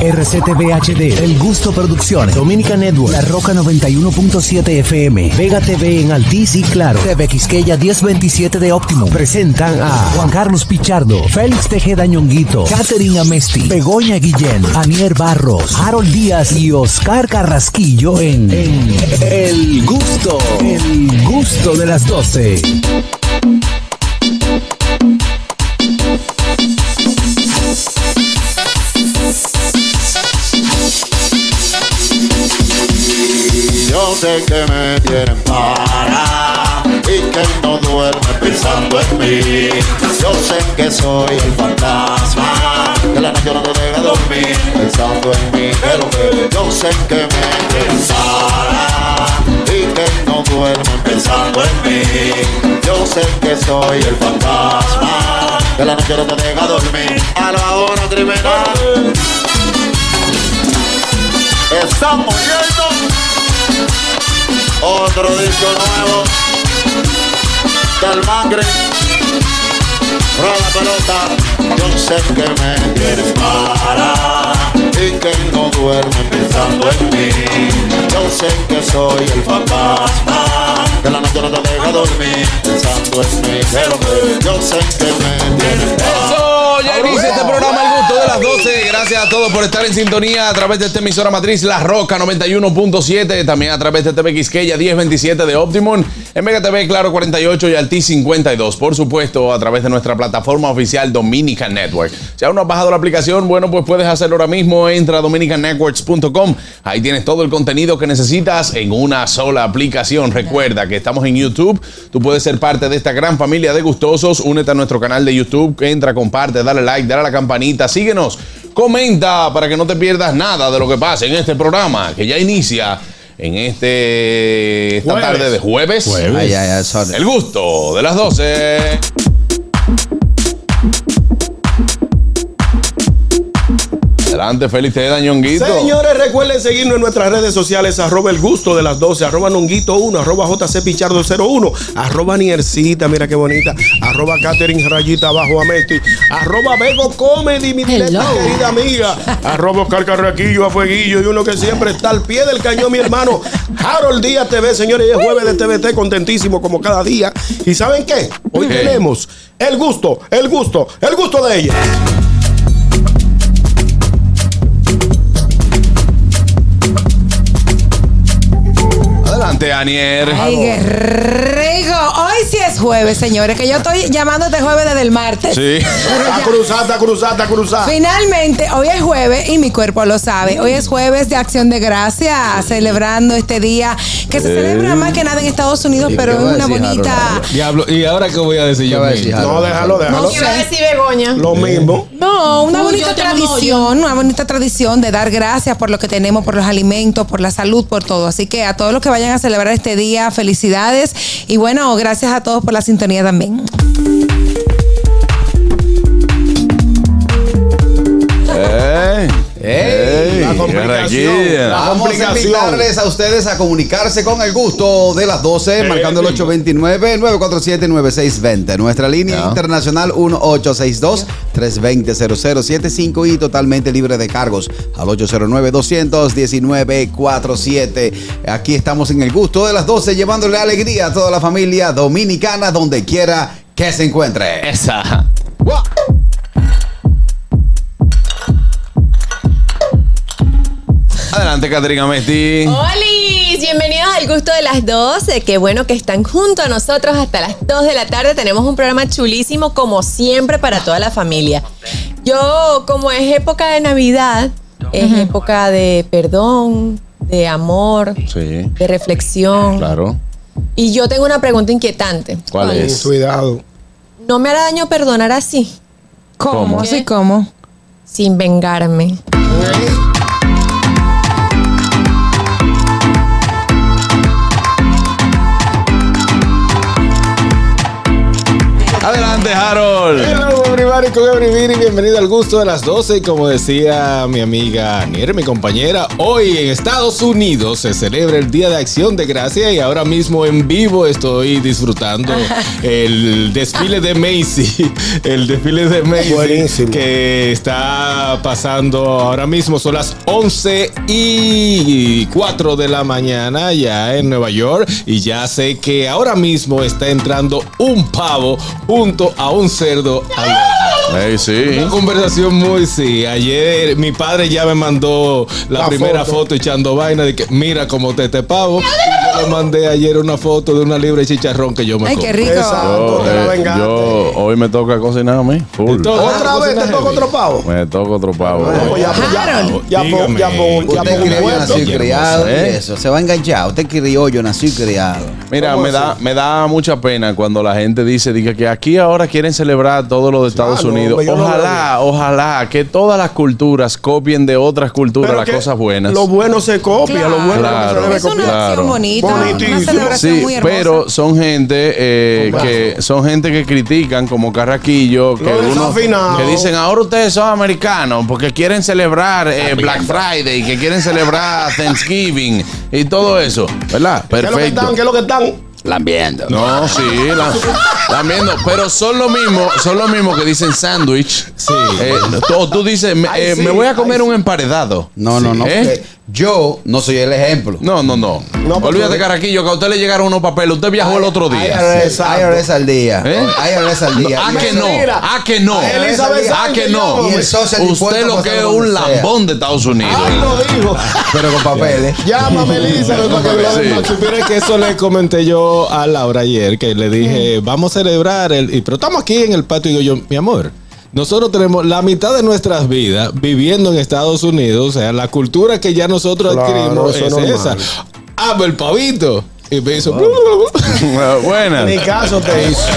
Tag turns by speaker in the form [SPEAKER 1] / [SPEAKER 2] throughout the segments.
[SPEAKER 1] RCTV HD, El Gusto Producciones, Dominica Network, La Roca 91.7 FM, Vega TV en Altiz y Claro, TV Quisqueya 1027 de Optimum. Presentan a Juan Carlos Pichardo, Félix Tejeda Ñonguito, Katherine Amesti, Begoña Guillén, Anier Barros, Harold Díaz y Oscar Carrasquillo en, en El Gusto, El Gusto de las 12.
[SPEAKER 2] Yo sé que me tienen para y que no duerme pensando en mí. Yo sé que soy el fantasma que la noche no te deja dormir pensando en mí. Pero que yo sé que me tienen para y que no duerme pensando en mí. Yo sé que soy el fantasma que la noche no te deja dormir. A la hora criminal estamos muriendo. Otro disco nuevo del Mangre. Rola pelota, yo sé que me tienes para y que no duerme pensando en mí. Yo sé que soy el fantasma que la noche no te deja dormir pensando en mí. Pero que yo sé que me tienes para.
[SPEAKER 3] Eso, ya inicia este programa El Gusto de las 12. Gracias a todos por estar en sintonía a través de esta emisora matriz La Roca 91.7, también a través de TV Quisqueya 1027 de Optimum, en Mega TV Claro 48 y Altis 52. Por supuesto, a través de nuestra plataforma oficial Dominican Network. Si aún no has bajado la aplicación, bueno, pues puedes hacerlo ahora mismo. Entra a dominicannetworks.com. Ahí tienes todo el contenido que necesitas en una sola aplicación. Recuerda que estamos en YouTube. Tú puedes ser parte de esta gran familia de gustosos. Únete a nuestro canal de YouTube. Entra, comparte, dale like, dale a la campanita. Síguenos. Comenta para que no te pierdas nada de lo que pasa en este programa que ya inicia en este esta
[SPEAKER 4] Jueves.
[SPEAKER 3] tarde de jueves.
[SPEAKER 4] Jueves.
[SPEAKER 5] Ay, ay, ay, sorry.
[SPEAKER 3] El gusto de las 12. Adelante, Félix Teda, Ñonguito.
[SPEAKER 4] Señores, recuerden seguirnos en nuestras redes sociales, arroba el gusto de las 12, arroba nonguito1, arroba jcpichardo01, arroba niercita, mira qué bonita, arroba catering rayita abajo a Mesti, arroba Bego Comedy, mi
[SPEAKER 6] Hello.
[SPEAKER 4] neta querida amiga, arroba Oscar Carraquillo, a Fueguillo y uno que siempre está al pie del cañón, mi hermano, Harold Díaz TV, señores, y es jueves de TVT, contentísimo como cada día. ¿Y saben qué? Hoy
[SPEAKER 3] ¿Qué?
[SPEAKER 4] tenemos el gusto, el gusto, el gusto de ella.
[SPEAKER 3] Adelante, Anier.
[SPEAKER 6] Ay, qué rico. Hoy sí es jueves, señores, que yo estoy llamando este jueves desde el martes.
[SPEAKER 3] Sí.
[SPEAKER 4] A cruzar, a cruzar, a cruzar.
[SPEAKER 6] Finalmente, hoy es jueves y mi cuerpo lo sabe. Hoy es jueves de Acción de Gracias, celebrando este día que se celebra más que nada en Estados Unidos,
[SPEAKER 5] ¿Y
[SPEAKER 6] pero
[SPEAKER 5] qué
[SPEAKER 6] es
[SPEAKER 5] va a
[SPEAKER 6] una
[SPEAKER 5] decir,
[SPEAKER 6] bonita.
[SPEAKER 5] Harold?
[SPEAKER 7] Diablo, ¿y ahora qué voy a decir
[SPEAKER 5] ¿Qué
[SPEAKER 7] yo?
[SPEAKER 5] va a
[SPEAKER 7] mismo?
[SPEAKER 5] decir,
[SPEAKER 4] No,
[SPEAKER 5] Harold?
[SPEAKER 4] déjalo, déjalo.
[SPEAKER 6] No sé.
[SPEAKER 8] Begoña?
[SPEAKER 4] Lo mismo.
[SPEAKER 6] No, una
[SPEAKER 8] Uy,
[SPEAKER 6] bonita
[SPEAKER 8] yo tengo un hoyo.
[SPEAKER 6] tradición, una bonita tradición de dar gracias por lo que tenemos, por los alimentos, por la salud, por todo. Así que a todos los que vayan a celebrar este día, felicidades y bueno, gracias a todos por la sintonía también.
[SPEAKER 3] Ey. Ey. eh.
[SPEAKER 4] La complicación.
[SPEAKER 3] Garraquilla.
[SPEAKER 4] La
[SPEAKER 5] Vamos a
[SPEAKER 4] complicación.
[SPEAKER 5] invitarles a ustedes a comunicarse con el gusto de las 12, marcando el 829-947-9620. Nuestra línea
[SPEAKER 3] Ya.
[SPEAKER 5] internacional 1862-320-0075 y totalmente libre de cargos al 809-219-47. Aquí estamos en el gusto de las 12, llevándole alegría a toda la familia dominicana donde quiera que se encuentre.
[SPEAKER 7] Esa.
[SPEAKER 3] Adelante, Caterina Mesti.
[SPEAKER 8] ¡Holis! Bienvenidos al gusto de las 12. Qué bueno que están junto a nosotros hasta las 2 de la tarde. Tenemos un programa chulísimo, como siempre, para toda la familia. Yo, como es época de Navidad, es época de perdón, de amor,
[SPEAKER 3] Sí,
[SPEAKER 8] de reflexión.
[SPEAKER 3] claro.
[SPEAKER 8] Y yo tengo una pregunta inquietante.
[SPEAKER 3] ¿Cuál es?
[SPEAKER 4] Cuidado.
[SPEAKER 8] ¿No me hará daño perdonar así?
[SPEAKER 6] ¿Cómo?
[SPEAKER 3] ¿Cómo?
[SPEAKER 6] Sí, ¿cómo?
[SPEAKER 8] Sin vengarme.
[SPEAKER 3] Adelante, Adelante, Harold.
[SPEAKER 7] Hello, everybody, con everybody, bienvenido al gusto de las 12. Y como decía mi amiga Nier, mi compañera, hoy en Estados Unidos se celebra el Día de Acción de Gracia y ahora mismo en vivo estoy disfrutando el desfile de Macy. El desfile de Macy
[SPEAKER 4] Buenísimo.
[SPEAKER 7] que está pasando ahora mismo. Son las 11 y 4 de la mañana ya en Nueva York y ya sé que ahora mismo está entrando un pavo junto a un cerdo al
[SPEAKER 3] Ey, sí.
[SPEAKER 7] una conversación muy sí. Ayer mi padre ya me mandó la,
[SPEAKER 4] La
[SPEAKER 7] primera foto. echando vaina de que mira cómo te te pavo. Y yo le mandé ayer una foto de una libra de chicharrón que yo me
[SPEAKER 6] Ay,
[SPEAKER 7] comí.
[SPEAKER 6] qué rico.
[SPEAKER 4] Exacto, te la
[SPEAKER 3] eh,
[SPEAKER 4] vengaste.
[SPEAKER 3] yo- hoy me toca cocinar a mí. Full.
[SPEAKER 7] Entonces,
[SPEAKER 4] Otra vez te
[SPEAKER 7] cocina
[SPEAKER 4] toca
[SPEAKER 7] heavy.
[SPEAKER 4] otro pavo.
[SPEAKER 3] Me toca otro pavo.
[SPEAKER 4] Bueno, pues ya, pues ya,
[SPEAKER 6] Harold.
[SPEAKER 4] ya, po-
[SPEAKER 7] Dígame.
[SPEAKER 4] ya, po- ya,
[SPEAKER 5] Usted
[SPEAKER 4] po-
[SPEAKER 5] criollo,
[SPEAKER 4] muerto.
[SPEAKER 5] nació y criado.
[SPEAKER 3] ¿eh?
[SPEAKER 5] y Eso, se va a enganchar. Usted criollo, nació y criado.
[SPEAKER 3] Mira, me da, me da mucha pena cuando la gente dice, diga que aquí ahora quieren celebrar todo lo de Estados
[SPEAKER 4] no,
[SPEAKER 3] Unidos.
[SPEAKER 4] hombre, yo no
[SPEAKER 3] ojalá, ojalá que todas las culturas copien de otras culturas
[SPEAKER 4] Pero
[SPEAKER 3] las
[SPEAKER 4] que
[SPEAKER 3] cosas buenas.
[SPEAKER 4] Lo bueno se copia, lo bueno
[SPEAKER 3] Claro.
[SPEAKER 4] es lo que
[SPEAKER 6] Es
[SPEAKER 4] se debe
[SPEAKER 6] una
[SPEAKER 4] copiar.
[SPEAKER 3] Claro.
[SPEAKER 6] acción bonita,
[SPEAKER 4] Bonitísimo.
[SPEAKER 6] una celebración
[SPEAKER 3] Sí,
[SPEAKER 6] muy hermosa.
[SPEAKER 3] pero son gente eh,
[SPEAKER 4] Con
[SPEAKER 3] que son gente que critican como Carraquillo, que uno
[SPEAKER 4] desafinados.
[SPEAKER 3] que dicen ahora ustedes son americanos porque quieren celebrar eh, Black Friday, que quieren celebrar Thanksgiving y todo eso, ¿verdad?
[SPEAKER 4] ¿Qué es lo que
[SPEAKER 3] Perfecto. Ah.
[SPEAKER 4] están? ¿Qué es lo que están?
[SPEAKER 5] Lambiendo.
[SPEAKER 3] No, sí, la, la viendo. Pero son lo mismo, son lo mismo que dicen sándwich. Sí. tú, tú dices, me,
[SPEAKER 4] Ay,
[SPEAKER 3] eh,
[SPEAKER 4] sí,
[SPEAKER 3] me voy a
[SPEAKER 4] ay,
[SPEAKER 3] comer un emparedado.
[SPEAKER 5] No, no, no.
[SPEAKER 3] ¿Eh?
[SPEAKER 5] porque Yo no soy el ejemplo.
[SPEAKER 3] No, no, no.
[SPEAKER 4] No, porque-
[SPEAKER 3] Olvídate, Caraquillo, que a usted le llegaron unos papeles. Usted viajó el otro día.
[SPEAKER 5] IRS, IRS al día.
[SPEAKER 3] ¿Eh?
[SPEAKER 5] IRS al día. Ah,
[SPEAKER 3] ¿A que no?
[SPEAKER 4] Mentira.
[SPEAKER 3] ¿A que no?
[SPEAKER 4] Elizabeth
[SPEAKER 3] ¿A
[SPEAKER 4] Sánchez,
[SPEAKER 3] que no?
[SPEAKER 4] yo,
[SPEAKER 5] Y el social
[SPEAKER 3] Usted
[SPEAKER 5] impuesto
[SPEAKER 3] lo
[SPEAKER 5] a
[SPEAKER 3] que es
[SPEAKER 5] pasar donde
[SPEAKER 3] un
[SPEAKER 5] sea.
[SPEAKER 3] lambón de Estados Unidos.
[SPEAKER 4] Ay, lo dijo.
[SPEAKER 5] Pero con papeles.
[SPEAKER 7] Ah,
[SPEAKER 4] Llámame, Elizabeth, para que
[SPEAKER 3] ¿eh? Sí.
[SPEAKER 4] lo
[SPEAKER 7] No, supiera que eso le comenté yo a Laura ayer, que le dije, vamos a celebrar, el, y- pero estamos aquí en el patio y digo yo, mi amor. Nosotros tenemos la mitad de nuestras vidas viviendo en Estados Unidos, o sea, la cultura que ya nosotros
[SPEAKER 4] Claro,
[SPEAKER 7] adquirimos
[SPEAKER 4] eso
[SPEAKER 7] es
[SPEAKER 4] es normal.
[SPEAKER 7] esa. Amo el pavito. Y me hizo.
[SPEAKER 3] Buena.
[SPEAKER 4] Ni caso te hizo.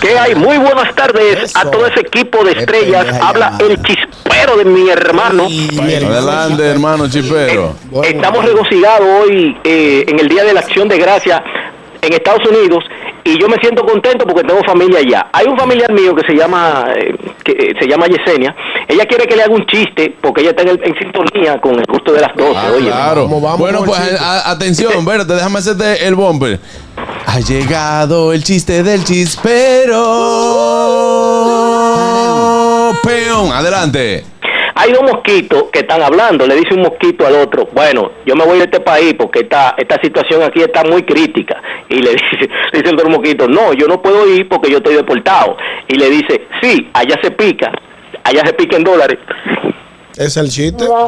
[SPEAKER 9] ¿Qué hay? Muy buenas tardes a
[SPEAKER 4] Eso.
[SPEAKER 9] todo ese equipo de
[SPEAKER 5] Qué
[SPEAKER 9] estrellas.
[SPEAKER 5] pendeja
[SPEAKER 9] Habla
[SPEAKER 5] llamada.
[SPEAKER 9] el chispero de mi hermano.
[SPEAKER 3] Adelante, hermano chipero.
[SPEAKER 4] Bueno.
[SPEAKER 9] Estamos regocijados hoy eh, en el Día de la Acción de Gracia en Estados Unidos y yo me siento contento porque tengo familia allá. Hay un familiar mío que se llama eh, que eh, se llama Yesenia. Ella quiere que le haga un chiste porque ella está en, el- en sintonía con el gusto de las 12.
[SPEAKER 3] Ah,
[SPEAKER 9] oye,
[SPEAKER 3] claro.
[SPEAKER 4] Vamos, vamos,
[SPEAKER 3] bueno, pues
[SPEAKER 4] Jorgito.
[SPEAKER 3] a- atención, espérate, déjame hacerte el bumper. Ha llegado el chiste del chispero. Peón, adelante.
[SPEAKER 9] Hay dos mosquitos que están hablando, le dice un mosquito al otro, bueno, yo me voy de este país porque esta, esta situación aquí está muy crítica. Y le dice, le dice el otro mosquito, no, yo no puedo ir porque yo estoy deportado. Y le dice, sí, allá se pica, allá se pica en dólares.
[SPEAKER 4] Es el chiste. Ah.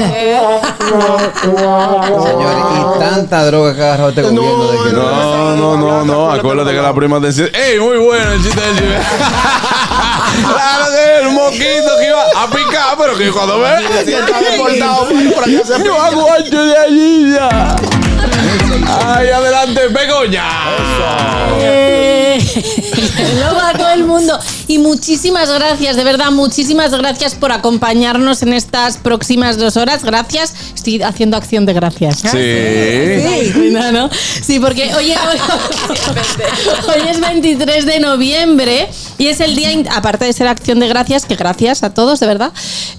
[SPEAKER 5] Señores, y tanta droga que ha agarrado este gobierno. de que
[SPEAKER 3] No, no, no, no. Acuérdate que la prima te decía, ¡Ey, muy bueno el chiste del chispero! claro que el moquito que iba a picar, pero que cuando
[SPEAKER 4] Está
[SPEAKER 3] ve.
[SPEAKER 4] deportado Ah, por allá se
[SPEAKER 3] Yo aguanto de allí ya. Ay, adelante, Begoña.
[SPEAKER 10] Hello a todo el mundo y muchísimas gracias, de verdad, muchísimas gracias por acompañarnos en estas próximas dos horas. Gracias, estoy haciendo acción de gracias. ¿eh?
[SPEAKER 3] Sí.
[SPEAKER 10] Sí, cuidado, ¿no? Sí, porque hoy, hoy es 23 de noviembre y es el día, in- aparte de ser acción de gracias, que gracias a todos, de verdad,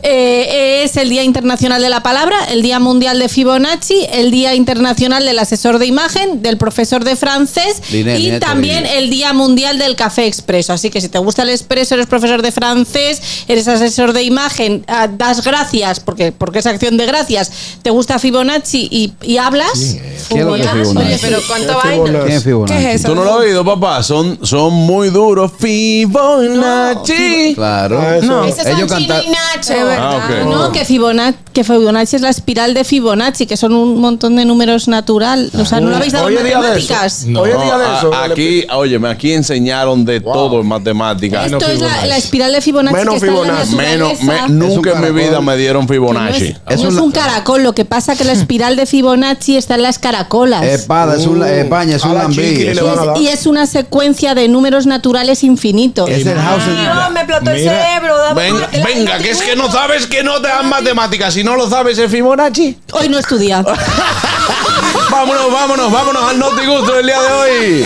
[SPEAKER 10] eh, es el Día Internacional de la Palabra, el Día Mundial de Fibonacci, el Día Internacional del Asesor de Imagen, del Profesor de Francés
[SPEAKER 5] Lina,
[SPEAKER 10] y
[SPEAKER 5] Lina, te
[SPEAKER 10] también
[SPEAKER 5] digo.
[SPEAKER 10] el Día Mundial del Café Expreso. Así que si te gusta el expreso, eres profesor de francés, eres asesor de imagen, ah, das gracias, porque, porque es acción de gracias, te gusta Fibonacci y, y hablas.
[SPEAKER 3] eh,
[SPEAKER 5] ¿Qué es lo que es
[SPEAKER 10] Oye,
[SPEAKER 5] Fibonacci?
[SPEAKER 10] oye,
[SPEAKER 8] pero
[SPEAKER 10] pero
[SPEAKER 8] ¿cuánto vaina?
[SPEAKER 5] ¿Quién es Fibonacci?
[SPEAKER 6] ¿Qué es eso?
[SPEAKER 3] Tú no lo has oído, papá. Son, son muy duros. Fibonacci.
[SPEAKER 5] Claro.
[SPEAKER 4] Ah, eso.
[SPEAKER 10] Esos son
[SPEAKER 5] Ellos cantan-
[SPEAKER 10] Chino y Nacho.
[SPEAKER 6] Es verdad.
[SPEAKER 3] Ah, ok.
[SPEAKER 10] No, que Fibonacci, que Fibonacci es la espiral de Fibonacci, que son un montón de números natural. O sea, no lo
[SPEAKER 11] Ah,
[SPEAKER 10] habéis dado en
[SPEAKER 4] Hoy es día de
[SPEAKER 10] matemáticas.
[SPEAKER 4] eso. Hoy es día de
[SPEAKER 3] a-
[SPEAKER 4] eso.
[SPEAKER 3] aquí, óyeme, aquí enseñaron de todo en matemáticas.
[SPEAKER 10] Esto es la, la espiral de Fibonacci
[SPEAKER 4] Menos
[SPEAKER 10] que está
[SPEAKER 4] Fibonacci.
[SPEAKER 10] en la
[SPEAKER 3] Menos, me-
[SPEAKER 10] naturaleza.
[SPEAKER 3] nunca en mi
[SPEAKER 5] caracol.
[SPEAKER 3] vida me dieron
[SPEAKER 10] No es,
[SPEAKER 3] Fibonacci.
[SPEAKER 10] no es un caracol, lo que pasa que la espiral de Fibonacci está en las caracolas.
[SPEAKER 5] Espada, es un, España, es
[SPEAKER 4] Uh, A
[SPEAKER 5] un
[SPEAKER 4] la
[SPEAKER 5] lambí.
[SPEAKER 4] chiqui le
[SPEAKER 10] y,
[SPEAKER 4] van a dar.
[SPEAKER 10] es, y es una secuencia de números naturales infinitos.
[SPEAKER 5] Es el house.
[SPEAKER 8] No, me explotó el
[SPEAKER 7] Mira,
[SPEAKER 8] cerebro. dame
[SPEAKER 3] Ven-
[SPEAKER 8] por-
[SPEAKER 3] venga, que es que no sabes que no te dan matemáticas. Si no lo sabes, es Fibonacci.
[SPEAKER 10] Hoy no estudia.
[SPEAKER 3] Vámonos, vámonos, vámonos al Noti Gusto del día de hoy.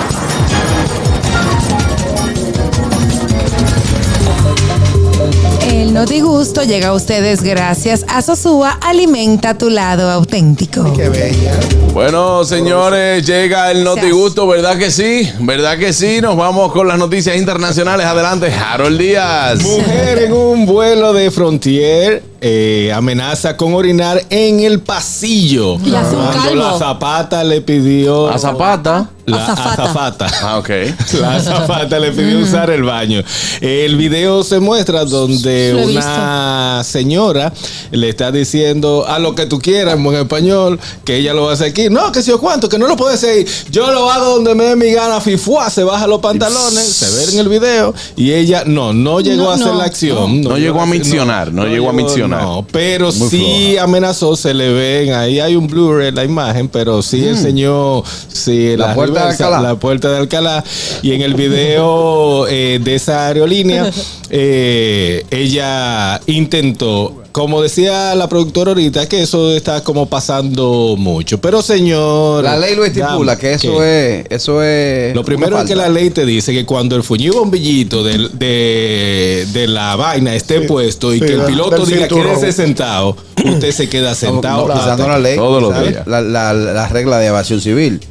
[SPEAKER 6] El Notigusto llega a ustedes gracias a Sosúa Alimenta tu lado auténtico.
[SPEAKER 5] Qué bella.
[SPEAKER 3] Bueno, señores, llega el notigusto, ¿verdad que sí? ¿Verdad que sí? Nos vamos con las noticias internacionales. Adelante, Harold Díaz.
[SPEAKER 7] Mujer en un vuelo de Frontier eh, amenaza con orinar en el pasillo.
[SPEAKER 10] Y hace un
[SPEAKER 7] Cuando
[SPEAKER 10] calvo.
[SPEAKER 7] La zapata le pidió.
[SPEAKER 3] A Zapata.
[SPEAKER 7] La
[SPEAKER 10] Azafata.
[SPEAKER 7] azafata.
[SPEAKER 3] Ah, ok.
[SPEAKER 7] La azafata le pidió usar el baño. El video se muestra donde
[SPEAKER 10] Lo he
[SPEAKER 7] una señora le está diciendo a lo que tú quieras en buen español que ella lo hace aquí. No, que si o cuánto, que no lo puedes seguir. Yo lo hago donde me dé mi gana. Fifuá, se baja los pantalones, se ve en el video y ella no, no llegó
[SPEAKER 10] No,
[SPEAKER 7] a hacer
[SPEAKER 10] no.
[SPEAKER 7] la acción.
[SPEAKER 3] No llegó a
[SPEAKER 7] hacer-
[SPEAKER 3] miccionar, no llegó a miccionar.
[SPEAKER 7] no, pero
[SPEAKER 3] Muy
[SPEAKER 7] sí
[SPEAKER 3] floja.
[SPEAKER 7] amenazó, se le ven, ahí hay un Blu-ray la imagen, pero sí enseñó sí, las
[SPEAKER 5] Mm. La puerta de
[SPEAKER 7] reversas,
[SPEAKER 5] Alcalá.
[SPEAKER 7] la puerta de Alcalá. Y en el video eh, de esa aerolínea, eh, ella intentó, como decía la productora ahorita, que eso está como pasando mucho. Pero señor...
[SPEAKER 5] La ley lo estipula,
[SPEAKER 7] dama,
[SPEAKER 5] que eso es. Eso es.
[SPEAKER 7] Lo primero
[SPEAKER 5] una
[SPEAKER 7] es que
[SPEAKER 5] falta.
[SPEAKER 7] la ley te dice que cuando el fuñido bombillito del- de, de la vaina esté puesto y
[SPEAKER 4] sí,
[SPEAKER 7] que el
[SPEAKER 4] del
[SPEAKER 7] piloto diga
[SPEAKER 4] cinturón.
[SPEAKER 7] quédese sentado, usted se queda
[SPEAKER 5] Estamos
[SPEAKER 7] sentado.
[SPEAKER 5] pisando la ley.
[SPEAKER 3] Todos los
[SPEAKER 5] quizás,
[SPEAKER 3] días.
[SPEAKER 5] La, la- la regla de aviación civil.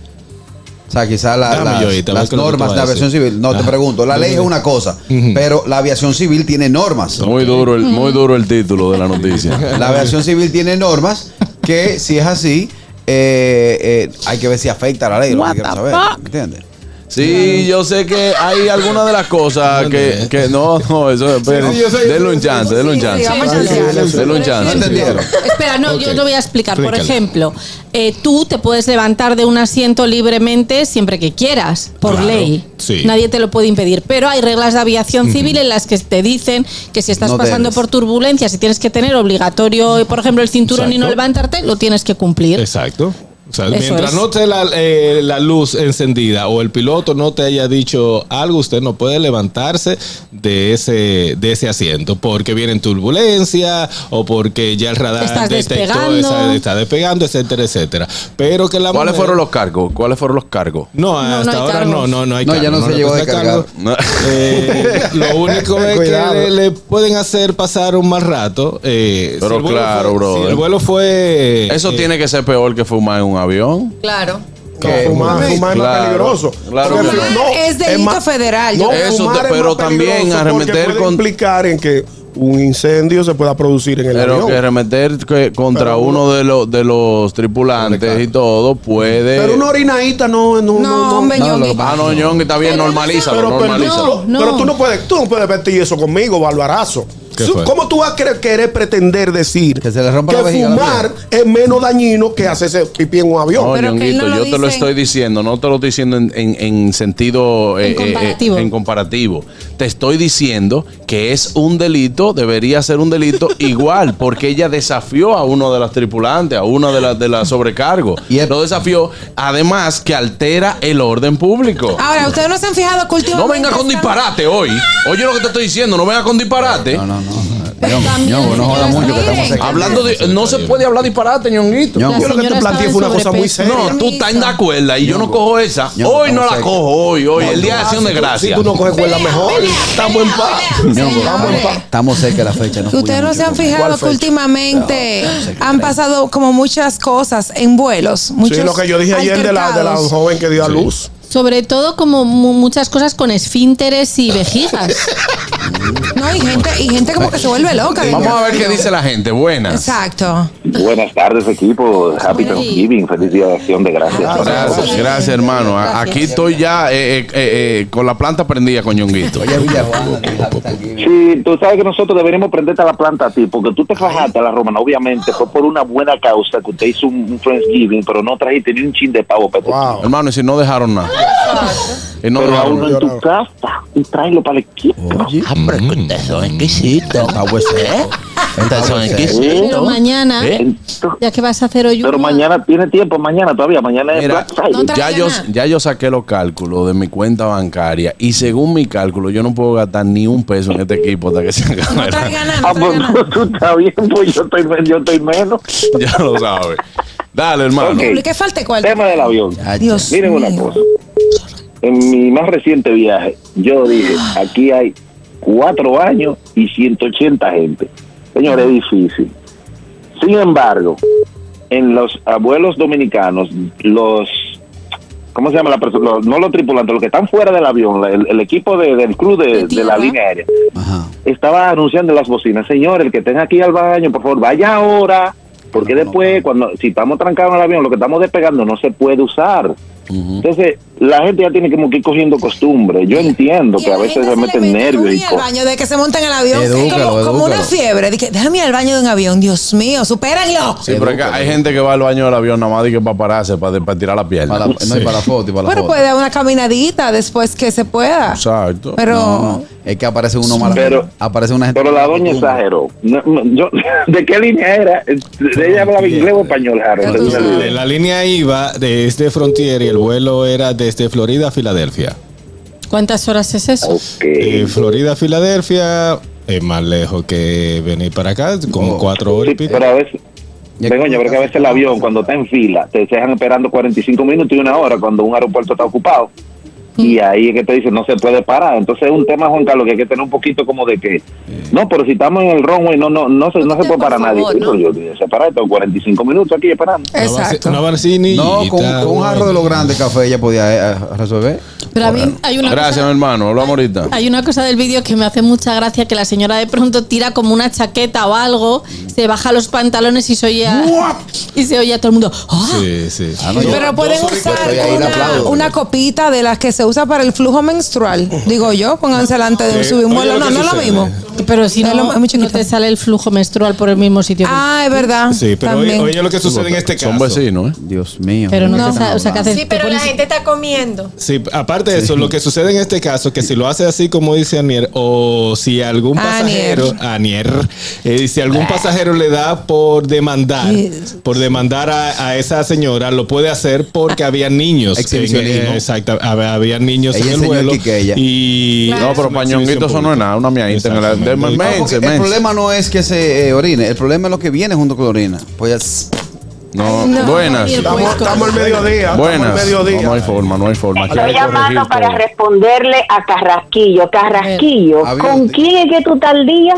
[SPEAKER 5] O sea, quizás
[SPEAKER 7] Dame,
[SPEAKER 5] las,
[SPEAKER 7] Yoyita, a ver
[SPEAKER 5] las
[SPEAKER 7] qué es lo que tú
[SPEAKER 5] normas
[SPEAKER 7] vas
[SPEAKER 5] de
[SPEAKER 7] a
[SPEAKER 5] aviación
[SPEAKER 7] decir.
[SPEAKER 5] civil. No, te
[SPEAKER 7] Ajá.
[SPEAKER 5] pregunto. La ley es una cosa, pero la aviación civil tiene normas.
[SPEAKER 3] Muy duro, el, muy duro el título de la noticia.
[SPEAKER 5] La aviación civil tiene normas que, si es así, eh, eh, hay que ver si afecta a la ley. Lo que queremos saber. ¿Entiendes?
[SPEAKER 3] Sí, yo sé que hay algunas de las cosas que, que no, no, eso esperen.
[SPEAKER 7] eh. Sí, sí, yo sé, yo
[SPEAKER 3] Denle un
[SPEAKER 7] sé.
[SPEAKER 3] chance, denle un
[SPEAKER 6] Sí,
[SPEAKER 3] chance.
[SPEAKER 6] sí, vamos a
[SPEAKER 5] chancear.
[SPEAKER 3] Denle un
[SPEAKER 5] ¿No
[SPEAKER 3] chance.
[SPEAKER 5] entendieron?
[SPEAKER 10] Espera, no, yo
[SPEAKER 7] Ok.
[SPEAKER 10] te voy a explicar. Por
[SPEAKER 7] Explícale.
[SPEAKER 10] ejemplo, eh, tú te puedes levantar de un asiento libremente siempre que quieras, por
[SPEAKER 7] Claro,
[SPEAKER 10] ley.
[SPEAKER 7] sí.
[SPEAKER 10] Nadie te lo puede impedir. Pero hay reglas de aviación civil en las que te dicen que si estás
[SPEAKER 5] No
[SPEAKER 10] pasando
[SPEAKER 5] debes.
[SPEAKER 10] por turbulencias y tienes que tener obligatorio, por ejemplo, el cinturón y no
[SPEAKER 7] Exacto.
[SPEAKER 10] levantarte, lo tienes que cumplir.
[SPEAKER 7] Exacto. O sea,
[SPEAKER 10] Eso
[SPEAKER 7] mientras
[SPEAKER 10] es.
[SPEAKER 7] no esté la, eh, la luz encendida o el piloto no te haya dicho algo, usted no puede levantarse de ese, de ese asiento porque viene en turbulencia o porque ya el radar
[SPEAKER 10] Estás
[SPEAKER 7] detectó,
[SPEAKER 10] despegando.
[SPEAKER 7] esa- está despegando, etcétera, etcétera. Pero que la
[SPEAKER 3] ¿Cuáles
[SPEAKER 7] mujer-
[SPEAKER 3] fueron los cargos? ¿Cuáles fueron los cargos?
[SPEAKER 7] No,
[SPEAKER 10] No,
[SPEAKER 7] hasta
[SPEAKER 10] no hay
[SPEAKER 7] ahora
[SPEAKER 10] cargos.
[SPEAKER 7] no, no, no hay
[SPEAKER 5] No, ya
[SPEAKER 7] cargos,
[SPEAKER 5] no se
[SPEAKER 7] le
[SPEAKER 5] llegó
[SPEAKER 7] cuesta
[SPEAKER 5] de cargar.
[SPEAKER 7] cargo.
[SPEAKER 3] No.
[SPEAKER 7] Eh, lo único es que
[SPEAKER 4] Cuidado.
[SPEAKER 7] le, le pueden hacer pasar un mal rato. eh,
[SPEAKER 3] Pero
[SPEAKER 7] el vuelo
[SPEAKER 3] claro,
[SPEAKER 7] fue-
[SPEAKER 3] brother.
[SPEAKER 7] Si el vuelo fue.
[SPEAKER 3] Eso
[SPEAKER 7] eh,
[SPEAKER 3] tiene que ser peor que fumar en un avión.
[SPEAKER 8] Claro.
[SPEAKER 5] Que-
[SPEAKER 4] No, fumar,
[SPEAKER 5] Sí,
[SPEAKER 3] claro,
[SPEAKER 4] fumar es más peligroso.
[SPEAKER 3] claro
[SPEAKER 4] Porque
[SPEAKER 3] que
[SPEAKER 4] fu-
[SPEAKER 3] no.
[SPEAKER 6] Es delito
[SPEAKER 4] más-
[SPEAKER 6] federal, yo
[SPEAKER 3] creo. Eso
[SPEAKER 4] fumar
[SPEAKER 3] te-
[SPEAKER 4] es
[SPEAKER 3] pero
[SPEAKER 4] más
[SPEAKER 3] también
[SPEAKER 4] peligroso porque
[SPEAKER 3] arremeter
[SPEAKER 4] puede
[SPEAKER 3] con-
[SPEAKER 4] implicar en que un incendio se pueda producir en el
[SPEAKER 3] Pero
[SPEAKER 4] avión.
[SPEAKER 3] que remeter que contra
[SPEAKER 4] Pero uno-
[SPEAKER 3] uno de los de los tripulantes y todo puede.
[SPEAKER 4] Pero una orinadita no, no, no,
[SPEAKER 6] No,
[SPEAKER 4] no.
[SPEAKER 6] hombre,
[SPEAKER 5] No,
[SPEAKER 6] Ñongui.
[SPEAKER 5] lo que pasa-
[SPEAKER 3] Ah, no, Ñon, que está bien,
[SPEAKER 10] Pero-
[SPEAKER 3] normalízalo,
[SPEAKER 4] Pero, pero,
[SPEAKER 3] normalízalo.
[SPEAKER 4] tú, no, pero tú no puedes, tú no puedes pedir eso conmigo, Balbarazo.
[SPEAKER 7] ¿Qué
[SPEAKER 4] Su-
[SPEAKER 7] fue?
[SPEAKER 4] ¿Cómo tú vas a querer, querer pretender decir
[SPEAKER 5] Que se le rompa la vejiga a la
[SPEAKER 4] fumar es menos dañino que hacerse pipí en un avión?
[SPEAKER 3] No,
[SPEAKER 6] Pero que
[SPEAKER 3] Ñonguito,
[SPEAKER 6] él no lo
[SPEAKER 3] yo te lo
[SPEAKER 6] dice-
[SPEAKER 3] estoy diciendo, no te lo estoy diciendo en, en- en sentido eh,
[SPEAKER 10] En
[SPEAKER 3] eh, eh,
[SPEAKER 10] comparativo.
[SPEAKER 3] en comparativo. Te estoy diciendo que es un delito, debería ser un delito igual, porque ella desafió a uno de las tripulantes, a una de las de las sobrecargo.
[SPEAKER 5] Y el-
[SPEAKER 3] lo desafió, además que altera el orden público.
[SPEAKER 6] Ahora, ustedes no se han fijado que
[SPEAKER 3] No
[SPEAKER 6] últimamente
[SPEAKER 3] venga con
[SPEAKER 6] están-
[SPEAKER 3] disparate hoy. Oye lo que te estoy diciendo, no venga con disparate.
[SPEAKER 5] No, no, no.
[SPEAKER 10] Pero
[SPEAKER 5] Ñongo,
[SPEAKER 10] también,
[SPEAKER 5] Ñongo, no joda
[SPEAKER 10] señores,
[SPEAKER 5] mucho que estamos
[SPEAKER 10] miren.
[SPEAKER 5] aquí.
[SPEAKER 3] Hablando de. No se puede hablar disparate, ñonguito.
[SPEAKER 5] Ñongo.
[SPEAKER 10] La
[SPEAKER 4] Yo lo que te
[SPEAKER 10] señora estaba
[SPEAKER 4] planteé
[SPEAKER 10] en
[SPEAKER 4] fue una cosa muy
[SPEAKER 10] sobrepeso.
[SPEAKER 4] seria.
[SPEAKER 3] No, tú estás en la cuerda y yo no cojo esa.
[SPEAKER 5] Ñongo,
[SPEAKER 3] Hoy no
[SPEAKER 5] estamos
[SPEAKER 3] la
[SPEAKER 5] secos.
[SPEAKER 3] cojo, hoy, hoy.
[SPEAKER 5] No,
[SPEAKER 3] El día de
[SPEAKER 5] no,
[SPEAKER 3] acción de
[SPEAKER 4] Si
[SPEAKER 3] gracia.
[SPEAKER 4] tú no coges cuerda mejor, estamos en paz.
[SPEAKER 5] Ñongo,
[SPEAKER 4] Estamos en
[SPEAKER 5] estamos-
[SPEAKER 4] paz.
[SPEAKER 5] Estamos cerca de la fecha.
[SPEAKER 6] Que ustedes no se han fijado que últimamente han pasado como muchas cosas en vuelos. Muchos
[SPEAKER 4] Sí, lo que yo dije ayer de la, de la
[SPEAKER 6] altercados.
[SPEAKER 4] joven que dio a luz.
[SPEAKER 10] Sobre Eh, todo como mu- muchas cosas con esfínteres y vejigas.
[SPEAKER 6] No, y gente, y gente como que se vuelve loca.
[SPEAKER 3] Vamos a ver qué dice la gente. Buenas.
[SPEAKER 6] Exacto.
[SPEAKER 9] Buenas tardes, equipo. Happy Thanksgiving. Feliz día de acción de gracias.
[SPEAKER 10] Ah,
[SPEAKER 3] Gracias, gracias, hermano. A-
[SPEAKER 10] Gracias.
[SPEAKER 3] Aquí estoy ya eh, eh, eh, eh, con la planta prendida con ñonguito.
[SPEAKER 5] Oye, Villajuana, que está aquí.
[SPEAKER 9] Sí, tú sabes que nosotros deberíamos prenderte a la planta a ti, porque tú te fajaste a la romana, obviamente, fue por una buena causa que usted hizo un, un Thanksgiving, pero no trajiste ni un chin de pavo para tu-
[SPEAKER 4] Wow.
[SPEAKER 3] Hermano, y si no dejaron nada. Y no
[SPEAKER 9] Pero a
[SPEAKER 3] dejaron
[SPEAKER 9] uno
[SPEAKER 3] nada.
[SPEAKER 9] en tu casa y tráelo para el equipo.
[SPEAKER 5] Oye,
[SPEAKER 7] Mm.
[SPEAKER 3] Ah, pues
[SPEAKER 5] está hueso.
[SPEAKER 10] Pero mañana,
[SPEAKER 3] ¿Eh?
[SPEAKER 10] ya que vas a hacer hoy
[SPEAKER 12] Pero
[SPEAKER 10] una-
[SPEAKER 12] mañana tiene tiempo, mañana todavía, mañana es
[SPEAKER 3] Mira,
[SPEAKER 12] Black Friday.
[SPEAKER 10] No traiga
[SPEAKER 3] ya yo,
[SPEAKER 10] nada.
[SPEAKER 3] ya yo saqué los cálculos de mi cuenta bancaria y según mi cálculo yo no puedo gastar ni un peso en este equipo hasta que se acabe.
[SPEAKER 6] No traiga nada,
[SPEAKER 12] Ah,
[SPEAKER 6] no traiga
[SPEAKER 12] pues
[SPEAKER 6] nada.
[SPEAKER 12] tú estás bien, pues yo estoy, yo estoy menos.
[SPEAKER 3] ya lo sabes. Dale, hermano.
[SPEAKER 12] Ok.
[SPEAKER 6] Publique falta cuál.
[SPEAKER 12] Tema del avión.
[SPEAKER 6] Dios
[SPEAKER 12] Miren una
[SPEAKER 6] mío.
[SPEAKER 12] cosa. En mi más reciente viaje, yo dije, aquí hay cuatro años y 180 gente. Señores, es difícil. Sin embargo, en los abuelos dominicanos, los... ¿Cómo se llama la persona? Los- no los tripulantes, los que están fuera del avión, la- el, el equipo de- del club de,
[SPEAKER 10] De
[SPEAKER 12] de la
[SPEAKER 10] tierra.
[SPEAKER 12] línea aérea,
[SPEAKER 5] Ajá.
[SPEAKER 12] estaba anunciando en las bocinas, señor, el que tenga aquí al baño, por favor, vaya ahora, porque después, cuando si estamos trancados en el avión, lo que estamos despegando no se puede usar. Entonces, la gente ya tiene como que ir cogiendo costumbre. Yo entiendo
[SPEAKER 6] Y
[SPEAKER 12] que a
[SPEAKER 6] la
[SPEAKER 12] veces
[SPEAKER 6] gente
[SPEAKER 12] se
[SPEAKER 6] le
[SPEAKER 12] meten
[SPEAKER 6] mete
[SPEAKER 12] nervios
[SPEAKER 6] uña
[SPEAKER 12] y
[SPEAKER 6] al
[SPEAKER 12] cosas.
[SPEAKER 6] baño de que se montan en el avión.
[SPEAKER 5] Edúcalo,
[SPEAKER 6] es como, como una
[SPEAKER 5] edúcalo.
[SPEAKER 6] fiebre. Dije, déjame ir al baño de un avión. Dios mío, supérenlo.
[SPEAKER 3] Sí, pero es que hay gente que va al baño del avión nada más y que para pararse, para, para tirar la pierna.
[SPEAKER 5] Para la- No, y para la foto y para la
[SPEAKER 6] Bueno, pues,
[SPEAKER 5] foto.
[SPEAKER 6] puede dar una caminadita después que se pueda.
[SPEAKER 3] Exacto.
[SPEAKER 6] Pero
[SPEAKER 5] No, es que aparece uno mal.
[SPEAKER 12] Pero-
[SPEAKER 5] aparece una gente
[SPEAKER 12] Pero la
[SPEAKER 5] mala
[SPEAKER 12] doña
[SPEAKER 5] costumbre.
[SPEAKER 12] exageró. No, no, yo, ¿De qué línea era? Ella hablaba inglés o español, Harold.
[SPEAKER 6] tú
[SPEAKER 12] No me
[SPEAKER 6] sabes.
[SPEAKER 12] olvidé.
[SPEAKER 7] De la línea IVA desde Frontier y el vuelo era desde Florida a Filadelfia.
[SPEAKER 10] ¿Cuántas horas es eso?
[SPEAKER 7] Y
[SPEAKER 12] Ok.
[SPEAKER 7] Florida a Filadelfia es más lejos que venir para acá, como
[SPEAKER 5] Oh.
[SPEAKER 7] cuatro horas y
[SPEAKER 12] Sí,
[SPEAKER 7] pico.
[SPEAKER 12] pero a veces...
[SPEAKER 5] Ya-
[SPEAKER 12] Begoña, pero que a veces el avión cuando está en fila te dejan esperando 45 minutos y una hora cuando un aeropuerto está ocupado y ahí es que te dicen no se puede parar entonces es un tema Juan Carlos que hay que tener un poquito como de que no pero si estamos en el runway no no no se, no se
[SPEAKER 8] Por
[SPEAKER 12] puede parar nadie
[SPEAKER 8] favor,
[SPEAKER 12] Sí,
[SPEAKER 8] ¿no?
[SPEAKER 12] pero yo dije, se para tengo 45 minutos aquí esperando
[SPEAKER 7] Una barci-
[SPEAKER 6] exacto.
[SPEAKER 7] Una barcinita,
[SPEAKER 5] No, con, con un jarro de los grandes café ella podía eh, eh, resolver. Ah,
[SPEAKER 10] Pero a mí hay una
[SPEAKER 3] Gracias, mi
[SPEAKER 10] cosa,
[SPEAKER 3] hermano. Hablamos ahorita.
[SPEAKER 10] hay una cosa del vídeo que me hace mucha gracia que la señora de pronto tira como una chaqueta o algo, se baja los pantalones y se oye a, y se oye a todo el mundo. ¡Ah!
[SPEAKER 7] Sí, sí.
[SPEAKER 5] no, yo- pues,
[SPEAKER 6] Pero pueden usar
[SPEAKER 5] estoy ahí, le
[SPEAKER 6] una,
[SPEAKER 5] aplaudo.
[SPEAKER 6] una copita de las que se usa para el flujo menstrual. Digo yo, pónganse delante de un
[SPEAKER 7] Sí.
[SPEAKER 6] subir un
[SPEAKER 7] Oye,
[SPEAKER 6] vuelo.
[SPEAKER 7] lo
[SPEAKER 6] No,
[SPEAKER 7] que
[SPEAKER 6] no es lo
[SPEAKER 7] sucede.
[SPEAKER 6] mismo.
[SPEAKER 10] Pero si
[SPEAKER 6] Es
[SPEAKER 10] no,
[SPEAKER 6] lo- es muy
[SPEAKER 10] no
[SPEAKER 6] chiquito.
[SPEAKER 10] te sale el flujo menstrual por el mismo sitio. que-
[SPEAKER 6] Ah, es verdad.
[SPEAKER 7] Sí, pero oye,
[SPEAKER 6] también.
[SPEAKER 7] oye lo que sucede en este caso.
[SPEAKER 3] Son vecinos, ¿eh?
[SPEAKER 5] Dios mío.
[SPEAKER 10] pero no,
[SPEAKER 6] No.
[SPEAKER 10] te sale. O sea, que haces-
[SPEAKER 8] Sí, pero
[SPEAKER 10] te
[SPEAKER 8] la
[SPEAKER 10] pones-
[SPEAKER 8] gente está comiendo.
[SPEAKER 7] Sí, aparte de eso, lo que sucede en este caso, que si lo hace así como dice Anier, o si algún
[SPEAKER 6] Anier.
[SPEAKER 7] pasajero, Anier, eh, si algún pasajero le da por demandar,
[SPEAKER 6] Yes.
[SPEAKER 7] por demandar a, a esa señora, lo puede hacer
[SPEAKER 6] Ah.
[SPEAKER 7] porque había niños. en-
[SPEAKER 5] Exhibicionismo.
[SPEAKER 7] eh, exacto, hab- había niños
[SPEAKER 5] Ella
[SPEAKER 7] en el
[SPEAKER 5] enseñó
[SPEAKER 7] vuelo.
[SPEAKER 5] aquí que ella.
[SPEAKER 7] Y
[SPEAKER 3] No, pero pañonguito eso no es nada, una miadita en el-
[SPEAKER 7] Exactamente.
[SPEAKER 3] de-
[SPEAKER 5] No, porque
[SPEAKER 3] Mense,
[SPEAKER 5] el
[SPEAKER 3] mense.
[SPEAKER 5] problema no es que se eh, orine, el problema es lo que viene junto con la orina. Pues
[SPEAKER 3] No,
[SPEAKER 10] No,
[SPEAKER 3] buenas.
[SPEAKER 10] ni el
[SPEAKER 4] Estamos,
[SPEAKER 10] puerco.
[SPEAKER 4] estamos al mediodía.
[SPEAKER 3] Buenas.
[SPEAKER 4] Estamos al
[SPEAKER 3] No,
[SPEAKER 4] mediodía.
[SPEAKER 3] no hay forma, no hay forma. Aquí
[SPEAKER 11] Estoy
[SPEAKER 3] hay que
[SPEAKER 11] llamando
[SPEAKER 3] corregir
[SPEAKER 11] para
[SPEAKER 3] todo.
[SPEAKER 11] responderle a Carrasquillo. Carrasquillo,
[SPEAKER 5] A ver,
[SPEAKER 11] ¿con
[SPEAKER 5] di-
[SPEAKER 11] quién es que tú tal día?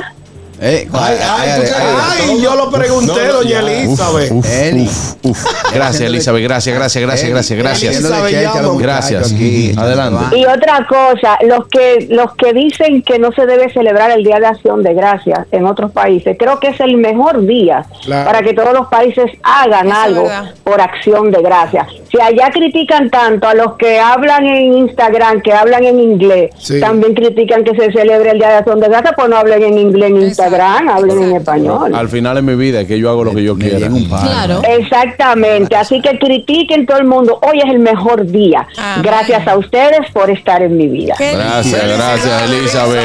[SPEAKER 5] eh,
[SPEAKER 4] Ay, ay,
[SPEAKER 5] ay,
[SPEAKER 4] tú
[SPEAKER 5] ay,
[SPEAKER 4] crees.
[SPEAKER 5] ay.
[SPEAKER 4] Ay, yo lo pregunté,
[SPEAKER 7] No, no,
[SPEAKER 4] doña
[SPEAKER 7] ya.
[SPEAKER 4] Elizabeth.
[SPEAKER 3] Uf,
[SPEAKER 5] Eli.
[SPEAKER 3] uf, uf. Gracias, Elizabeth. Gracias, gracias, gracias, gracias, gracias.
[SPEAKER 4] Elizabeth,
[SPEAKER 3] Gracias.
[SPEAKER 6] Ah.
[SPEAKER 3] Adelante.
[SPEAKER 11] Y otra cosa, los que los que dicen que no se debe celebrar el Día de Acción de Gracias en otros países, creo que es el mejor día
[SPEAKER 4] Claro.
[SPEAKER 11] para que todos los países hagan
[SPEAKER 6] Eso es
[SPEAKER 11] algo
[SPEAKER 6] verdad.
[SPEAKER 11] por acción de gracias. Si allá critican tanto a los que hablan en Instagram, que hablan en inglés,
[SPEAKER 4] Sí.
[SPEAKER 11] también critican que se celebre el Día de Acción de Gracias, pues no hablen en inglés en
[SPEAKER 6] Exacto,
[SPEAKER 11] Instagram, hablen en
[SPEAKER 6] exacto.
[SPEAKER 11] español.
[SPEAKER 3] Al final de mi vida es que yo hago lo que yo
[SPEAKER 5] Me
[SPEAKER 3] quiera.
[SPEAKER 5] llega un par.
[SPEAKER 10] Claro.
[SPEAKER 11] Exactamente, así que critiquen todo el mundo. Hoy es el mejor día.
[SPEAKER 6] Amén.
[SPEAKER 11] Gracias a ustedes por estar en mi vida.
[SPEAKER 6] Qué
[SPEAKER 3] Gracias,
[SPEAKER 6] lindo.
[SPEAKER 3] gracias, Elizabeth.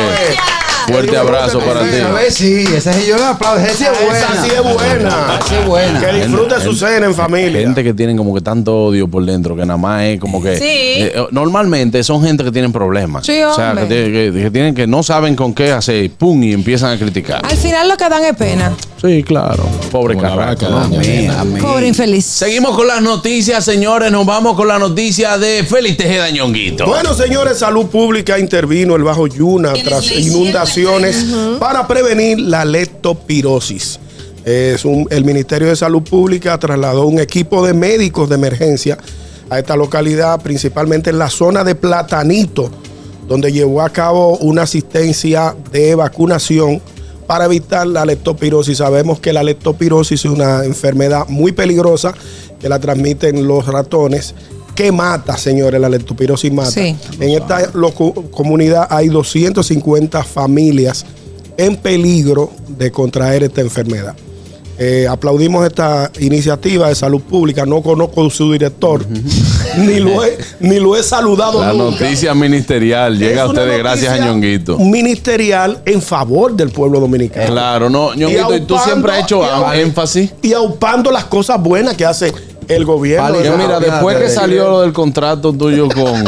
[SPEAKER 3] Fuerte abrazo para ti.
[SPEAKER 5] A ver, sí, esa es yo la aplaudo. Esa sí es buena.
[SPEAKER 4] Esa sí es buena.
[SPEAKER 5] Esa es buena.
[SPEAKER 4] Que disfrute su cena en familia.
[SPEAKER 3] Gente que tienen como que tanto odio por dentro, que nada más es como que...
[SPEAKER 8] Sí.
[SPEAKER 3] eh, normalmente son gente que tienen problemas.
[SPEAKER 6] Sí,
[SPEAKER 3] o sea, que,
[SPEAKER 6] hombre.
[SPEAKER 3] tienen- que- que tienen que no saben con qué hacer, pum, y empiezan a criticar.
[SPEAKER 6] Al final lo que dan es pena.
[SPEAKER 3] Sí, claro. Pobre carraca. ¿no?
[SPEAKER 5] Amén, amén.
[SPEAKER 6] Pobre infeliz.
[SPEAKER 3] Seguimos con las noticias, señores. Nos vamos con la noticia de Félix Tejeda Ñonguito.
[SPEAKER 4] Bueno, señores, Salud Pública intervino el Bajo Yuna tras inundaciones para prevenir la leptopirosis. Es un- el Ministerio de Salud Pública trasladó un equipo de médicos de emergencia a esta localidad, principalmente en la zona de Platanito, donde llevó a cabo una asistencia de vacunación para evitar la leptopirosis. Sabemos que la leptopirosis es una enfermedad muy peligrosa que la transmiten los ratones. que mata, señores? La leptopirosis mata.
[SPEAKER 6] Sí.
[SPEAKER 4] En esta locu- comunidad hay 250 familias en peligro de contraer esta enfermedad. eh, aplaudimos esta iniciativa de salud pública. No conozco su director, ni, lo he, ni lo he saludado
[SPEAKER 3] La
[SPEAKER 4] nunca.
[SPEAKER 3] noticia ministerial llega a
[SPEAKER 4] Es una
[SPEAKER 3] ustedes gracias a
[SPEAKER 4] noticia
[SPEAKER 3] Ñonguito.
[SPEAKER 4] Ministerial en favor del pueblo dominicano.
[SPEAKER 3] Claro, no, Ñonguito, y tú
[SPEAKER 4] aupando-
[SPEAKER 3] siempre has hecho
[SPEAKER 4] y au-
[SPEAKER 3] énfasis.
[SPEAKER 4] Y aupando las cosas buenas que hace el gobierno.
[SPEAKER 3] Vale,
[SPEAKER 4] de la
[SPEAKER 3] mira,
[SPEAKER 4] propiedad
[SPEAKER 3] después que
[SPEAKER 4] de-
[SPEAKER 3] salió lo del contrato tuyo con,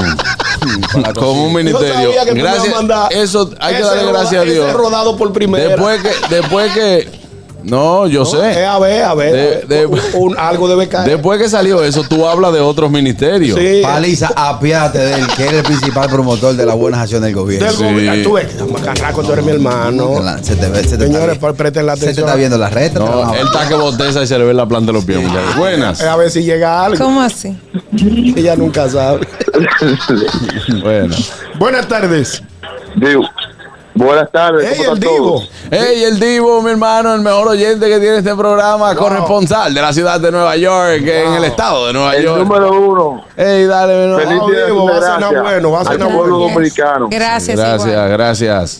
[SPEAKER 3] con un ministerio,
[SPEAKER 4] Yo sabía que tú me ibas a
[SPEAKER 3] gracias,
[SPEAKER 4] mandar
[SPEAKER 3] Ah, eso hay que
[SPEAKER 4] ese
[SPEAKER 3] darle
[SPEAKER 4] roda-
[SPEAKER 3] gracias a
[SPEAKER 4] ese
[SPEAKER 3] Dios.
[SPEAKER 4] rodado por primera.
[SPEAKER 3] Después que, después que, no, yo sé.
[SPEAKER 4] Eh, a ver, a ver.
[SPEAKER 3] De-
[SPEAKER 4] a ver.
[SPEAKER 3] de-
[SPEAKER 4] Un- algo debe caer.
[SPEAKER 3] Después que salió eso, tú hablas de otros ministerios.
[SPEAKER 4] Sí.
[SPEAKER 5] Paliza, apiádate de él, que es el principal promotor de las buenas acciones del gobierno.
[SPEAKER 4] Del
[SPEAKER 3] Sí.
[SPEAKER 4] gobierno. Tú ves, macarraco, tú eres mi hermano.
[SPEAKER 5] Se te ve, se te
[SPEAKER 4] Señores,
[SPEAKER 5] está,
[SPEAKER 4] pa- presten la
[SPEAKER 5] se te
[SPEAKER 4] atención.
[SPEAKER 5] está viendo la reta. te
[SPEAKER 3] No,
[SPEAKER 5] la-
[SPEAKER 3] él está que boteza y se le ve la planta de los pies. muchachos. Buenas.
[SPEAKER 4] Eh, a ver si llega algo.
[SPEAKER 6] ¿Cómo así?
[SPEAKER 4] Ella nunca sabe.
[SPEAKER 3] Buenas.
[SPEAKER 4] Buenas tardes.
[SPEAKER 9] Digo, buenas tardes.
[SPEAKER 4] Ey,
[SPEAKER 9] ¿cómo
[SPEAKER 4] el
[SPEAKER 9] están
[SPEAKER 4] Divo.
[SPEAKER 9] todos?
[SPEAKER 3] Hey, el Divo, mi hermano, el mejor oyente que tiene este programa, corresponsal de la ciudad de Nueva York, en el estado de Nueva
[SPEAKER 9] El
[SPEAKER 3] York.
[SPEAKER 9] número uno.
[SPEAKER 3] Hey, dale, mi hermano.
[SPEAKER 9] Feliz
[SPEAKER 4] Vamos,
[SPEAKER 9] día de
[SPEAKER 4] Divo, va a
[SPEAKER 9] acción
[SPEAKER 4] cenar
[SPEAKER 9] de gracias
[SPEAKER 4] bueno, va a
[SPEAKER 9] al
[SPEAKER 4] cenar
[SPEAKER 9] pueblo
[SPEAKER 4] bueno.
[SPEAKER 9] dominicano.
[SPEAKER 6] Gracias,
[SPEAKER 3] Gracias,
[SPEAKER 6] igual.
[SPEAKER 3] gracias.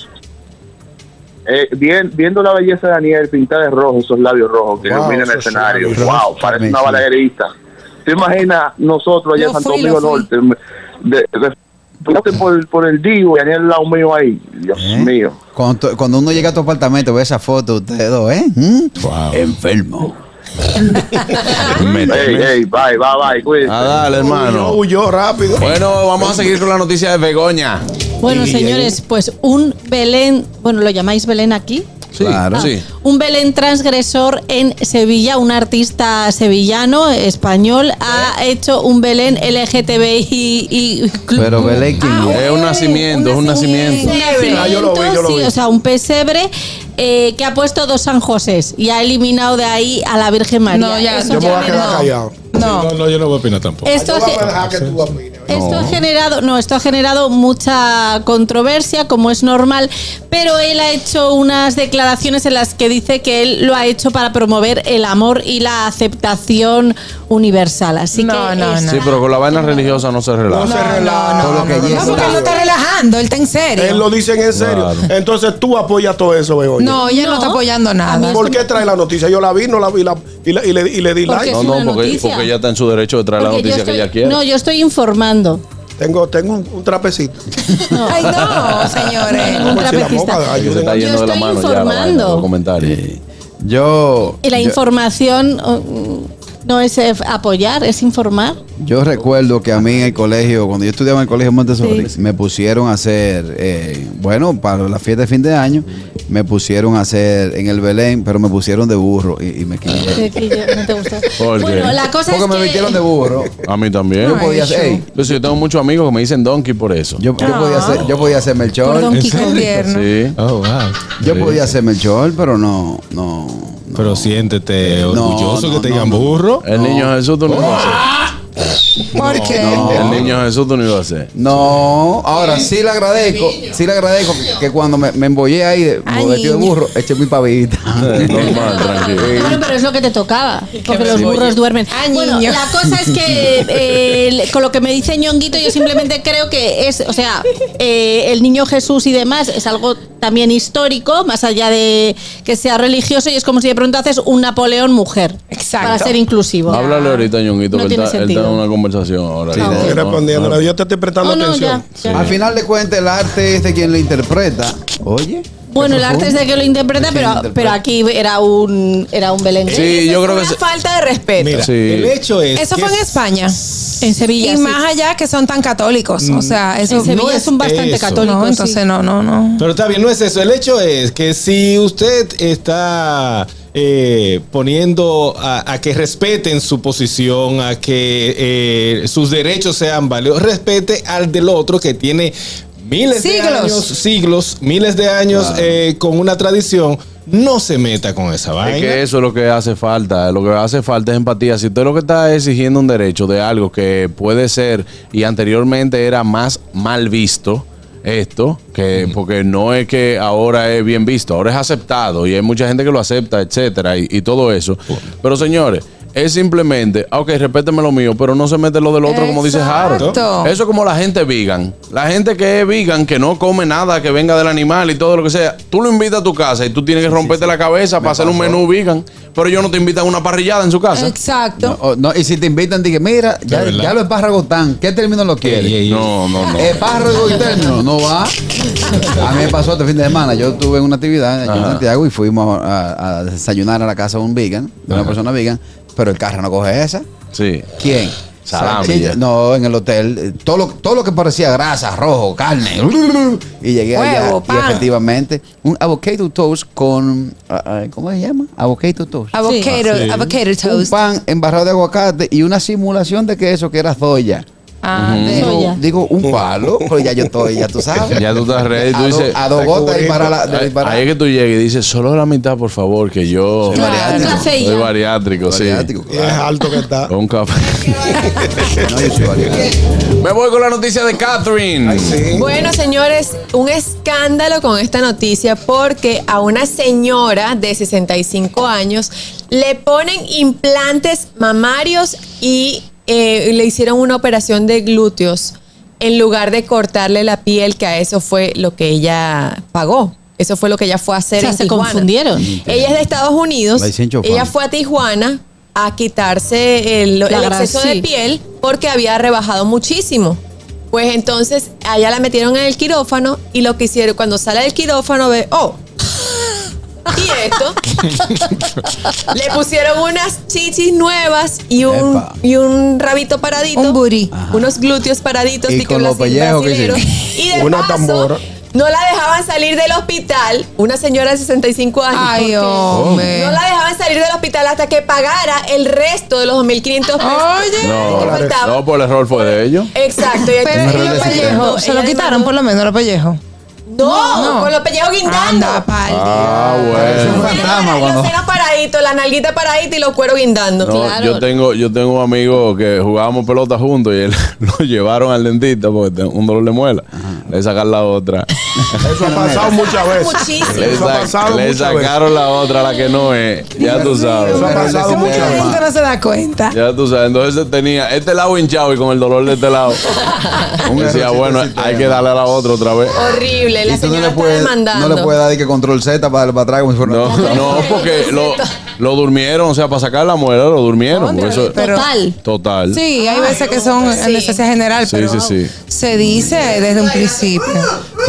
[SPEAKER 9] Eh, bien- viendo la belleza de Daniel pintada de rojo, esos labios rojos que
[SPEAKER 4] Wow,
[SPEAKER 9] dominan el
[SPEAKER 4] esos
[SPEAKER 9] escenario.
[SPEAKER 4] labios
[SPEAKER 9] Wow, parece una balaguerista. ¿Te imaginas nosotros allá en
[SPEAKER 6] Lo
[SPEAKER 9] Santo
[SPEAKER 6] fui,
[SPEAKER 9] Domingo
[SPEAKER 6] lo
[SPEAKER 9] Norte? De, de- de- por, por el Divo y Daniel al lado mío ahí. Dios
[SPEAKER 5] ¿Eh?
[SPEAKER 9] mío.
[SPEAKER 5] Cuando, tu- cuando uno llega a tu apartamento, ve esa foto de ustedes dos, ¿eh? ¿Mm? Enfermo.
[SPEAKER 9] Ey, ey, bye, bye, bye, cuídense.
[SPEAKER 3] Ah, dale,
[SPEAKER 4] Huyó,
[SPEAKER 3] hermano.
[SPEAKER 4] huyó rápido.
[SPEAKER 3] Bueno, vamos a seguir con la noticia de Begoña.
[SPEAKER 10] Bueno, señores, pues un Belén, bueno, lo llamáis Belén aquí.
[SPEAKER 3] Sí,
[SPEAKER 10] ah.
[SPEAKER 5] Claro.
[SPEAKER 3] sí.
[SPEAKER 10] Un Belén transgresor en Sevilla, un artista sevillano, español, ha hecho un Belén LGTBI y club.
[SPEAKER 5] Pero Belén, ¿quién
[SPEAKER 10] Ah,
[SPEAKER 5] es?
[SPEAKER 3] Es un nacimiento, es un nacimiento.
[SPEAKER 10] nacimiento,
[SPEAKER 4] Ah, yo lo vi, yo lo
[SPEAKER 10] sí,
[SPEAKER 4] vi.
[SPEAKER 10] o sea, un pesebre eh, que ha puesto dos San Josés y ha eliminado de ahí a la Virgen María.
[SPEAKER 6] No, ya,
[SPEAKER 10] Eso
[SPEAKER 4] Yo me voy a
[SPEAKER 10] me
[SPEAKER 4] quedar
[SPEAKER 10] da-
[SPEAKER 4] callado.
[SPEAKER 6] No.
[SPEAKER 7] No, no, yo no voy a opinar tampoco.
[SPEAKER 10] Esto
[SPEAKER 4] Yo voy
[SPEAKER 10] ge-
[SPEAKER 4] a dejar que tú opines.
[SPEAKER 10] esto ha generado, no, esto ha generado mucha controversia, como es normal, pero él ha hecho unas declaraciones en las que dice que él lo ha hecho para promover el amor y la aceptación universal. Así
[SPEAKER 6] No,
[SPEAKER 10] que
[SPEAKER 6] no,
[SPEAKER 10] es-
[SPEAKER 6] no.
[SPEAKER 3] Sí, pero con la vaina religiosa no se relaja.
[SPEAKER 4] No se
[SPEAKER 10] Ah,
[SPEAKER 4] relaja.
[SPEAKER 5] Todo lo que
[SPEAKER 6] No,
[SPEAKER 5] llega.
[SPEAKER 6] porque él no está relajando, él está en
[SPEAKER 4] Él
[SPEAKER 6] serio.
[SPEAKER 4] lo dicen en serio.
[SPEAKER 3] Claro.
[SPEAKER 4] Entonces tú apoyas todo eso, Begoña.
[SPEAKER 6] No, ella no,
[SPEAKER 10] No.
[SPEAKER 6] está apoyando nada.
[SPEAKER 4] ¿Por qué trae la noticia? Yo la vi, no la vi la- y, la- y le, y le di
[SPEAKER 10] Porque
[SPEAKER 4] like.
[SPEAKER 3] No,
[SPEAKER 10] Es una
[SPEAKER 3] no, porque,
[SPEAKER 10] noticia.
[SPEAKER 3] porque ella está en su derecho de traer la
[SPEAKER 10] Porque yo
[SPEAKER 3] noticia que
[SPEAKER 10] estoy-
[SPEAKER 3] ella quiere.
[SPEAKER 10] No, yo estoy informando.
[SPEAKER 4] Tengo, tengo un, un trapecito.
[SPEAKER 6] Ay, no,
[SPEAKER 3] Pues
[SPEAKER 10] Un
[SPEAKER 6] señores.
[SPEAKER 4] Como si la
[SPEAKER 10] trapecista.
[SPEAKER 4] moca,
[SPEAKER 3] Se
[SPEAKER 4] ayuden
[SPEAKER 3] está
[SPEAKER 4] a-
[SPEAKER 10] Yo
[SPEAKER 3] yendo de la
[SPEAKER 10] estoy
[SPEAKER 3] mano ya la vaina,
[SPEAKER 10] informando.
[SPEAKER 3] los comentarios.
[SPEAKER 5] Yo.
[SPEAKER 10] Y la
[SPEAKER 5] yo-
[SPEAKER 10] información oh, no es eh, apoyar, es informar.
[SPEAKER 5] Yo recuerdo que a mí en el colegio, cuando yo estudiaba en el colegio Montessori,
[SPEAKER 10] Sí.
[SPEAKER 5] me pusieron a hacer, eh, bueno, para la fiesta de fin de año, me pusieron a hacer en el Belén, pero me pusieron de burro y, y me quillé.
[SPEAKER 10] Sí, que yo- no te gustó.
[SPEAKER 3] ¿Por qué?
[SPEAKER 10] Bueno, la cosa
[SPEAKER 5] Porque
[SPEAKER 10] es
[SPEAKER 5] me
[SPEAKER 10] que
[SPEAKER 5] vistieron de burro.
[SPEAKER 3] A mí también.
[SPEAKER 5] Yo podía hacer, ey,
[SPEAKER 3] Entonces, yo tengo muchos amigos que me dicen donkey por eso.
[SPEAKER 5] yo, yo podía hacer, yo podía hacer
[SPEAKER 6] Por
[SPEAKER 5] Melchor, Ah,
[SPEAKER 6] Don Quijote tierno.
[SPEAKER 3] Sí.
[SPEAKER 7] Oh, wow.
[SPEAKER 5] yo
[SPEAKER 3] Sí.
[SPEAKER 5] podía hacer Melchor, pero no, no, no.
[SPEAKER 7] Pero siéntete
[SPEAKER 5] No,
[SPEAKER 7] orgulloso
[SPEAKER 5] no,
[SPEAKER 7] que te
[SPEAKER 5] no,
[SPEAKER 7] digan
[SPEAKER 5] no.
[SPEAKER 7] burro.
[SPEAKER 3] El niño Jesús tú no ibas a
[SPEAKER 6] ¿Por qué?
[SPEAKER 3] hacer. El
[SPEAKER 5] No.
[SPEAKER 3] niño Jesús tú no ibas a hacer.
[SPEAKER 5] No, ahora sí le agradezco, sí le agradezco que, que cuando me, me embollé ahí, de-
[SPEAKER 6] Ay,
[SPEAKER 5] como vestido de
[SPEAKER 6] niño.
[SPEAKER 5] burro, eché mi pavita.
[SPEAKER 3] Normal, tranquilo.
[SPEAKER 10] Claro, pero es lo que te tocaba, porque los burros duermen.
[SPEAKER 6] Ay,
[SPEAKER 10] bueno,
[SPEAKER 6] niño.
[SPEAKER 10] la cosa es que eh, el- con lo que me dice Ñonguito, yo simplemente creo que es, o sea, eh, el niño Jesús y demás es algo también histórico, más allá de que sea religioso, y es como si de pronto haces un Napoleón mujer.
[SPEAKER 6] Exacto.
[SPEAKER 10] Para ser inclusivo.
[SPEAKER 3] Háblale ahorita, Ñonguito,
[SPEAKER 10] No
[SPEAKER 3] que él
[SPEAKER 10] tiene
[SPEAKER 3] está, él está
[SPEAKER 10] sentido.
[SPEAKER 3] en una conversación
[SPEAKER 6] Ah,
[SPEAKER 3] ahora.
[SPEAKER 5] Sí,
[SPEAKER 3] No,
[SPEAKER 5] le-
[SPEAKER 4] Estoy
[SPEAKER 3] no,
[SPEAKER 4] respondiéndole.
[SPEAKER 3] no.
[SPEAKER 4] Yo te estoy prestando
[SPEAKER 10] Oh, no,
[SPEAKER 4] atención.
[SPEAKER 10] ya, ya.
[SPEAKER 5] Al final de cuentas, el arte es de quien lo interpreta. Oye.
[SPEAKER 10] Bueno, el arte es de que lo interpreta,
[SPEAKER 5] Sí,
[SPEAKER 10] pero,
[SPEAKER 5] interpreta.
[SPEAKER 10] pero aquí era un era un Belén.
[SPEAKER 3] Sí, yo creo que
[SPEAKER 8] Una
[SPEAKER 3] se-
[SPEAKER 8] falta de respeto.
[SPEAKER 7] Mira,
[SPEAKER 3] Sí.
[SPEAKER 7] el hecho es
[SPEAKER 6] Eso
[SPEAKER 7] que
[SPEAKER 6] fue en España.
[SPEAKER 10] En Sevilla.
[SPEAKER 6] Y
[SPEAKER 10] sí.
[SPEAKER 6] más allá que son tan católicos. O sea, eso
[SPEAKER 10] En Sevilla
[SPEAKER 6] no es
[SPEAKER 10] son bastante
[SPEAKER 7] eso.
[SPEAKER 10] católicos.
[SPEAKER 6] No,
[SPEAKER 10] sí.
[SPEAKER 6] entonces no, no, no.
[SPEAKER 7] Pero está bien, no es eso. El hecho es que si usted está eh, poniendo a, a que respeten su posición, a que eh, sus derechos sean valiosos, respete al del otro que tiene miles de
[SPEAKER 6] Siglos.
[SPEAKER 7] años, siglos, miles de años eh, con una tradición, no se meta con esa vaina.
[SPEAKER 3] Es que eso es lo que hace falta. Lo que hace falta es empatía. Si usted lo que está exigiendo un derecho de algo que puede ser y anteriormente era más mal visto, esto, que porque no es que ahora es bien visto, ahora es aceptado y hay mucha gente que lo acepta, etcétera, y, y todo eso. Pero señores, es simplemente, ah, ok, respéteme lo mío, pero no se mete lo del otro, como dice Harold.
[SPEAKER 6] Exacto.
[SPEAKER 3] Eso es como la gente vegan. La gente que es vegan, que no come nada que venga del animal y todo lo que sea, tú lo invitas a tu casa y tú tienes que romperte la cabeza para hacer un menú vegan, pero ellos no te invitan a una parrillada en su casa.
[SPEAKER 6] Exacto.
[SPEAKER 5] O- no, y si te invitan, dije, mira, ya,
[SPEAKER 7] verdad.
[SPEAKER 5] ya los espárragos están. ¿Qué término lo quieres?
[SPEAKER 7] Ey, ey, ey.
[SPEAKER 3] No, no, no.
[SPEAKER 5] Espárrago y término, no va. A mí me pasó este fin de semana. Yo estuve en una actividad aquí en
[SPEAKER 3] Ajá.
[SPEAKER 5] Santiago y fuimos a, a desayunar a la casa de un vegan, de una persona vegan, pero el carro no coge esa.
[SPEAKER 3] Sí.
[SPEAKER 5] ¿Quién?
[SPEAKER 3] Salami,
[SPEAKER 5] Salchicha.
[SPEAKER 3] ya.
[SPEAKER 5] No, en el hotel. eh, Todo lo, todo lo que parecía grasa, rojo, carne. Y llegué
[SPEAKER 6] Huevo,
[SPEAKER 5] allá
[SPEAKER 6] pan.
[SPEAKER 5] y efectivamente un avocado toast con. ah, ah, ¿Cómo se llama? Avocado toast. Ah,
[SPEAKER 6] Avocado,
[SPEAKER 7] Sí.
[SPEAKER 6] avocado
[SPEAKER 5] Un
[SPEAKER 6] toast.
[SPEAKER 5] pan embarrado de aguacate y una simulación de queso que era soya.
[SPEAKER 6] Ah, de-
[SPEAKER 10] Soya.
[SPEAKER 5] Digo, digo, un palo, pero ya yo estoy, ya tú sabes.
[SPEAKER 3] Ya tú estás ready, tú
[SPEAKER 5] a do-
[SPEAKER 3] dices-
[SPEAKER 5] a dos gotas y para la.
[SPEAKER 3] Ahí
[SPEAKER 5] de- para-
[SPEAKER 3] ahí es que tú llegas y dices, solo la mitad, por favor, que yo
[SPEAKER 5] Soy bariátrico.
[SPEAKER 3] soy bariátrico, sí.
[SPEAKER 5] Bariátrico,
[SPEAKER 4] Y es
[SPEAKER 5] claro.
[SPEAKER 4] alto que está.
[SPEAKER 3] Con café.
[SPEAKER 5] No, yo soy bariátrico.
[SPEAKER 3] Me voy con la noticia de Catherine.
[SPEAKER 8] Bueno, señores, un escándalo con esta noticia porque a una señora de 65 años le ponen implantes mamarios y eh, le hicieron una operación de glúteos en lugar de cortarle la piel, que a eso fue lo que ella pagó. Eso fue lo que ella fue a hacer
[SPEAKER 10] O sea,
[SPEAKER 8] en
[SPEAKER 10] se
[SPEAKER 8] Tijuana.
[SPEAKER 10] confundieron.
[SPEAKER 8] Ella es de Estados Unidos.
[SPEAKER 5] La dicen chofán.
[SPEAKER 8] Ella fue a Tijuana a quitarse el, el
[SPEAKER 10] La grasa,
[SPEAKER 8] exceso
[SPEAKER 10] sí.
[SPEAKER 8] de piel porque había rebajado muchísimo. Pues entonces allá la metieron en el quirófano y lo que hicieron cuando sale del quirófano ve, oh, y esto. le pusieron unas chichis nuevas y un,
[SPEAKER 5] Epa.
[SPEAKER 8] y un rabito paradito.
[SPEAKER 6] Un booty.
[SPEAKER 8] Unos glúteos paraditos.
[SPEAKER 5] Y
[SPEAKER 8] di que
[SPEAKER 5] con los
[SPEAKER 8] brasi-
[SPEAKER 5] pellejos que
[SPEAKER 8] brasileros.
[SPEAKER 5] hicieron.
[SPEAKER 8] Y de
[SPEAKER 4] Una
[SPEAKER 8] paso,
[SPEAKER 4] tambora.
[SPEAKER 8] No la dejaban salir del hospital. Una señora de 65 años.
[SPEAKER 6] Ay,
[SPEAKER 8] ¿Por qué?
[SPEAKER 6] hombre.
[SPEAKER 8] No la dejaban salir del hospital hasta que pagara el resto de los 2.500 pesos.
[SPEAKER 6] Oye.
[SPEAKER 8] que
[SPEAKER 3] No,
[SPEAKER 8] faltaban.
[SPEAKER 3] no, por el error fue de ellos.
[SPEAKER 8] Exacto. y
[SPEAKER 6] Pero
[SPEAKER 8] entonces
[SPEAKER 6] ¿y
[SPEAKER 8] ella
[SPEAKER 6] los
[SPEAKER 8] demandó,
[SPEAKER 6] pellejos? Se
[SPEAKER 8] ella
[SPEAKER 6] lo quitaron
[SPEAKER 8] demandó.
[SPEAKER 6] por lo menos los pellejos.
[SPEAKER 8] No,
[SPEAKER 6] No.
[SPEAKER 8] con los pellejos guindando.
[SPEAKER 6] Anda, pal.
[SPEAKER 3] Ah,
[SPEAKER 5] Es un
[SPEAKER 3] bueno.
[SPEAKER 5] fantasma cuando.
[SPEAKER 8] Los senos paraditos, la nalguita paradita y los cueros guindando.
[SPEAKER 3] No,
[SPEAKER 10] Claro.
[SPEAKER 3] yo tengo, yo tengo un amigo que jugábamos pelota juntos y él lo llevaron al dentista porque tenía un dolor de muela. Le sacaron la otra.
[SPEAKER 4] Eso ha pasado muchas veces.
[SPEAKER 8] Muchísimo.
[SPEAKER 3] Le,
[SPEAKER 4] Eso ha
[SPEAKER 3] sac- le
[SPEAKER 4] pasado muchas veces.
[SPEAKER 3] sacaron la otra, la que no es. Ya tú sabes.
[SPEAKER 4] Eso ha pasado
[SPEAKER 6] Mucha
[SPEAKER 4] muchas veces.
[SPEAKER 6] gente no se da cuenta.
[SPEAKER 3] Ya tú sabes, entonces tenía este lado hinchado y con el dolor de este lado. decía,
[SPEAKER 5] errorcito
[SPEAKER 3] bueno,
[SPEAKER 5] sí
[SPEAKER 3] hay
[SPEAKER 5] tenemos.
[SPEAKER 3] que darle a la otra otra vez.
[SPEAKER 8] Horrible, la
[SPEAKER 5] Y tú no
[SPEAKER 8] señora
[SPEAKER 5] le puedes,
[SPEAKER 8] está demandando.
[SPEAKER 5] no le puedes dar de que control Z para, para atrás como si fuera una-
[SPEAKER 3] No, no, porque lo, lo durmieron, o sea, para sacar la muela lo durmieron. por eso-
[SPEAKER 6] Pero-
[SPEAKER 10] Total.
[SPEAKER 3] total.
[SPEAKER 6] Sí, hay veces que son
[SPEAKER 8] sí.
[SPEAKER 6] anestesia general,
[SPEAKER 3] Sí,
[SPEAKER 6] pero
[SPEAKER 3] sí, sí.
[SPEAKER 6] se dice desde un principio.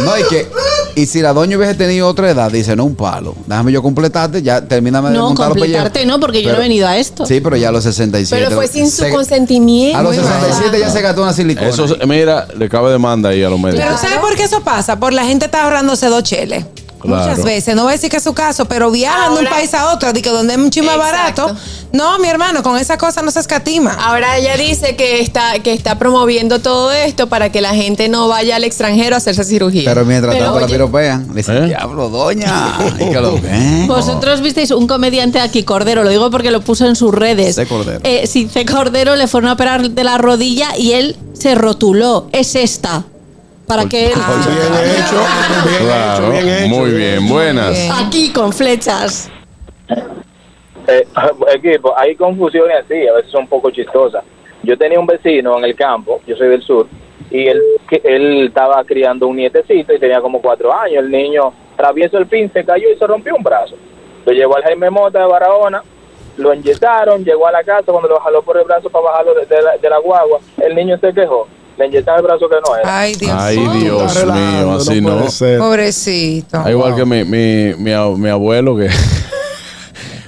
[SPEAKER 5] No, y que. Y si la doña hubiese tenido otra edad, dice, no, un palo. Déjame yo completarte, ya termíname de
[SPEAKER 10] No,
[SPEAKER 5] montar los pellejos.
[SPEAKER 10] completarte no, porque yo no he venido a esto.
[SPEAKER 5] Sí, pero ya a los 67.
[SPEAKER 8] Pero fue sin su
[SPEAKER 5] se-
[SPEAKER 8] consentimiento.
[SPEAKER 5] A los
[SPEAKER 8] Muy
[SPEAKER 5] 67 ya se gastó una silicona.
[SPEAKER 3] Eso, se- mira, le cabe demanda ahí a los médicos.
[SPEAKER 6] Pero ¿sabes por qué eso pasa? Por la gente está ahorrándose dos cheles.
[SPEAKER 3] Claro.
[SPEAKER 6] Muchas veces, no voy a decir que es su caso, pero viajan de un
[SPEAKER 8] Ahora-
[SPEAKER 6] país a otro, de que donde es mucho más
[SPEAKER 8] Exacto.
[SPEAKER 6] barato. No, mi hermano, con esa cosa no se escatima.
[SPEAKER 8] Ahora ella dice que está, que está promoviendo todo esto para que la gente no vaya al extranjero a hacerse cirugía.
[SPEAKER 5] Pero mientras
[SPEAKER 8] Pero,
[SPEAKER 5] tanto la
[SPEAKER 8] oye,
[SPEAKER 5] piropean. Le dicen,
[SPEAKER 3] ¿Eh?
[SPEAKER 5] diablo, doña. Y que lo ven.
[SPEAKER 10] Vosotros visteis un comediante aquí, Cordero, lo digo porque lo puso en sus redes.
[SPEAKER 5] C. Cordero.
[SPEAKER 10] Eh, sí, C. Cordero le fueron a operar de la rodilla y él se rotuló. Es esta. Para que él.
[SPEAKER 4] Bien hecho, bien
[SPEAKER 3] Claro,
[SPEAKER 4] hecho, bien hecho.
[SPEAKER 3] muy bien, buenas.
[SPEAKER 6] bien.
[SPEAKER 10] Aquí con flechas.
[SPEAKER 13] Eh, equipo, hay confusiones así, a veces son un poco chistosas. Yo tenía un vecino en el campo, yo soy del sur, y él, que- él estaba criando un nietecito y tenía como cuatro años. El niño travieso el pin, se cayó y se rompió un brazo. Lo llevó al Jaime Mota de Barahona, lo inyectaron, llegó a la casa cuando lo jaló por el brazo para bajarlo de, de la, de la guagua. El niño se quejó, le inyectaron el brazo que no era.
[SPEAKER 6] Ay, Dios.
[SPEAKER 3] Ay,
[SPEAKER 6] mío.
[SPEAKER 3] Dios
[SPEAKER 4] Está
[SPEAKER 3] mío,
[SPEAKER 4] relajando,
[SPEAKER 3] así
[SPEAKER 4] no
[SPEAKER 3] no.
[SPEAKER 4] puede
[SPEAKER 5] Eh,
[SPEAKER 4] ser.
[SPEAKER 6] Pobrecito.
[SPEAKER 3] Ah, Igual que mi, mi, mi, ab- mi abuelo, que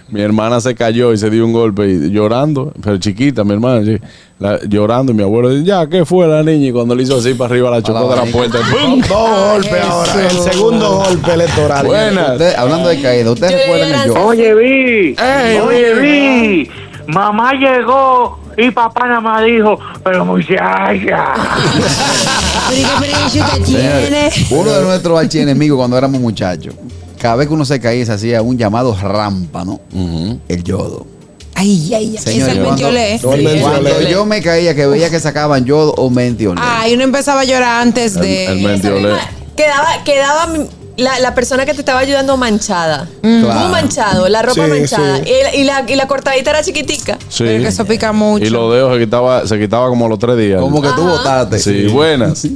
[SPEAKER 3] mi hermana se cayó y se dio un golpe y llorando, pero chiquita, mi hermana, sí, la- llorando. Y mi abuelo dice, ya, ¿qué fue la niña? Y cuando le hizo así para arriba, la chocó de la
[SPEAKER 5] barriga.
[SPEAKER 3] puerta. ¡Bum!
[SPEAKER 4] Dos golpes ahora. El segundo golpe electoral.
[SPEAKER 3] Buenas.
[SPEAKER 5] Usted- hablando de caída, ustedes
[SPEAKER 8] Yo
[SPEAKER 5] recuerdan el
[SPEAKER 8] era-
[SPEAKER 5] yo.
[SPEAKER 9] Oye, Vi.
[SPEAKER 3] Ey,
[SPEAKER 9] oye, Vi. Mamá llegó y papá nada más dijo, pero muchacha.
[SPEAKER 5] Señores, Uno de nuestros archienemigos cuando éramos muchachos, cada vez que uno se caía se hacía un llamado rampa, ¿no? El yodo.
[SPEAKER 6] Ay, ay, ay.
[SPEAKER 5] Señores,
[SPEAKER 6] es ¿eh? el
[SPEAKER 5] cuando-
[SPEAKER 6] mentiolé.
[SPEAKER 4] No, el
[SPEAKER 5] Cuando
[SPEAKER 4] mencioné.
[SPEAKER 5] yo me caía, que veía que sacaban
[SPEAKER 8] Ah,
[SPEAKER 5] yodo o mentiolé.
[SPEAKER 6] Ay, uno empezaba a llorar antes
[SPEAKER 3] El,
[SPEAKER 6] de.
[SPEAKER 3] el mentiolé.
[SPEAKER 8] quedaba, quedaba la, la persona que te estaba ayudando manchada.
[SPEAKER 5] Mm.
[SPEAKER 3] Claro.
[SPEAKER 8] Muy manchado, la ropa
[SPEAKER 3] Sí,
[SPEAKER 8] manchada.
[SPEAKER 3] sí.
[SPEAKER 8] Y, la- y la, y la cortadita era chiquitica.
[SPEAKER 3] Sí.
[SPEAKER 8] Pero que eso pica mucho.
[SPEAKER 3] Y los dedos se quitaba, se quitaba como los tres días. Como
[SPEAKER 5] que tú votaste.
[SPEAKER 3] Sí, buenas.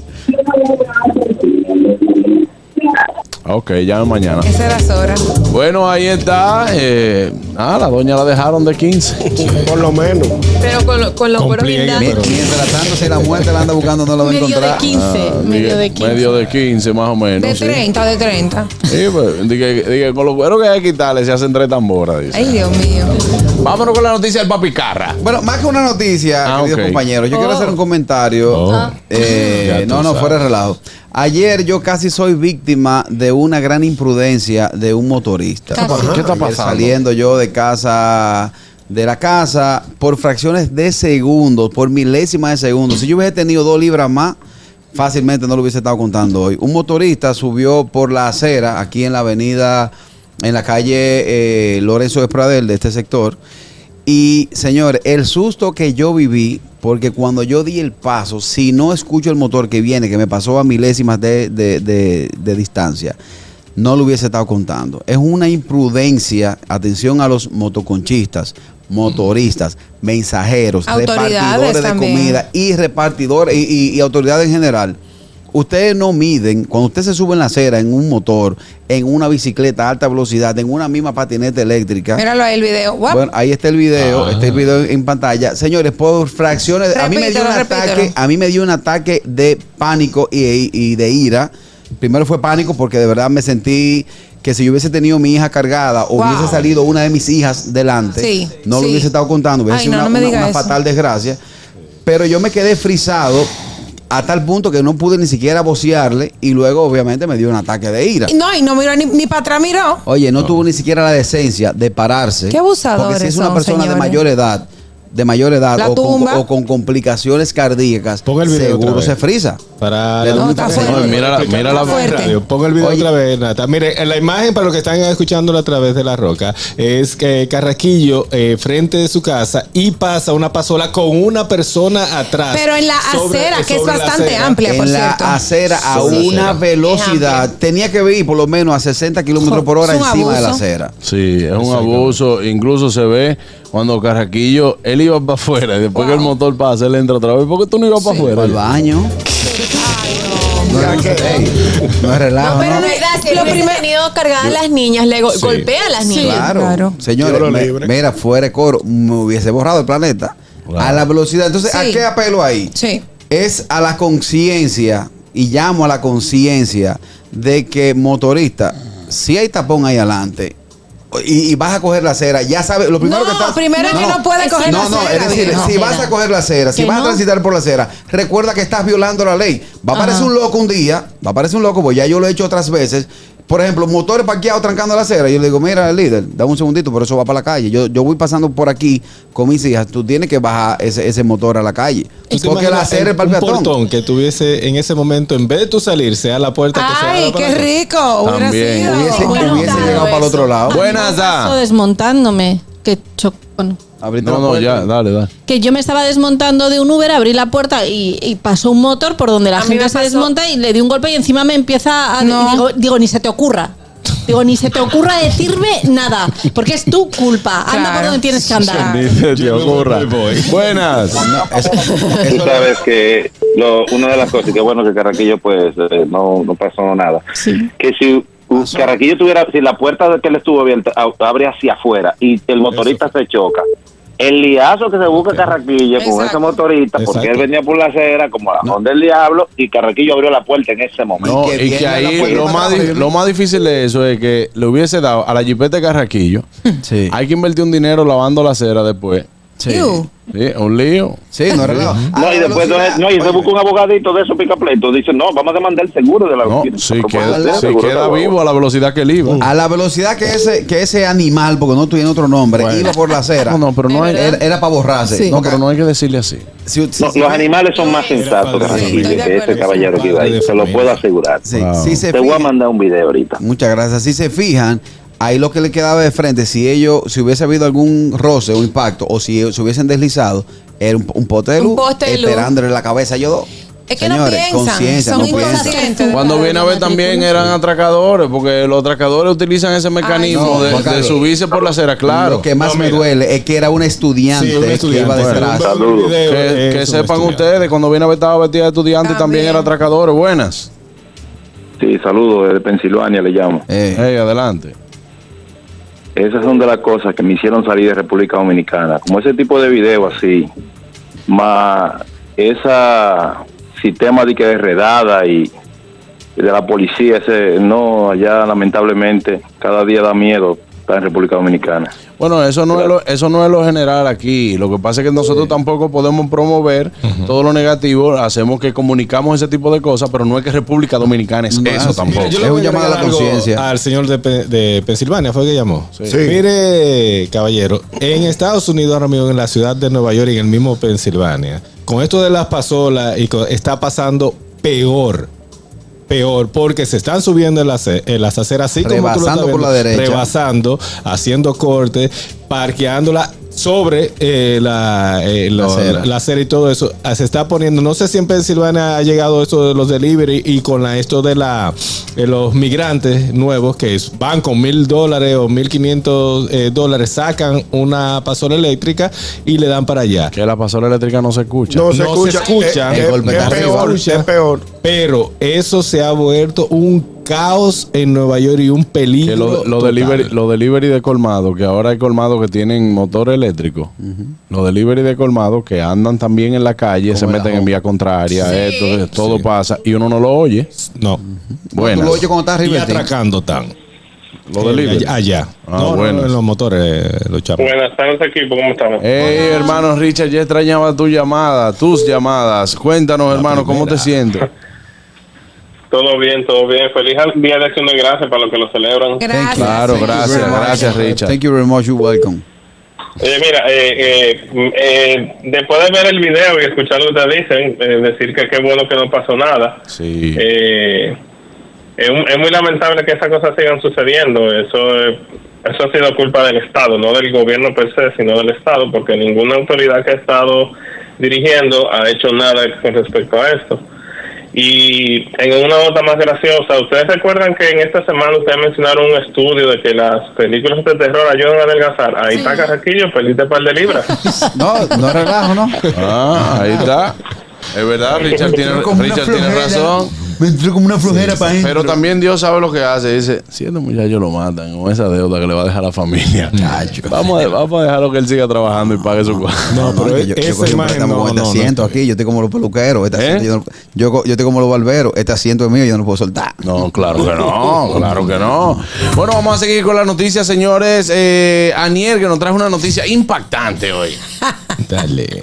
[SPEAKER 3] Ok, ya
[SPEAKER 7] Ah.
[SPEAKER 3] mañana.
[SPEAKER 6] Esa era Sora.
[SPEAKER 3] Bueno, ahí está. eh, ah, la doña la dejaron de 15.
[SPEAKER 4] Por lo menos.
[SPEAKER 8] Pero con, lo- con los cueros guindantes.
[SPEAKER 5] Mientras tanto, si la muerte la anda buscando, no la va a
[SPEAKER 8] Medio de
[SPEAKER 5] encontrar.
[SPEAKER 8] 15, medio de 15.
[SPEAKER 3] Ah, Medio de 15, más o menos.
[SPEAKER 6] De
[SPEAKER 3] sí.
[SPEAKER 6] 30 o de 30.
[SPEAKER 3] Sí, pues, dije, dije, con los cueros que hay que quitarle se hacen tres tamboras, dice.
[SPEAKER 6] Ay, Dios mío.
[SPEAKER 3] Vámonos con la noticia del papi Carra.
[SPEAKER 5] Bueno, más que una noticia, queridos
[SPEAKER 3] ok.
[SPEAKER 5] compañeros, yo quiero
[SPEAKER 3] Oh.
[SPEAKER 5] hacer un comentario. Eh,
[SPEAKER 3] Ya tú
[SPEAKER 5] no, no,
[SPEAKER 3] sabes.
[SPEAKER 5] fuera de relajo. Ayer yo casi soy víctima de una gran imprudencia de un motorista.
[SPEAKER 3] Casi. Ajá. ¿Qué está
[SPEAKER 5] Ayer
[SPEAKER 3] pasando?
[SPEAKER 5] Saliendo yo de casa, de la casa, por fracciones de segundos, por milésimas de segundos. Si yo hubiese tenido dos libras más, fácilmente no lo hubiese estado contando hoy. Un motorista subió por la acera, aquí en la avenida, en la calle eh, Lorenzo de Pradel, de este sector. Y señor, el susto que yo viví, porque cuando yo di el paso, si no escucho el motor que viene, que me pasó a milésimas de, de- de- de distancia, no lo hubiese estado contando. Es una imprudencia, atención a los motoconchistas, motoristas, mensajeros,
[SPEAKER 6] Autoridades
[SPEAKER 5] repartidores de
[SPEAKER 6] también.
[SPEAKER 5] comida y repartidores y, y- y autoridades en general. Ustedes no miden, cuando usted se sube en la acera, en un motor, en una bicicleta a alta velocidad, en una misma patineta eléctrica.
[SPEAKER 6] Míralo ahí el video. Guap.
[SPEAKER 5] Bueno, ahí está el video, está el video en pantalla. Señores, por fracciones, a mí me dio un
[SPEAKER 6] Repítelo, repítelo.
[SPEAKER 5] ataque, a mí me dio un ataque de pánico y, y de ira. Primero fue pánico porque de verdad me sentí que si yo hubiese tenido mi hija cargada o
[SPEAKER 6] Wow.
[SPEAKER 5] hubiese salido una de mis hijas delante,
[SPEAKER 6] Sí,
[SPEAKER 5] no lo
[SPEAKER 6] sí.
[SPEAKER 5] hubiese estado contando, hubiese
[SPEAKER 6] Ay,
[SPEAKER 5] sido
[SPEAKER 6] no,
[SPEAKER 5] una,
[SPEAKER 6] no me
[SPEAKER 5] una-
[SPEAKER 6] diga
[SPEAKER 5] una
[SPEAKER 6] eso.
[SPEAKER 5] fatal desgracia. Pero yo me quedé frisado a tal punto que no pude ni siquiera vocearle y luego obviamente me dio un ataque de ira.
[SPEAKER 6] Y No, y no miró ni, ni para atrás miró.
[SPEAKER 5] Oye, no, tuvo ni siquiera la decencia de pararse.
[SPEAKER 6] Qué abusadores
[SPEAKER 5] Porque si es una
[SPEAKER 6] son,
[SPEAKER 5] persona de
[SPEAKER 6] señores.
[SPEAKER 5] mayor edad, de mayor edad
[SPEAKER 6] La
[SPEAKER 5] o con,
[SPEAKER 6] tumba.
[SPEAKER 5] o con complicaciones cardíacas,
[SPEAKER 7] el video otra
[SPEAKER 5] seguro
[SPEAKER 7] vez.
[SPEAKER 5] se frisa.
[SPEAKER 7] Para
[SPEAKER 5] Le
[SPEAKER 7] la-
[SPEAKER 5] da un
[SPEAKER 7] No, está
[SPEAKER 5] ataque.
[SPEAKER 7] fuerte.
[SPEAKER 3] No, mira la- mira la-
[SPEAKER 7] Está fuerte.
[SPEAKER 3] radio.
[SPEAKER 7] Ponga el video
[SPEAKER 5] Oye.
[SPEAKER 7] otra vez, Nata. Mire, en la imagen para los que están escuchándolo a través de la roca es que Carraquillo eh, frente de su casa y pasa una pasola con una persona atrás.
[SPEAKER 6] Pero en la
[SPEAKER 7] Ah, Sobre-
[SPEAKER 6] acera, que es
[SPEAKER 7] sobre la
[SPEAKER 6] bastante
[SPEAKER 7] acera.
[SPEAKER 6] amplia, por
[SPEAKER 5] en la
[SPEAKER 6] cierto.
[SPEAKER 5] acera a
[SPEAKER 7] Sobre la
[SPEAKER 5] una
[SPEAKER 7] acera.
[SPEAKER 5] velocidad. Tenía que ir por lo menos a 60 kilómetros por hora
[SPEAKER 6] Es un
[SPEAKER 5] encima de la
[SPEAKER 6] abuso.
[SPEAKER 5] acera.
[SPEAKER 3] Sí, es un abuso. Incluso se ve cuando Carraquillo, él iba para afuera y después que el motor pasa, él entra otra vez. ¿Por qué tú no ibas para afuera?
[SPEAKER 5] Al baño. No era que- ey, no es relajo,
[SPEAKER 8] Pero
[SPEAKER 5] ¿no?
[SPEAKER 8] no, si lo primero tenido cargadas las niñas, le go-
[SPEAKER 5] Sí.
[SPEAKER 8] golpea a las niñas.
[SPEAKER 5] Claro. Señores,
[SPEAKER 4] Tiro
[SPEAKER 5] me-
[SPEAKER 4] libre.
[SPEAKER 5] mira, fuera de coro, me hubiese borrado el planeta. A la velocidad. Entonces, ¿a
[SPEAKER 6] Sí.
[SPEAKER 5] qué apelo ahí?
[SPEAKER 6] Sí.
[SPEAKER 5] es a la conciencia y llamo a la conciencia de que motorista, si hay tapón ahí adelante y, y vas a coger la acera, ya sabes, lo primero
[SPEAKER 6] No,
[SPEAKER 5] que estás...
[SPEAKER 6] primero que no puede coger la
[SPEAKER 5] No, no,
[SPEAKER 6] acera,
[SPEAKER 5] es decir,
[SPEAKER 6] viejo.
[SPEAKER 5] si vas a coger la acera, si
[SPEAKER 6] Que
[SPEAKER 5] vas
[SPEAKER 6] no.
[SPEAKER 5] a transitar por la acera, recuerda que estás violando la ley. Va a aparecer un loco un día, va a aparecer un loco, pues ya yo lo he hecho otras veces. Por ejemplo, motores parqueados trancando la acera. Yo le digo, mira, líder, dame un segundito, pero eso va para la calle. Yo, yo voy pasando por aquí con mis hijas. Tú tienes que bajar ese, ese motor a la calle.
[SPEAKER 7] ¿Tú te
[SPEAKER 5] Porque la
[SPEAKER 7] imaginas
[SPEAKER 5] acera es
[SPEAKER 7] un-
[SPEAKER 5] para el
[SPEAKER 7] un
[SPEAKER 5] peatón.
[SPEAKER 7] portón que tuviese en ese momento, en vez de tú salir, sea la puerta que se
[SPEAKER 6] Ay,
[SPEAKER 7] abra para
[SPEAKER 6] qué
[SPEAKER 7] la-
[SPEAKER 6] rico. Hubiera
[SPEAKER 3] También.
[SPEAKER 6] sido.
[SPEAKER 5] Hubiese,
[SPEAKER 6] Bueno,
[SPEAKER 5] hubiese llegado para el otro lado.
[SPEAKER 3] Buenas,
[SPEAKER 7] ah.
[SPEAKER 10] Paso
[SPEAKER 3] da.
[SPEAKER 10] desmontándome. Que cho- bueno.
[SPEAKER 5] Abriste
[SPEAKER 3] No,
[SPEAKER 5] la
[SPEAKER 3] no,
[SPEAKER 5] puerta.
[SPEAKER 3] ya, dale, dale.
[SPEAKER 10] que yo me estaba desmontando de un Uber, abrí la puerta y, y pasó un motor por donde la
[SPEAKER 8] A mí
[SPEAKER 10] gente
[SPEAKER 8] me
[SPEAKER 10] se
[SPEAKER 8] pasó-
[SPEAKER 10] desmonta y le di un golpe y encima me empieza a...
[SPEAKER 6] No.
[SPEAKER 10] y digo, digo, ni se te ocurra. Digo, ni se te ocurra decirme nada, porque es tu culpa. Anda por
[SPEAKER 6] Claro.
[SPEAKER 10] donde tienes que
[SPEAKER 6] Ah.
[SPEAKER 10] andar.
[SPEAKER 3] Dice, te ocurra. Buenas.
[SPEAKER 5] No, eso-
[SPEAKER 12] Tú
[SPEAKER 5] eso-
[SPEAKER 12] sabes que lo- una de las cosas, que bueno que Carraquillo pues eh, no, no pasó nada, que si u- Carraquillo tuviera, si la puerta de que él estuvo abierta a- abre hacia afuera y el motorista se choca, el liazo que se busca Carraquillo con
[SPEAKER 6] Exacto.
[SPEAKER 12] ese motorista, porque
[SPEAKER 7] Exacto.
[SPEAKER 12] él venía por la acera como la onda del diablo y Carraquillo abrió la puerta en ese momento.
[SPEAKER 3] No,
[SPEAKER 5] que
[SPEAKER 3] y
[SPEAKER 5] viene
[SPEAKER 3] que
[SPEAKER 5] la
[SPEAKER 3] ahí
[SPEAKER 5] puerta
[SPEAKER 3] lo
[SPEAKER 5] para
[SPEAKER 3] más, di-
[SPEAKER 5] abrirlo.
[SPEAKER 3] lo más difícil de eso es que le hubiese dado a la jipeta de Carraquillo.
[SPEAKER 5] Sí.
[SPEAKER 3] Hay que invertir un dinero lavando la acera después.
[SPEAKER 5] Sí.
[SPEAKER 6] Iu.
[SPEAKER 3] Sí, un lío.
[SPEAKER 5] Sí, no es relajo. A
[SPEAKER 12] No,
[SPEAKER 5] la
[SPEAKER 12] y después
[SPEAKER 5] velocidad-
[SPEAKER 12] no, y se
[SPEAKER 5] Oye,
[SPEAKER 12] busca un abogadito de esos picapleitos. Dice, no, vamos a demandar el seguro de la
[SPEAKER 3] No,
[SPEAKER 12] oficina.
[SPEAKER 3] si
[SPEAKER 12] Pero puede
[SPEAKER 3] queda,
[SPEAKER 12] ser,
[SPEAKER 3] si
[SPEAKER 12] seguro de
[SPEAKER 3] queda
[SPEAKER 12] la
[SPEAKER 3] vivo a la velocidad que él iba.
[SPEAKER 5] A la velocidad que ese, que ese animal, porque no tiene otro nombre, iba por la acera.
[SPEAKER 3] No, no, pero no hay-
[SPEAKER 5] Era, para borrarse.
[SPEAKER 3] No, pero no hay que decirle así.
[SPEAKER 5] Si- si-
[SPEAKER 12] No,
[SPEAKER 5] si-
[SPEAKER 12] los animales son más sensatos
[SPEAKER 7] padre.
[SPEAKER 12] Carraquillo,
[SPEAKER 6] Sí, estoy de
[SPEAKER 12] que
[SPEAKER 9] este
[SPEAKER 6] acuerdo.
[SPEAKER 12] ese caballero que iba ahí. Se lo puedo asegurar.
[SPEAKER 5] si-
[SPEAKER 3] Wow.
[SPEAKER 5] si se
[SPEAKER 12] Te voy a
[SPEAKER 5] fijan-
[SPEAKER 12] mandar un video ahorita.
[SPEAKER 5] Muchas gracias. Si se fijan, ahí lo que le quedaba de frente, si ellos, si hubiese habido algún roce o impacto, o si se hubiesen deslizado, era un, un pote de
[SPEAKER 8] Un
[SPEAKER 5] luz
[SPEAKER 8] poste de luz.
[SPEAKER 5] esperándole la cabeza. Yo dos.
[SPEAKER 6] Es que no piensan,
[SPEAKER 5] conciencia,
[SPEAKER 6] son
[SPEAKER 5] piensan.
[SPEAKER 6] inconscientes.
[SPEAKER 3] Cuando viene a ver también eran atracadores, porque los atracadores utilizan ese mecanismo
[SPEAKER 5] no,
[SPEAKER 3] de-
[SPEAKER 5] Juan
[SPEAKER 3] de,
[SPEAKER 5] Carlos.
[SPEAKER 3] subirse por la acera, claro.
[SPEAKER 5] Lo que más
[SPEAKER 7] No,
[SPEAKER 5] me
[SPEAKER 7] mira.
[SPEAKER 5] duele es que era un estudiante,
[SPEAKER 7] Sí, un
[SPEAKER 5] que iba
[SPEAKER 7] estudiante.
[SPEAKER 5] detrás.
[SPEAKER 9] Saludos.
[SPEAKER 3] Que,
[SPEAKER 7] Eh,
[SPEAKER 3] que
[SPEAKER 7] eso,
[SPEAKER 3] sepan
[SPEAKER 7] estudiante.
[SPEAKER 3] ustedes, cuando viene a ver estaba vestida de estudiante
[SPEAKER 6] También.
[SPEAKER 3] también era atracadores, buenas.
[SPEAKER 9] Sí, saludos desde Pensilvania, le llamo.
[SPEAKER 5] Eh,
[SPEAKER 3] Ey, adelante.
[SPEAKER 9] Esas son de las cosas que me hicieron salir de República Dominicana. Como ese tipo de video así, más esa sistema de que de redada y, y de la policía, ese no, allá lamentablemente cada día da miedo estar en República Dominicana.
[SPEAKER 3] Bueno, eso no, es lo, eso no es lo general aquí. Lo que pasa es que nosotros tampoco podemos promover todo lo negativo. Hacemos que comunicamos ese tipo de cosas, pero no es que República Dominicana es eso tampoco.
[SPEAKER 7] Mire, yo
[SPEAKER 5] Es
[SPEAKER 7] le voy
[SPEAKER 5] un llamado a la
[SPEAKER 7] agregar algo
[SPEAKER 5] conciencia.
[SPEAKER 7] Al señor de, Pe- de Pensilvania fue que llamó. Mire, caballero, en Estados Unidos, ahora mismo, en la ciudad de Nueva York y en el mismo Pensilvania, con esto de las pasolas, y con- está pasando peor. Peor, porque se están subiendo en las, en las aceras así como tú lo estás
[SPEAKER 5] Rebasando por
[SPEAKER 7] viendo,
[SPEAKER 5] la derecha.
[SPEAKER 7] Rebasando, haciendo cortes, parqueándola sobre eh, la, eh, lo-
[SPEAKER 5] La acera.
[SPEAKER 7] la acera y todo eso. Ah, Se está poniendo, no sé si en Pensilvania ha llegado esto de los delivery y con la, esto de la de los migrantes nuevos que es- van con mil dólares o mil quinientos eh, dólares, sacan una pasola eléctrica y le dan para allá.
[SPEAKER 3] Que la pasola eléctrica no se escucha.
[SPEAKER 4] No se
[SPEAKER 7] No se
[SPEAKER 4] escucha.
[SPEAKER 7] escucha.
[SPEAKER 4] Eh, eh,
[SPEAKER 5] El golpe
[SPEAKER 4] es
[SPEAKER 5] está
[SPEAKER 4] peor,
[SPEAKER 7] arriba.
[SPEAKER 4] es peor.
[SPEAKER 7] Pero eso se ha vuelto un caos en Nueva York y un peligro.
[SPEAKER 3] Que lo, lo
[SPEAKER 7] total.
[SPEAKER 3] delivery, lo delivery de colmado, que ahora hay colmado que tienen motor eléctrico. Los delivery de colmado que andan también en la calle, se meten en vía contraria, esto, esto, todo pasa y uno no lo oye.
[SPEAKER 7] No.
[SPEAKER 5] tú
[SPEAKER 3] Bueno,
[SPEAKER 5] lo oyes cuando estás
[SPEAKER 7] Y
[SPEAKER 5] arriba. del techo.
[SPEAKER 7] atracando tan. Eh,
[SPEAKER 3] los delivery.
[SPEAKER 7] Allá. allá.
[SPEAKER 3] Ah,
[SPEAKER 7] no, no,
[SPEAKER 3] bueno.
[SPEAKER 7] en los motores, eh, los chapos.
[SPEAKER 13] Buenas tardes, equipo. ¿Cómo estamos?
[SPEAKER 3] Hey, hermano Richard, ya extrañaba tu llamada, tus llamadas. Cuéntanos, hermano, ¿cómo te
[SPEAKER 7] primera.
[SPEAKER 3] sientes?
[SPEAKER 13] Todo bien, todo bien. Feliz Día de Acción de Gracias para los que lo celebran.
[SPEAKER 6] Gracias.
[SPEAKER 3] Claro,
[SPEAKER 6] sí.
[SPEAKER 3] gracias,
[SPEAKER 5] Thank you very much.
[SPEAKER 3] gracias, Richard.
[SPEAKER 5] Thank you very much, you're welcome.
[SPEAKER 13] Oye, mira, eh, eh, mm, eh, después de ver el video y escuchar lo que te dicen, eh, decir que qué bueno que no pasó nada,
[SPEAKER 3] Sí.
[SPEAKER 13] eh, es, un- es muy lamentable que esas cosas sigan sucediendo. Eso, eh, eso ha sido culpa del Estado, no del gobierno per se, sino del Estado, porque ninguna autoridad que ha estado dirigiendo ha hecho nada con respecto a esto. Y en una nota más graciosa, ¿ustedes recuerdan que en esta semana ustedes mencionaron un estudio de que las películas de terror ayudan a adelgazar? Ahí está Carraquillo, perdiste un par de libras.
[SPEAKER 5] No, no relajo, ¿no?
[SPEAKER 3] Ah, ahí está. Es verdad, Richard tiene, Richard tiene razón.
[SPEAKER 5] Me entró como una flojera para gente.
[SPEAKER 3] Pero también Dios sabe lo que hace. Dice, si este muchacho lo matan con esa deuda que le va a dejar la familia, vamos a, vamos a dejarlo que él siga trabajando y pague su cuarto.
[SPEAKER 7] No, pero
[SPEAKER 5] yo, yo
[SPEAKER 7] esa
[SPEAKER 5] cogí un
[SPEAKER 7] imagen
[SPEAKER 5] préstamo
[SPEAKER 7] no,
[SPEAKER 5] con
[SPEAKER 7] no,
[SPEAKER 5] este
[SPEAKER 7] no.
[SPEAKER 5] asiento aquí, yo estoy como los peluqueros, este
[SPEAKER 3] ¿Eh?
[SPEAKER 5] asiento yo, no- yo, co- yo estoy como los barberos, este asiento es mío, yo no lo puedo soltar.
[SPEAKER 3] No, claro que no, claro que no. Bueno, vamos a seguir con las noticias, señores. Eh, Aniel, que nos trajo una noticia impactante hoy.
[SPEAKER 7] Dale.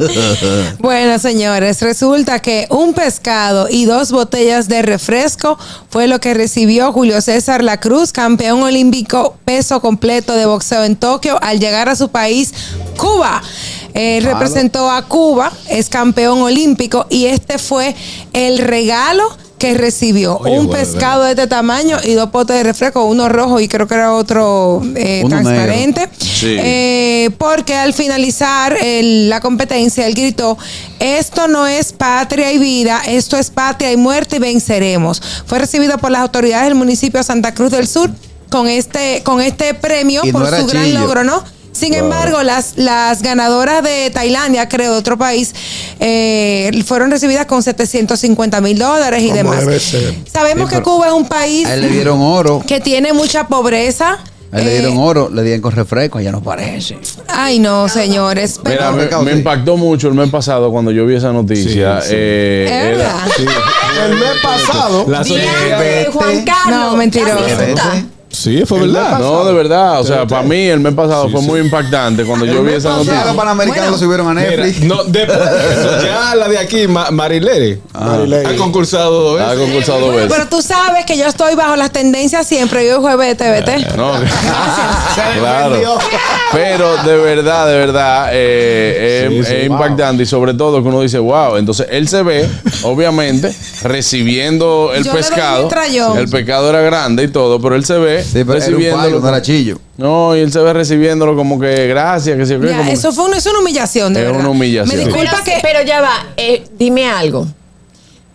[SPEAKER 6] Bueno, señores, resulta que un pescado y dos botellas de refresco fue lo que recibió Julio César La Cruz, campeón olímpico peso completo de boxeo en Tokio, al llegar a su país, Cuba. Eh,
[SPEAKER 5] Claro.
[SPEAKER 6] representó a Cuba, es campeón olímpico y este fue el regalo que recibió.
[SPEAKER 7] Oye,
[SPEAKER 6] un
[SPEAKER 7] bueno,
[SPEAKER 6] pescado de este tamaño y dos potes de refresco, uno rojo y creo que era otro eh,
[SPEAKER 5] Uno negro.
[SPEAKER 6] transparente.
[SPEAKER 3] Sí.
[SPEAKER 6] Eh, porque al finalizar el- la competencia, él gritó, esto no es patria y vida, esto es patria y muerte y venceremos. Fue recibido por las autoridades del municipio de Santa Cruz del Sur con este, con este premio
[SPEAKER 5] Y no
[SPEAKER 6] por
[SPEAKER 5] era
[SPEAKER 6] su gran
[SPEAKER 5] chillo.
[SPEAKER 6] logro, ¿no? Sin embargo, las, las ganadoras de Tailandia, creo, de otro país, eh, fueron recibidas con 750 mil dólares y
[SPEAKER 4] Como
[SPEAKER 6] demás.
[SPEAKER 4] debe ser.
[SPEAKER 6] Sabemos
[SPEAKER 5] Sí,
[SPEAKER 6] que
[SPEAKER 5] pero-
[SPEAKER 6] Cuba es un país
[SPEAKER 5] A él le dieron oro,
[SPEAKER 6] que tiene mucha pobreza.
[SPEAKER 5] a él le
[SPEAKER 6] eh,
[SPEAKER 5] dieron oro, le dieron con refresco, ya no parece.
[SPEAKER 6] Ay, no, señores. pero-
[SPEAKER 3] Mira, me, me impactó mucho el mes pasado cuando yo vi esa noticia.
[SPEAKER 7] Sí, sí.
[SPEAKER 3] Eh,
[SPEAKER 6] Es
[SPEAKER 3] era-
[SPEAKER 6] verdad.
[SPEAKER 4] El mes pasado.
[SPEAKER 7] Las
[SPEAKER 5] Vete.
[SPEAKER 8] Juan Carlos.
[SPEAKER 6] No, mentiroso.
[SPEAKER 8] Casi se está.
[SPEAKER 7] Sí, fue
[SPEAKER 4] El
[SPEAKER 7] verdad.
[SPEAKER 4] mes
[SPEAKER 3] No, de verdad. O sea,
[SPEAKER 7] Sí,
[SPEAKER 3] para
[SPEAKER 7] sí.
[SPEAKER 3] mí el mes pasado
[SPEAKER 7] Sí,
[SPEAKER 3] fue
[SPEAKER 7] sí.
[SPEAKER 3] muy impactante cuando yo vi esa
[SPEAKER 5] Ya los
[SPEAKER 3] noticia.
[SPEAKER 5] panamericanos lo subieron a
[SPEAKER 7] Mira,
[SPEAKER 5] Netflix.
[SPEAKER 7] no, después de eso, ya la de aquí, Ma- Marilere,
[SPEAKER 4] Marilere.
[SPEAKER 7] ha concursado dos
[SPEAKER 3] Ah. Ha
[SPEAKER 7] veces.
[SPEAKER 3] concursado dos
[SPEAKER 6] Bueno,
[SPEAKER 3] veces.
[SPEAKER 6] pero tú sabes que yo estoy bajo las tendencias siempre. Yo jueves de
[SPEAKER 7] Eh.
[SPEAKER 6] TVT.
[SPEAKER 3] No,
[SPEAKER 4] Ah,
[SPEAKER 3] claro. Pero de verdad, de verdad, eh,
[SPEAKER 7] Sí,
[SPEAKER 3] es,
[SPEAKER 7] sí,
[SPEAKER 3] es
[SPEAKER 7] wow.
[SPEAKER 3] impactante y sobre todo que uno dice, wow. Entonces él se ve, obviamente, recibiendo el
[SPEAKER 6] Yo le doy
[SPEAKER 3] pescado.
[SPEAKER 6] un trayón.
[SPEAKER 3] El pescado era grande y todo, pero él se ve
[SPEAKER 5] Sí, pero era un
[SPEAKER 3] recibiéndolo.
[SPEAKER 5] payo, no era chillo.
[SPEAKER 3] no, y él se ve recibiéndolo como que gracias, que se
[SPEAKER 6] Ya, eso fue una, es una humillación, de
[SPEAKER 3] Es
[SPEAKER 6] verdad.
[SPEAKER 3] una humillación.
[SPEAKER 6] Me
[SPEAKER 3] Sí.
[SPEAKER 6] disculpa
[SPEAKER 8] Pero,
[SPEAKER 6] que.
[SPEAKER 8] pero ya va, eh, dime algo.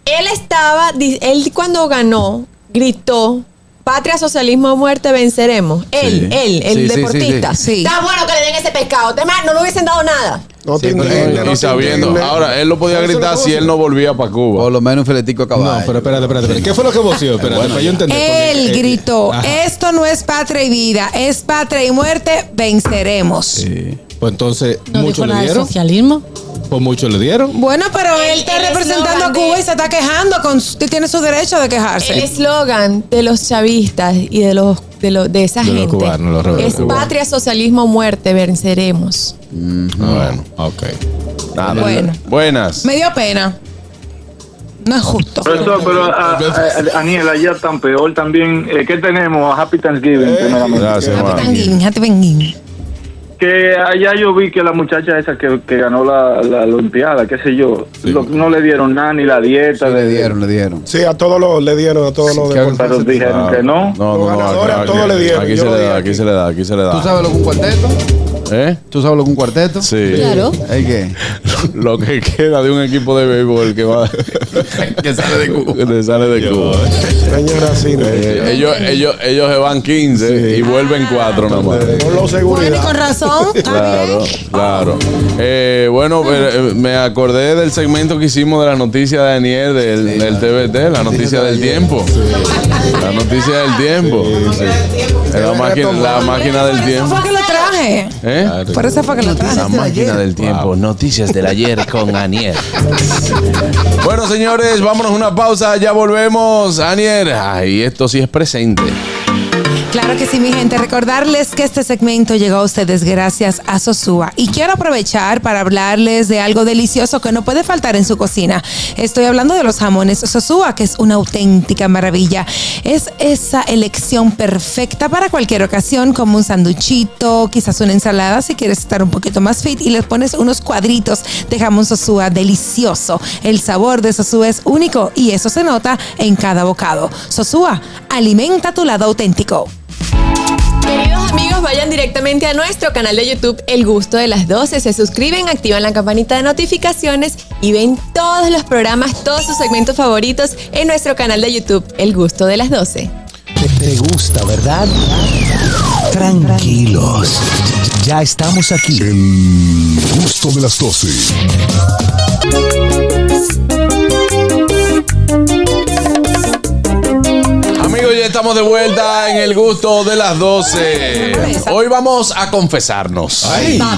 [SPEAKER 8] Él estaba, di- él cuando ganó, gritó. Patria, socialismo, muerte, venceremos.
[SPEAKER 5] Sí.
[SPEAKER 8] Él, él,
[SPEAKER 5] Sí,
[SPEAKER 8] el
[SPEAKER 5] sí, sí,
[SPEAKER 8] deportista.
[SPEAKER 5] sí. Sí.
[SPEAKER 8] Está bueno que le den ese pescado. Además, no le hubiesen dado nada.
[SPEAKER 4] No te indignes, no
[SPEAKER 3] Y
[SPEAKER 4] te
[SPEAKER 3] sabiendo,
[SPEAKER 4] indignes.
[SPEAKER 3] ahora él lo podía
[SPEAKER 4] Eso
[SPEAKER 3] gritar
[SPEAKER 4] no
[SPEAKER 3] si él no volvía para Cuba.
[SPEAKER 5] Por lo menos un filetico de caballo.
[SPEAKER 7] No, pero espérate, espérate. espérate. ¿Qué fue lo que voció? Espérate, para yo entender. porque,
[SPEAKER 6] Él
[SPEAKER 7] eh,
[SPEAKER 6] gritó,
[SPEAKER 7] ajá.
[SPEAKER 6] esto no es patria y vida, es patria y muerte, venceremos.
[SPEAKER 7] Sí. Pues entonces,
[SPEAKER 10] No
[SPEAKER 7] ¿mucho
[SPEAKER 10] dijo
[SPEAKER 7] le
[SPEAKER 10] nada de
[SPEAKER 7] dieron?
[SPEAKER 10] socialismo.
[SPEAKER 7] Pues mucho le dieron.
[SPEAKER 6] Bueno, pero él,
[SPEAKER 8] El-
[SPEAKER 6] está
[SPEAKER 8] el
[SPEAKER 6] representando a
[SPEAKER 8] eslogan
[SPEAKER 6] Cuba
[SPEAKER 8] de-
[SPEAKER 6] y se está quejando, con, su- tiene su derecho de quejarse.
[SPEAKER 8] El eslogan de los chavistas y de los de, lo- de esa
[SPEAKER 7] De los
[SPEAKER 8] gente
[SPEAKER 7] cubanos, los rebeldes
[SPEAKER 8] es
[SPEAKER 7] cubanos.
[SPEAKER 8] patria, socialismo, muerte, venceremos.
[SPEAKER 7] Bueno, ok.
[SPEAKER 3] Nada.
[SPEAKER 6] Bueno.
[SPEAKER 3] Buenas.
[SPEAKER 6] Me dio pena. No es justo.
[SPEAKER 14] Profesor, pero a,
[SPEAKER 5] Eh,
[SPEAKER 14] a- a- Aniel, allá tan peor también. Eh, ¿Qué tenemos? Happy
[SPEAKER 5] Eh,
[SPEAKER 14] Thanksgiving, primeramente.
[SPEAKER 3] Gracias,
[SPEAKER 6] Happy
[SPEAKER 3] Juan.
[SPEAKER 6] Thanksgiving, happy Thanksgiving.
[SPEAKER 14] Que allá yo vi que la muchacha esa que, que ganó la, la Olimpiada, qué sé yo, lo- no le dieron nada ni la dieta.
[SPEAKER 5] Sí,
[SPEAKER 14] de-
[SPEAKER 5] le dieron, le dieron.
[SPEAKER 4] Sí, a todos los le dieron, a todos los
[SPEAKER 5] qué
[SPEAKER 4] deportistas.
[SPEAKER 14] Pero dijeron que no.
[SPEAKER 3] Ah, No, no,
[SPEAKER 4] Los
[SPEAKER 3] no.
[SPEAKER 4] ganadores
[SPEAKER 3] acá-
[SPEAKER 4] a todos
[SPEAKER 3] aquí-
[SPEAKER 4] le dieron,
[SPEAKER 3] Aquí
[SPEAKER 4] yo
[SPEAKER 3] se
[SPEAKER 4] lo
[SPEAKER 3] le
[SPEAKER 4] dije
[SPEAKER 3] da, aquí
[SPEAKER 4] aquí.
[SPEAKER 3] se le da, aquí se le
[SPEAKER 5] ¿Tú
[SPEAKER 3] da.
[SPEAKER 5] sabes lo que un cuarteto?
[SPEAKER 3] ¿Eh?
[SPEAKER 5] ¿Tú sabes lo que un cuarteto?
[SPEAKER 3] Sí.
[SPEAKER 10] Claro.
[SPEAKER 5] ¿Hay qué?
[SPEAKER 3] Lo que queda de un equipo de béisbol que va. que sale de Cuba. Que sale de Cuba.
[SPEAKER 4] Señora Cine.
[SPEAKER 3] Eh, ellos, ellos, ellos se van 15 y vuelven 4 nada más.
[SPEAKER 4] Con los
[SPEAKER 6] Bueno, y
[SPEAKER 4] seguridad.
[SPEAKER 6] con razón. Ah, está
[SPEAKER 3] Claro,
[SPEAKER 6] bien.
[SPEAKER 3] claro. Eh, bueno, pero, eh, me acordé del segmento que hicimos de la noticia de Daniel del, del TBT, la noticia del tiempo. La noticia del tiempo. La, máquina, la máquina del
[SPEAKER 6] Por eso
[SPEAKER 3] tiempo.
[SPEAKER 6] fue que lo traje.
[SPEAKER 3] ¿Eh?
[SPEAKER 6] Por eso fue que lo traje.
[SPEAKER 3] La máquina del tiempo. Noticias del ayer con Anier. bueno, señores, vámonos a una pausa. Ya volvemos. Anier, ay, esto sí es presente.
[SPEAKER 6] Claro que sí, mi gente. Recordarles que este segmento llegó a ustedes gracias a Sosúa. Y quiero aprovechar para hablarles de algo delicioso que no puede faltar en su cocina. Estoy hablando de los jamones Sosúa, que es una auténtica maravilla. Es esa elección perfecta para cualquier ocasión, como un sanduchito, quizás una ensalada si quieres estar un poquito más fit y les pones unos cuadritos de jamón Sosúa delicioso. El sabor de Sosúa es único y eso se nota en cada bocado. Sosúa, alimenta tu lado auténtico.
[SPEAKER 8] Queridos amigos, vayan directamente a nuestro canal de YouTube El Gusto de las 12, se suscriben, activan la campanita de notificaciones y ven todos los programas, todos sus segmentos favoritos en nuestro canal de YouTube El Gusto de las 12.
[SPEAKER 1] Te, te gusta, ¿verdad? Tranquilos. Ya estamos aquí. El gusto de las 12.
[SPEAKER 3] Amigos, ya estamos de vuelta en el gusto de las 12. Hoy vamos a confesarnos.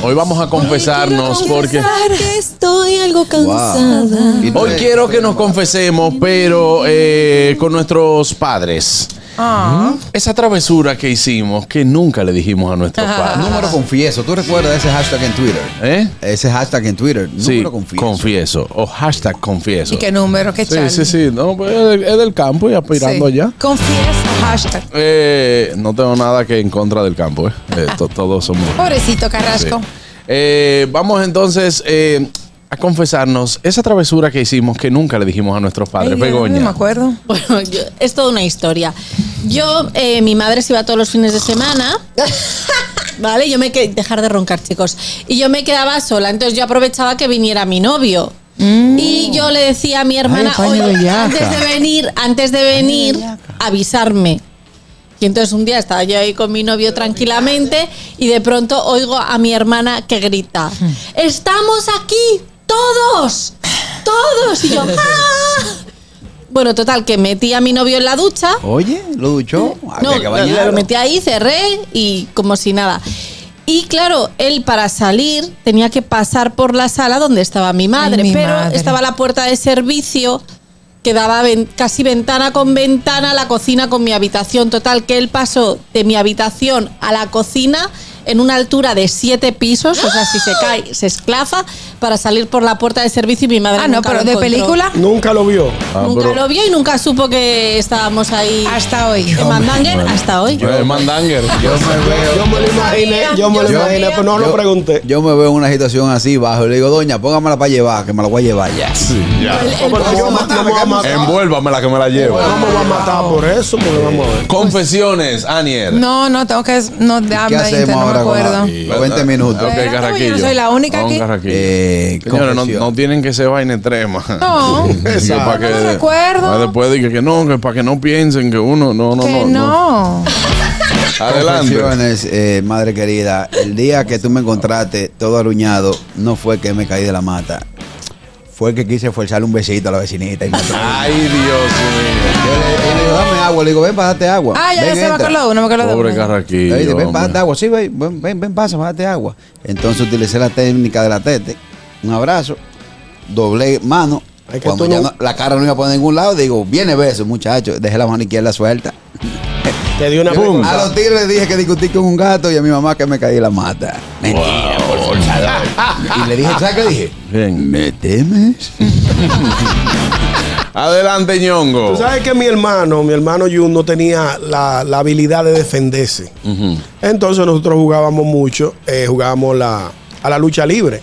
[SPEAKER 3] Hoy vamos a confesarnos porque
[SPEAKER 8] Que estoy algo cansada.
[SPEAKER 5] Wow. Y tú
[SPEAKER 3] hoy
[SPEAKER 5] eres-
[SPEAKER 3] quiero que nos confesemos, pero eh, con nuestros padres.
[SPEAKER 6] Ah.
[SPEAKER 3] Esa travesura que hicimos que nunca le dijimos a nuestros padres.
[SPEAKER 5] Número confieso. ¿Tú recuerdas ese hashtag en Twitter?
[SPEAKER 3] ¿Eh?
[SPEAKER 5] Ese hashtag en Twitter.
[SPEAKER 3] Sí,
[SPEAKER 5] Número confieso.
[SPEAKER 3] confieso. O hashtag confieso.
[SPEAKER 6] ¿Y qué número? ¿Qué
[SPEAKER 3] Sí,
[SPEAKER 6] chal?
[SPEAKER 3] sí, sí. No, pues, es del- es del campo y aspirando
[SPEAKER 6] Sí.
[SPEAKER 3] allá.
[SPEAKER 6] Confiesa, hashtag.
[SPEAKER 3] Eh, no tengo nada que en contra del campo. eh. Eh, to- todos somos.
[SPEAKER 6] Pobrecito Carrasco.
[SPEAKER 3] Sí. Eh, vamos entonces eh, a confesarnos esa travesura que hicimos que nunca le dijimos a nuestros padres.
[SPEAKER 6] Ay, ya
[SPEAKER 3] Begoña.
[SPEAKER 6] No me acuerdo.
[SPEAKER 10] Bueno, yo- es toda una historia. Yo, eh, mi madre se iba todos los fines de semana. Vale, yo me que dejar de roncar, chicos. Y yo me quedaba sola, entonces yo aprovechaba que viniera mi novio. Y yo le decía a mi hermana,
[SPEAKER 5] Mm. Ay, paño
[SPEAKER 10] "Oye,
[SPEAKER 5] bellaca".
[SPEAKER 10] antes de venir, antes de venir, avisarme. Y entonces un día estaba yo ahí con mi novio tranquilamente y de pronto oigo a mi hermana que grita,
[SPEAKER 5] Mm.
[SPEAKER 10] "Estamos aquí todos, todos". Y yo, "¡Ah!". Bueno, total que metí a mi novio en la ducha.
[SPEAKER 5] Oye, lo duchó.
[SPEAKER 10] No,
[SPEAKER 5] Había Ah, que
[SPEAKER 10] lo-
[SPEAKER 5] bañarlo.
[SPEAKER 10] lo metí ahí, cerré y como si nada. Y claro, él para salir tenía que pasar por la sala donde estaba mi madre,
[SPEAKER 6] Ay, mi
[SPEAKER 10] pero
[SPEAKER 6] madre.
[SPEAKER 10] estaba la puerta de servicio que daba ven- casi ventana con ventana, la cocina con mi habitación. Total, que él pasó de mi habitación a la cocina en una altura de siete pisos, o sea, si se cae, se esclafa para salir por la puerta de servicio y mi madre...
[SPEAKER 6] Ah, no,
[SPEAKER 10] nunca
[SPEAKER 6] pero
[SPEAKER 10] lo
[SPEAKER 6] de
[SPEAKER 10] encontró.
[SPEAKER 6] película
[SPEAKER 4] Nunca lo vio.
[SPEAKER 3] Ah,
[SPEAKER 10] nunca
[SPEAKER 3] pero-
[SPEAKER 10] lo vio y nunca supo que estábamos ahí
[SPEAKER 6] hasta hoy.
[SPEAKER 10] en Mandanger hasta hoy.
[SPEAKER 3] Eh, Mandanger.
[SPEAKER 5] Yo me veo.
[SPEAKER 4] Yo me lo imaginé, yo me lo
[SPEAKER 5] Yo-
[SPEAKER 4] imaginé, pero no lo pregunté.
[SPEAKER 5] Yo me veo en una situación así bajo y le digo, doña, póngamela para llevar, que me la voy a llevar ya.
[SPEAKER 4] Porque yo me- no me voy a matar.
[SPEAKER 3] Envuélvame la que me la llevo.
[SPEAKER 4] No me voy a matar por eso, porque vamos a ver.
[SPEAKER 3] Confesiones, Anier.
[SPEAKER 6] No, no, tengo que. No, dame
[SPEAKER 5] ¿Qué hacemos
[SPEAKER 6] no me
[SPEAKER 5] hora con la-
[SPEAKER 6] acuerdo.
[SPEAKER 5] los 20 minutos.
[SPEAKER 3] Ok,
[SPEAKER 6] ¿Verdad?
[SPEAKER 3] carraquillo.
[SPEAKER 6] Yo no soy la única
[SPEAKER 3] Vamos,
[SPEAKER 6] aquí. Eh,
[SPEAKER 3] carraquillo. Señores, no,
[SPEAKER 5] confesión.
[SPEAKER 3] no tienen que ser vaina extrema.
[SPEAKER 6] No.
[SPEAKER 3] Exacto. Para que,
[SPEAKER 6] de acuerdo.
[SPEAKER 3] para después de que, que no, que para que no piensen que uno, no, no,
[SPEAKER 6] que
[SPEAKER 3] no.
[SPEAKER 6] no.
[SPEAKER 3] Adelante.
[SPEAKER 5] Confesiones, eh, madre querida. El día que tú me encontraste todo aruñado, no fue que me caí de la mata. Fue que quise forzarle un besito a la vecinita. Y me atreví.
[SPEAKER 3] Ay, Dios mío.
[SPEAKER 5] Yo le, yo le digo, dame agua. Le digo, ven, pásate agua.
[SPEAKER 6] Ah, ya,
[SPEAKER 5] Ven,
[SPEAKER 6] ya se me
[SPEAKER 5] entra.
[SPEAKER 6] acordó de uno, me acordó de
[SPEAKER 3] Pobre
[SPEAKER 6] uno.
[SPEAKER 5] Le dice,
[SPEAKER 3] carraquillo.
[SPEAKER 5] ven,
[SPEAKER 3] hombre.
[SPEAKER 5] pásate agua. Sí, ven, ven, ven, ven, pasa, pásate agua. Entonces utilicé la técnica de la tete. Un abrazo. Doblé mano.
[SPEAKER 4] Es que
[SPEAKER 5] Cuando
[SPEAKER 4] tú
[SPEAKER 5] ya
[SPEAKER 4] no-
[SPEAKER 5] no- la cara no iba por ningún lado, digo, viene beso, muchacho. Dejé la mano izquierda suelta.
[SPEAKER 4] Te di una
[SPEAKER 5] Yo- A
[SPEAKER 4] punta.
[SPEAKER 5] los tigres les dije que discutí con un gato y a mi mamá que me caí la mata. Mentira, por forzador. Y le dije, ¿sabes qué dije?
[SPEAKER 3] Bien.
[SPEAKER 5] ¿Me temes?
[SPEAKER 3] Adelante, ñongo.
[SPEAKER 4] Tú sabes que mi hermano, mi hermano Jun, no tenía la, la habilidad de defenderse.
[SPEAKER 3] Ujú.
[SPEAKER 4] Entonces nosotros jugábamos mucho, eh, jugábamos la, a la lucha libre.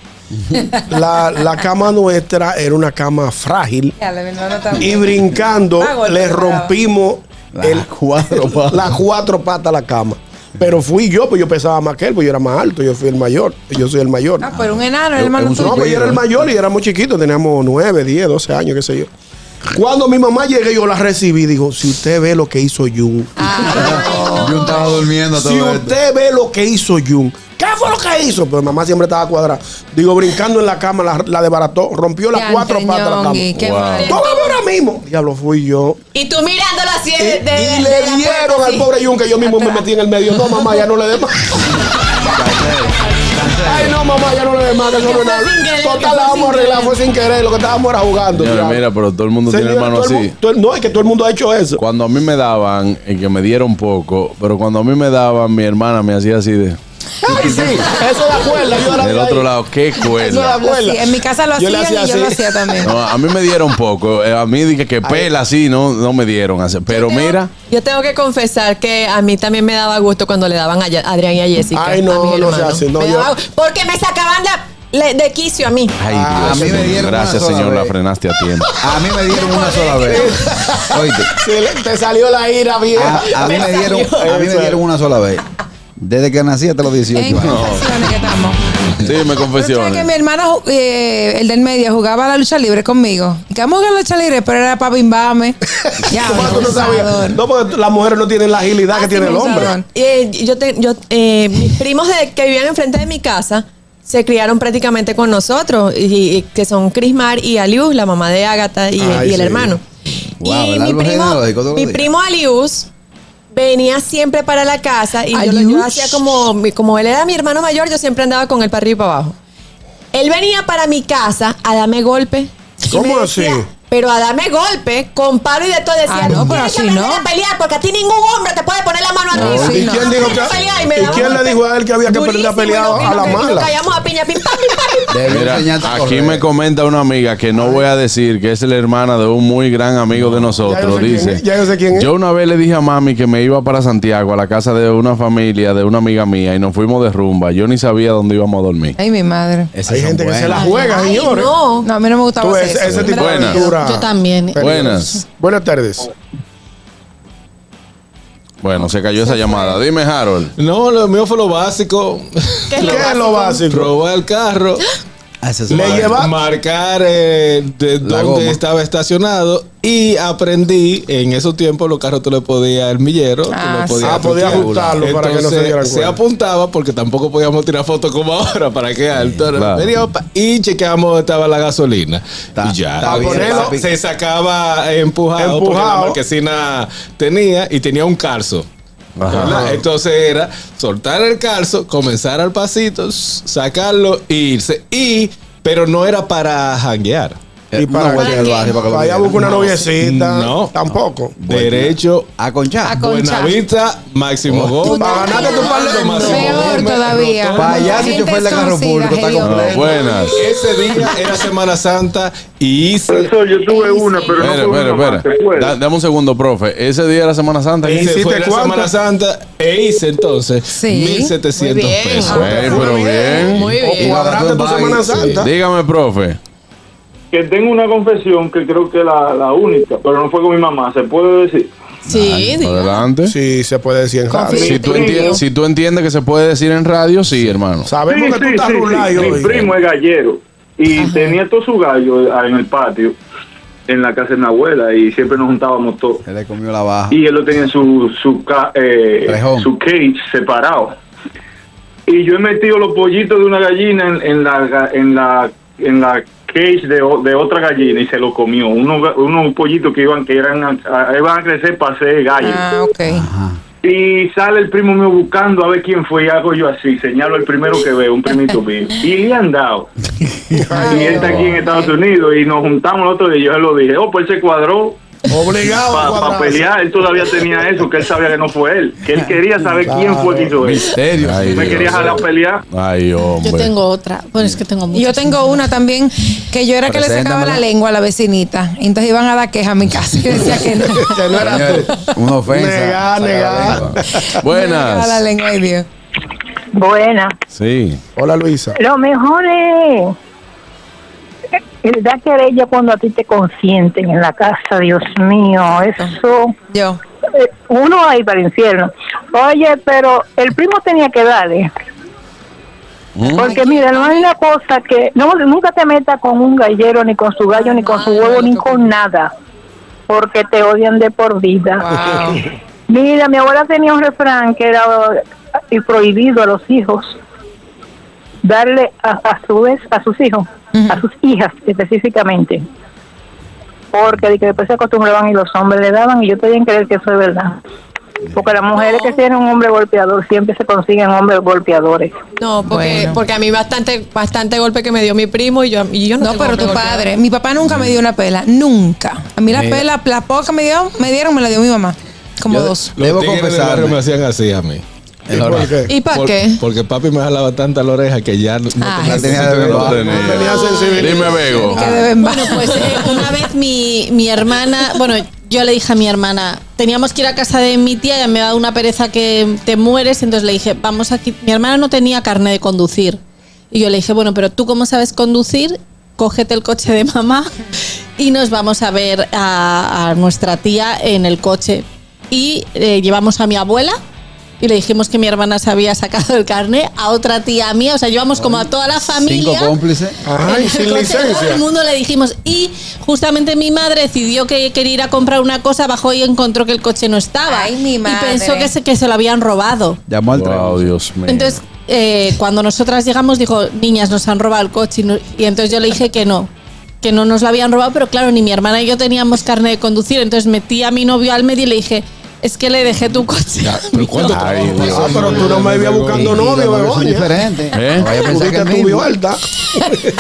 [SPEAKER 4] la, la cama nuestra era una cama frágil
[SPEAKER 6] Ya, mi hermano
[SPEAKER 4] y
[SPEAKER 6] también.
[SPEAKER 4] brincando
[SPEAKER 6] Ah, golpe,
[SPEAKER 4] le
[SPEAKER 6] bravo.
[SPEAKER 4] rompimos el-
[SPEAKER 5] Las cuatro patas.
[SPEAKER 4] las cuatro patas a la cama. Pero fui yo, pues yo pesaba más que él, pues yo era más alto, yo fui el mayor, yo soy el mayor.
[SPEAKER 6] Ah, pero un enano, el
[SPEAKER 5] Es-
[SPEAKER 6] hermano
[SPEAKER 5] es un
[SPEAKER 4] No,
[SPEAKER 6] tuyo.
[SPEAKER 4] pues yo era el mayor y éramos chiquitos, teníamos 9, 10, 12 años, qué sé yo. Cuando mi mamá llegue, yo la recibí. Digo, si usted ve lo que hizo Jun,
[SPEAKER 5] Yo estaba durmiendo
[SPEAKER 4] si
[SPEAKER 5] todo esto.
[SPEAKER 4] usted ve lo que hizo Jun, ¿qué fue lo que hizo? Pero mamá siempre estaba cuadrada. Digo, brincando en la cama, la, la desbarató, rompió las
[SPEAKER 6] Ya,
[SPEAKER 4] cuatro patas de la cama.
[SPEAKER 6] Ñongui, qué
[SPEAKER 3] Wow.
[SPEAKER 6] mal.
[SPEAKER 4] Todo ahora mismo. Diablo, fui yo.
[SPEAKER 8] Y tú mirándolo así
[SPEAKER 4] Y,
[SPEAKER 8] de, de-
[SPEAKER 4] y
[SPEAKER 8] de
[SPEAKER 4] le
[SPEAKER 8] la
[SPEAKER 4] dieron
[SPEAKER 8] puerta,
[SPEAKER 4] al
[SPEAKER 8] sí.
[SPEAKER 4] pobre Jun que yo mismo me metí en el medio. No, mamá, ya no le dé más. Ay, no, mamá, ya no le dé más. Que eso no es nada.
[SPEAKER 8] fue sin querer, que
[SPEAKER 4] Total,
[SPEAKER 8] fue
[SPEAKER 4] la vamos
[SPEAKER 8] sin
[SPEAKER 4] a arreglar.
[SPEAKER 8] querer.
[SPEAKER 4] Fue sin querer. Lo que estábamos era jugando.
[SPEAKER 3] Señores,
[SPEAKER 4] diablo.
[SPEAKER 3] mira, pero todo el mundo tiene
[SPEAKER 4] Señores,
[SPEAKER 3] hermano
[SPEAKER 4] todo el
[SPEAKER 3] así.
[SPEAKER 4] mu- todo el- no, es que todo el mundo ha hecho eso.
[SPEAKER 3] Cuando a mí me daban, y que me dieron poco, pero cuando a mí me daban, mi hermana me hacía así de.
[SPEAKER 4] Ay, sí, eso de acuerdo. Yo era
[SPEAKER 3] Del
[SPEAKER 4] de ahí.
[SPEAKER 3] otro lado, qué
[SPEAKER 4] Eso de
[SPEAKER 3] cuerda.
[SPEAKER 4] acuerdo.
[SPEAKER 6] Sí, en mi casa lo
[SPEAKER 4] Yo le
[SPEAKER 6] hacían y yo
[SPEAKER 4] así.
[SPEAKER 6] lo hacía también.
[SPEAKER 3] No, a mí me dieron poco. eh, A mí dije que pela así, no, no me dieron. así. Pero mira,
[SPEAKER 8] Yo tengo que confesar que a mí también me daba gusto cuando le daban a Ye- a Adrián y a Jessica.
[SPEAKER 4] Ay, no,
[SPEAKER 8] a mis
[SPEAKER 4] no
[SPEAKER 8] hermanos.
[SPEAKER 4] se hace, no,
[SPEAKER 8] Me
[SPEAKER 4] yo-
[SPEAKER 8] daba gu- porque me sacaban la- le- de quicio a mí.
[SPEAKER 3] ay
[SPEAKER 5] Ah,
[SPEAKER 3] Dios
[SPEAKER 5] a mí me
[SPEAKER 3] mío,
[SPEAKER 5] dieron una
[SPEAKER 3] Gracias,
[SPEAKER 5] sola
[SPEAKER 3] señor, la
[SPEAKER 5] vez.
[SPEAKER 3] frenaste a tiempo.
[SPEAKER 5] A mí me dieron una sola vez. Oíste.
[SPEAKER 4] Se le- te salió la ira vieja.
[SPEAKER 5] A, a mí me dieron, a mí me dieron una sola vez. Desde que nací hasta los
[SPEAKER 6] En
[SPEAKER 5] 18 años.
[SPEAKER 6] confesiones que estamos.
[SPEAKER 3] Sí, me
[SPEAKER 6] Pero tú sabes que mi
[SPEAKER 3] confesiones.
[SPEAKER 6] hermano, eh, el del medio, jugaba a la lucha libre conmigo. Y que vamos a jugar a la lucha libre, pero era para bimbame. ya,
[SPEAKER 4] ¿Cómo tú no sabías?
[SPEAKER 6] abusador.
[SPEAKER 4] No, porque las mujeres no tienen la agilidad que tiene el hombre.
[SPEAKER 6] abusador.
[SPEAKER 8] Eh, yo te- yo, eh, mis primos de- que vivían enfrente de mi casa se criaron prácticamente con nosotros, y, y- que son Crismar y Alius, la mamá de Ágata y,
[SPEAKER 4] Ay,
[SPEAKER 8] y el
[SPEAKER 4] sí.
[SPEAKER 8] hermano.
[SPEAKER 5] Guau,
[SPEAKER 8] y
[SPEAKER 5] el
[SPEAKER 8] mi
[SPEAKER 5] árbol genealógico
[SPEAKER 8] primo,
[SPEAKER 5] todos
[SPEAKER 8] mi
[SPEAKER 5] los días.
[SPEAKER 8] primo Alius venía siempre para la casa y yo, lo- yo
[SPEAKER 6] Alius.
[SPEAKER 8] hacía como, mi- como él era mi hermano mayor, yo siempre andaba con él para arriba y para abajo. Él venía para mi casa a darme golpe. y
[SPEAKER 4] ¿Cómo
[SPEAKER 8] me decía,
[SPEAKER 10] eh,
[SPEAKER 4] así?
[SPEAKER 8] Pero a darme golpe, con palo y de todo decía,
[SPEAKER 6] Ah, no, pero
[SPEAKER 8] tienes que
[SPEAKER 6] así
[SPEAKER 8] aprender
[SPEAKER 6] no.
[SPEAKER 8] a pelear porque a ti ningún hombre te puede poner la mano a ti.
[SPEAKER 6] No, sí,
[SPEAKER 4] ¿Y
[SPEAKER 6] no.
[SPEAKER 4] quién, dijo que-
[SPEAKER 8] Pelea y me
[SPEAKER 4] ¿y
[SPEAKER 8] daba
[SPEAKER 4] quién le
[SPEAKER 8] golpe.
[SPEAKER 4] dijo a él que había que aprender a
[SPEAKER 8] Durísimo,
[SPEAKER 4] pelear
[SPEAKER 8] y no,
[SPEAKER 4] a la
[SPEAKER 8] que- y Nos
[SPEAKER 4] mala?
[SPEAKER 8] callamos a piña, pim, pam, pim, pam, pim, pam.
[SPEAKER 5] Debí
[SPEAKER 3] Mira,
[SPEAKER 5] enseñarte a
[SPEAKER 3] aquí
[SPEAKER 5] correr.
[SPEAKER 3] me comenta una amiga que no voy a decir que es la hermana de un muy gran amigo de
[SPEAKER 4] Ya yo
[SPEAKER 3] nosotros.
[SPEAKER 4] sé quién
[SPEAKER 3] Dice,
[SPEAKER 4] es, ya yo sé quién es.
[SPEAKER 3] yo una vez le dije a mami que me iba para Santiago a la casa de una familia, de una amiga mía, y nos fuimos de rumba. Yo ni sabía dónde íbamos a dormir.
[SPEAKER 6] Ay, mi madre.
[SPEAKER 5] Esas
[SPEAKER 4] Hay
[SPEAKER 5] son
[SPEAKER 4] gente que se la
[SPEAKER 5] buenas.
[SPEAKER 4] juega,
[SPEAKER 8] Ay,
[SPEAKER 4] señores.
[SPEAKER 8] no.
[SPEAKER 6] No, a mí no me gustaba
[SPEAKER 4] Tú,
[SPEAKER 6] hacer
[SPEAKER 4] ese,
[SPEAKER 6] eso.
[SPEAKER 4] ese tipo
[SPEAKER 3] Buenas.
[SPEAKER 4] de aventura.
[SPEAKER 10] Yo también.
[SPEAKER 3] Buenas.
[SPEAKER 4] Buenas tardes.
[SPEAKER 3] Bueno, se cayó esa llamada. Dime, Harold.
[SPEAKER 7] No, lo mío fue lo básico.
[SPEAKER 4] ¿Qué es lo básico?
[SPEAKER 7] Robar el carro,
[SPEAKER 5] Ah, esas son
[SPEAKER 4] Le
[SPEAKER 5] buenas.
[SPEAKER 4] lleva-
[SPEAKER 7] marcar eh, de
[SPEAKER 5] La
[SPEAKER 7] dónde
[SPEAKER 5] goma.
[SPEAKER 7] estaba estacionado y aprendí en esos tiempos los carros tú le podías el millero, tú
[SPEAKER 6] Ah,
[SPEAKER 7] le
[SPEAKER 6] sí.
[SPEAKER 7] podías
[SPEAKER 4] Ah, podía
[SPEAKER 7] tutear.
[SPEAKER 4] ajustarlo para que no se
[SPEAKER 7] Entonces,
[SPEAKER 4] dieran
[SPEAKER 7] Se
[SPEAKER 4] cuenta.
[SPEAKER 7] apuntaba porque tampoco podíamos tirar fotos como ahora para que alto.
[SPEAKER 3] claro.
[SPEAKER 7] Venía, opa, Y chequeamos dónde estaba la gasolina.
[SPEAKER 5] Ta-
[SPEAKER 7] y ya.
[SPEAKER 5] ta
[SPEAKER 7] Y
[SPEAKER 5] bien,
[SPEAKER 7] se-
[SPEAKER 5] papi.
[SPEAKER 7] se sacaba eh, empujado, porque la
[SPEAKER 4] Empujado.
[SPEAKER 7] marquesina tenía y tenía un calzo. ¿Verdad? Entonces era soltar el calzo, comenzar al pasito, s- sacarlo e irse. Y, pero no era para janguear.
[SPEAKER 5] Eh,
[SPEAKER 4] Y
[SPEAKER 5] una
[SPEAKER 4] para-
[SPEAKER 5] vuelta en el barrio para que lo
[SPEAKER 4] Vaya a
[SPEAKER 5] vieran.
[SPEAKER 4] buscar una noviecita.
[SPEAKER 7] No.
[SPEAKER 4] Tampoco.
[SPEAKER 7] Derecho,
[SPEAKER 5] A conchar.
[SPEAKER 6] A conchar.
[SPEAKER 7] Buenavista, Máximo
[SPEAKER 5] Oh,
[SPEAKER 7] Gómez.
[SPEAKER 4] para ganarte tu par de-
[SPEAKER 6] Peor todavía.
[SPEAKER 5] Para allá, si
[SPEAKER 6] Gente
[SPEAKER 5] yo fuera de carro
[SPEAKER 6] estorcida,
[SPEAKER 5] público, está
[SPEAKER 6] hedionda.
[SPEAKER 5] completo.
[SPEAKER 3] Buenas.
[SPEAKER 7] Ese día era Semana Santa y hice.
[SPEAKER 14] Profesor, yo tuve una, pero
[SPEAKER 3] Espera,
[SPEAKER 14] no
[SPEAKER 3] espera,
[SPEAKER 14] tuve una más. pues. ¿se
[SPEAKER 3] espera.
[SPEAKER 14] puede?
[SPEAKER 3] Da- Dame un segundo, profe. Ese día de la Semana Santa.
[SPEAKER 4] Sí,
[SPEAKER 3] ¿qué?
[SPEAKER 4] ¿Hiciste
[SPEAKER 7] Ese fue la
[SPEAKER 4] cuánto?
[SPEAKER 7] Semana Santa e hice entonces
[SPEAKER 6] Sí.
[SPEAKER 7] 1700
[SPEAKER 8] Muy bien.
[SPEAKER 7] pesos.
[SPEAKER 3] Ey, Eh, pero bien.
[SPEAKER 8] Muy
[SPEAKER 4] O
[SPEAKER 8] bien.
[SPEAKER 4] cuadraste tu
[SPEAKER 5] Vaya,
[SPEAKER 4] Semana
[SPEAKER 5] sí.
[SPEAKER 4] Santa.
[SPEAKER 3] Dígame, profe.
[SPEAKER 14] Que tengo una confesión que creo que la, la única, pero no fue con mi mamá, se puede decir.
[SPEAKER 8] Sí,
[SPEAKER 5] Ah,
[SPEAKER 8] diga.
[SPEAKER 3] Adelante.
[SPEAKER 4] Sí, se puede decir en radio.
[SPEAKER 3] Si tú, enti- si tú entiendes que se puede decir en radio, sí, hermano.
[SPEAKER 4] Sabemos que tú estás rulay
[SPEAKER 14] Mi
[SPEAKER 4] hoy.
[SPEAKER 14] primo es gallero y tenía todo su gallo ah, en el patio, en la casa de mi abuela, y siempre nos juntábamos todos.
[SPEAKER 5] Se le comió la baja.
[SPEAKER 14] Y él lo tenía en su, su, ca- eh,
[SPEAKER 5] Rejón.
[SPEAKER 14] su cage separado. Y yo he metido los pollitos de una gallina en, en la, ga- en la, en la cage de, o- de otra gallina y se lo comió. Unos, ga- unos pollitos que iban que eran a- a- iban a crecer para ser gallos.
[SPEAKER 6] Ah, ok.
[SPEAKER 14] Y sale el primo mío buscando a ver quién fue y hago yo así, señalo el primero que veo, un primito mío. Y le han dado. y él está aquí en Estados Unidos y nos juntamos el otro día y yo se lo dije, oh, pues él se cuadró.
[SPEAKER 4] Obligado a
[SPEAKER 14] Para
[SPEAKER 4] cuadrarse.
[SPEAKER 14] pelear, él todavía tenía eso, que él sabía que no fue él, que él quería saber quién fue que hizo eso.
[SPEAKER 3] Misterio. Ay,
[SPEAKER 14] Me quería
[SPEAKER 3] Dios.
[SPEAKER 14] jalar a pelear.
[SPEAKER 3] Ay, hombre.
[SPEAKER 10] Yo tengo otra. Bueno, es que tengo
[SPEAKER 6] Y
[SPEAKER 10] muchas.
[SPEAKER 6] Yo tengo una también que yo era que le sacaba
[SPEAKER 5] Preséntamela.
[SPEAKER 6] la lengua a la vecinita. Entonces iban a dar queja a mi casa. Yo decía que no.
[SPEAKER 4] Que no era
[SPEAKER 3] Eh,
[SPEAKER 4] tú.
[SPEAKER 5] Una ofensa.
[SPEAKER 4] Negá,
[SPEAKER 5] Saca la lengua.
[SPEAKER 4] negá.
[SPEAKER 6] A la
[SPEAKER 3] Buenas.
[SPEAKER 6] lengua, ay Dios.
[SPEAKER 11] Buena.
[SPEAKER 3] Sí.
[SPEAKER 4] Hola Luisa.
[SPEAKER 11] Lo mejor es el dar querella cuando a ti te consienten en la casa, Dios mío, eso.
[SPEAKER 6] Yo.
[SPEAKER 11] eh, Uno ahí para el infierno. Oye, pero el primo tenía que darle.
[SPEAKER 4] ¿Mm?
[SPEAKER 11] Porque mira, no hay una cosa que no, nunca te metas con un gallero, ni con su gallo, ni con su huevo, ni con nada, porque te odian de por vida.
[SPEAKER 6] Wow.
[SPEAKER 11] Mira, mi abuela tenía un refrán que era eh, prohibido a los hijos darle a, a su vez a sus hijos, a sus hijas específicamente, porque de que después se acostumbraban y los hombres le daban y yo tenía que creer que eso es verdad, porque las mujeres que tienen un hombre golpeador siempre se consiguen hombres golpeadores.
[SPEAKER 8] No, porque,
[SPEAKER 6] Bueno.
[SPEAKER 8] porque a mí bastante, bastante golpe que me dio mi primo y yo, y yo no
[SPEAKER 6] No,
[SPEAKER 8] tengo
[SPEAKER 6] pero tu
[SPEAKER 8] golpe
[SPEAKER 6] padre. Mi papá nunca me dio una pela. Nunca. A mí la
[SPEAKER 7] Mira.
[SPEAKER 6] pela, la poca me dio, me dieron, me la dio mi mamá. Como
[SPEAKER 7] Yo-
[SPEAKER 6] dos.
[SPEAKER 7] Los
[SPEAKER 5] Debo
[SPEAKER 7] tigres del
[SPEAKER 5] confesarle.
[SPEAKER 7] barrio me hacían así a mí.
[SPEAKER 5] Es la verdad.
[SPEAKER 8] golpeador. ¿Y para
[SPEAKER 7] Por-
[SPEAKER 8] qué?
[SPEAKER 7] Porque papi me jalaba tanta la oreja que ya no
[SPEAKER 6] Ah,
[SPEAKER 7] tenía
[SPEAKER 5] La tenía de
[SPEAKER 3] No
[SPEAKER 5] verdad.
[SPEAKER 3] tenía.
[SPEAKER 4] Tenía sensibilidad.
[SPEAKER 3] Dime, Bego.
[SPEAKER 8] Ah,
[SPEAKER 6] Que deben
[SPEAKER 10] Bueno, pues eh, una vez mi, mi hermana, bueno, yo le dije a mi hermana, teníamos que ir a casa de mi tía, ya me da una pereza que te mueres, entonces le dije, vamos aquí. Mi hermana no tenía carne de conducir. Y yo le dije, bueno, pero tú cómo sabes conducir, cógete el coche de mamá y nos vamos a ver a, a nuestra tía en el coche. Y eh, llevamos a mi abuela. Y le dijimos que mi hermana se había sacado el carne a otra tía mía, o sea, llevamos como a toda la familia.
[SPEAKER 5] Cinco cómplices.
[SPEAKER 4] Ay,
[SPEAKER 10] En el
[SPEAKER 4] sin
[SPEAKER 10] coche Todo
[SPEAKER 4] licencia.
[SPEAKER 10] el mundo le dijimos. Y justamente mi madre decidió que quería ir a comprar una cosa, bajó y encontró que el coche no estaba.
[SPEAKER 6] Ay, mi madre.
[SPEAKER 10] Y pensó que se, que se lo habían robado.
[SPEAKER 5] Llamó al
[SPEAKER 3] Wow,
[SPEAKER 5] tren.
[SPEAKER 3] Dios mío.
[SPEAKER 10] Entonces, eh, cuando nosotras llegamos, dijo, niñas, nos han robado el coche. Y, no- y entonces yo le dije que no, que no nos lo habían robado, pero claro, ni mi hermana y yo teníamos carne de conducir. Entonces metí a mi novio al medio y le dije, es que le dejé tu coche.
[SPEAKER 7] Ya, pero ¿cuánto
[SPEAKER 3] Ay,
[SPEAKER 7] trabajo?
[SPEAKER 3] Dios.
[SPEAKER 4] Ah, pero tú no me ibas buscando novio,
[SPEAKER 5] Es
[SPEAKER 4] Begoña.
[SPEAKER 5] diferente.
[SPEAKER 3] ¿Eh?
[SPEAKER 5] No vaya a pensar que
[SPEAKER 4] Tuviste
[SPEAKER 5] es
[SPEAKER 4] tu
[SPEAKER 5] mismo.
[SPEAKER 4] vuelta.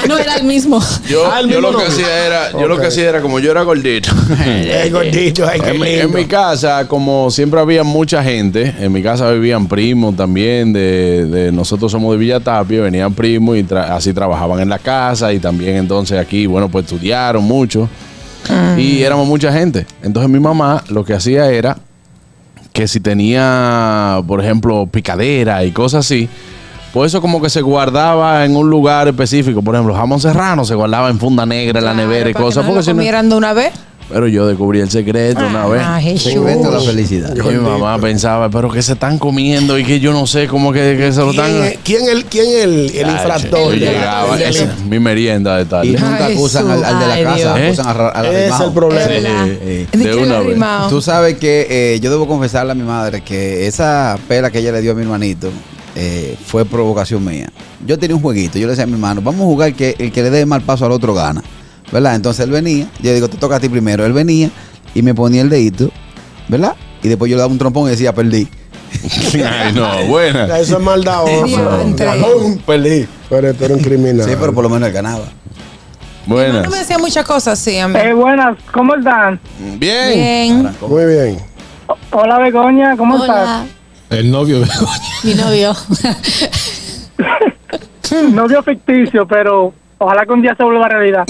[SPEAKER 10] no era el mismo.
[SPEAKER 3] Yo,
[SPEAKER 4] Ah, el
[SPEAKER 3] yo
[SPEAKER 4] mismo
[SPEAKER 3] lo que
[SPEAKER 4] novio.
[SPEAKER 3] hacía era, yo lo que
[SPEAKER 4] Ok.
[SPEAKER 3] hacía era como yo era gordito.
[SPEAKER 4] Eh, gordito, ay, qué
[SPEAKER 3] En mi, en
[SPEAKER 4] lindo.
[SPEAKER 3] mi casa, como siempre había mucha gente, en mi casa vivían primos también, de, de- nosotros somos de Villa Tapia, venían primos y tra- así trabajaban en la casa y también entonces aquí, bueno, pues estudiaron mucho
[SPEAKER 4] Ah.
[SPEAKER 3] y éramos mucha gente. Entonces mi mamá lo que hacía era que si tenía, por ejemplo, picadera y cosas así, pues eso como que se guardaba en un lugar específico. Por ejemplo, jamón serrano se guardaba en funda negra, en la nevera y
[SPEAKER 6] Claro, para
[SPEAKER 3] cosas.
[SPEAKER 6] que no
[SPEAKER 3] porque
[SPEAKER 6] lo
[SPEAKER 3] si no-
[SPEAKER 6] comieran de una vez.
[SPEAKER 3] pero yo descubrí el secreto una vez.
[SPEAKER 6] Ah, Jesús.
[SPEAKER 5] Invento la felicidad.
[SPEAKER 3] Y mi mamá pensaba, pero que se están comiendo y que yo no sé cómo que, que se lo
[SPEAKER 4] ¿Quién
[SPEAKER 3] están.
[SPEAKER 4] es- ¿Quién es el, quién es el, el
[SPEAKER 3] Ay,
[SPEAKER 4] infractor?
[SPEAKER 3] Yo
[SPEAKER 4] de la-
[SPEAKER 3] llegaba,
[SPEAKER 4] del
[SPEAKER 3] esa
[SPEAKER 4] delito?
[SPEAKER 3] es mi merienda de
[SPEAKER 5] Y
[SPEAKER 3] tarde.
[SPEAKER 5] nunca
[SPEAKER 6] Ay,
[SPEAKER 5] acusan al, al de
[SPEAKER 6] ay,
[SPEAKER 5] la casa,
[SPEAKER 3] Dios.
[SPEAKER 5] acusan al, ra- al
[SPEAKER 4] Ese es
[SPEAKER 5] arrimado.
[SPEAKER 4] el problema.
[SPEAKER 6] Es verdad.
[SPEAKER 3] Eh, eh,
[SPEAKER 6] Di
[SPEAKER 3] de
[SPEAKER 6] que lo
[SPEAKER 3] una vez.
[SPEAKER 6] arrimao.
[SPEAKER 5] Tú sabes que eh, yo debo confesarle a mi madre que esa pela que ella le dio a mi hermanito eh, fue provocación mía. Yo tenía un jueguito, yo le decía a mi hermano, vamos a jugar que el que le dé mal paso al otro gana. ¿Verdad? Entonces él venía, yo digo, te toca a ti primero. Él venía y me ponía el dedito, ¿verdad? Y después yo le daba un trompón y decía, perdí.
[SPEAKER 3] Ay, no, buena.
[SPEAKER 4] Eso es maldad. hombre.
[SPEAKER 6] Diantre.
[SPEAKER 4] Dragón, perdí. Pero tú eres un criminal.
[SPEAKER 5] Sí, pero por lo menos él ganaba.
[SPEAKER 3] Buena.
[SPEAKER 6] No me decía muchas cosas, sí, a mí.
[SPEAKER 11] Eh, buenas, ¿cómo están?
[SPEAKER 3] Bien.
[SPEAKER 6] Bien.
[SPEAKER 4] Muy bien.
[SPEAKER 11] Hola Begoña, ¿cómo
[SPEAKER 10] Hola,
[SPEAKER 7] El novio de
[SPEAKER 10] mi novio.
[SPEAKER 11] estás? Novio ficticio, pero ojalá que un día se vuelva realidad.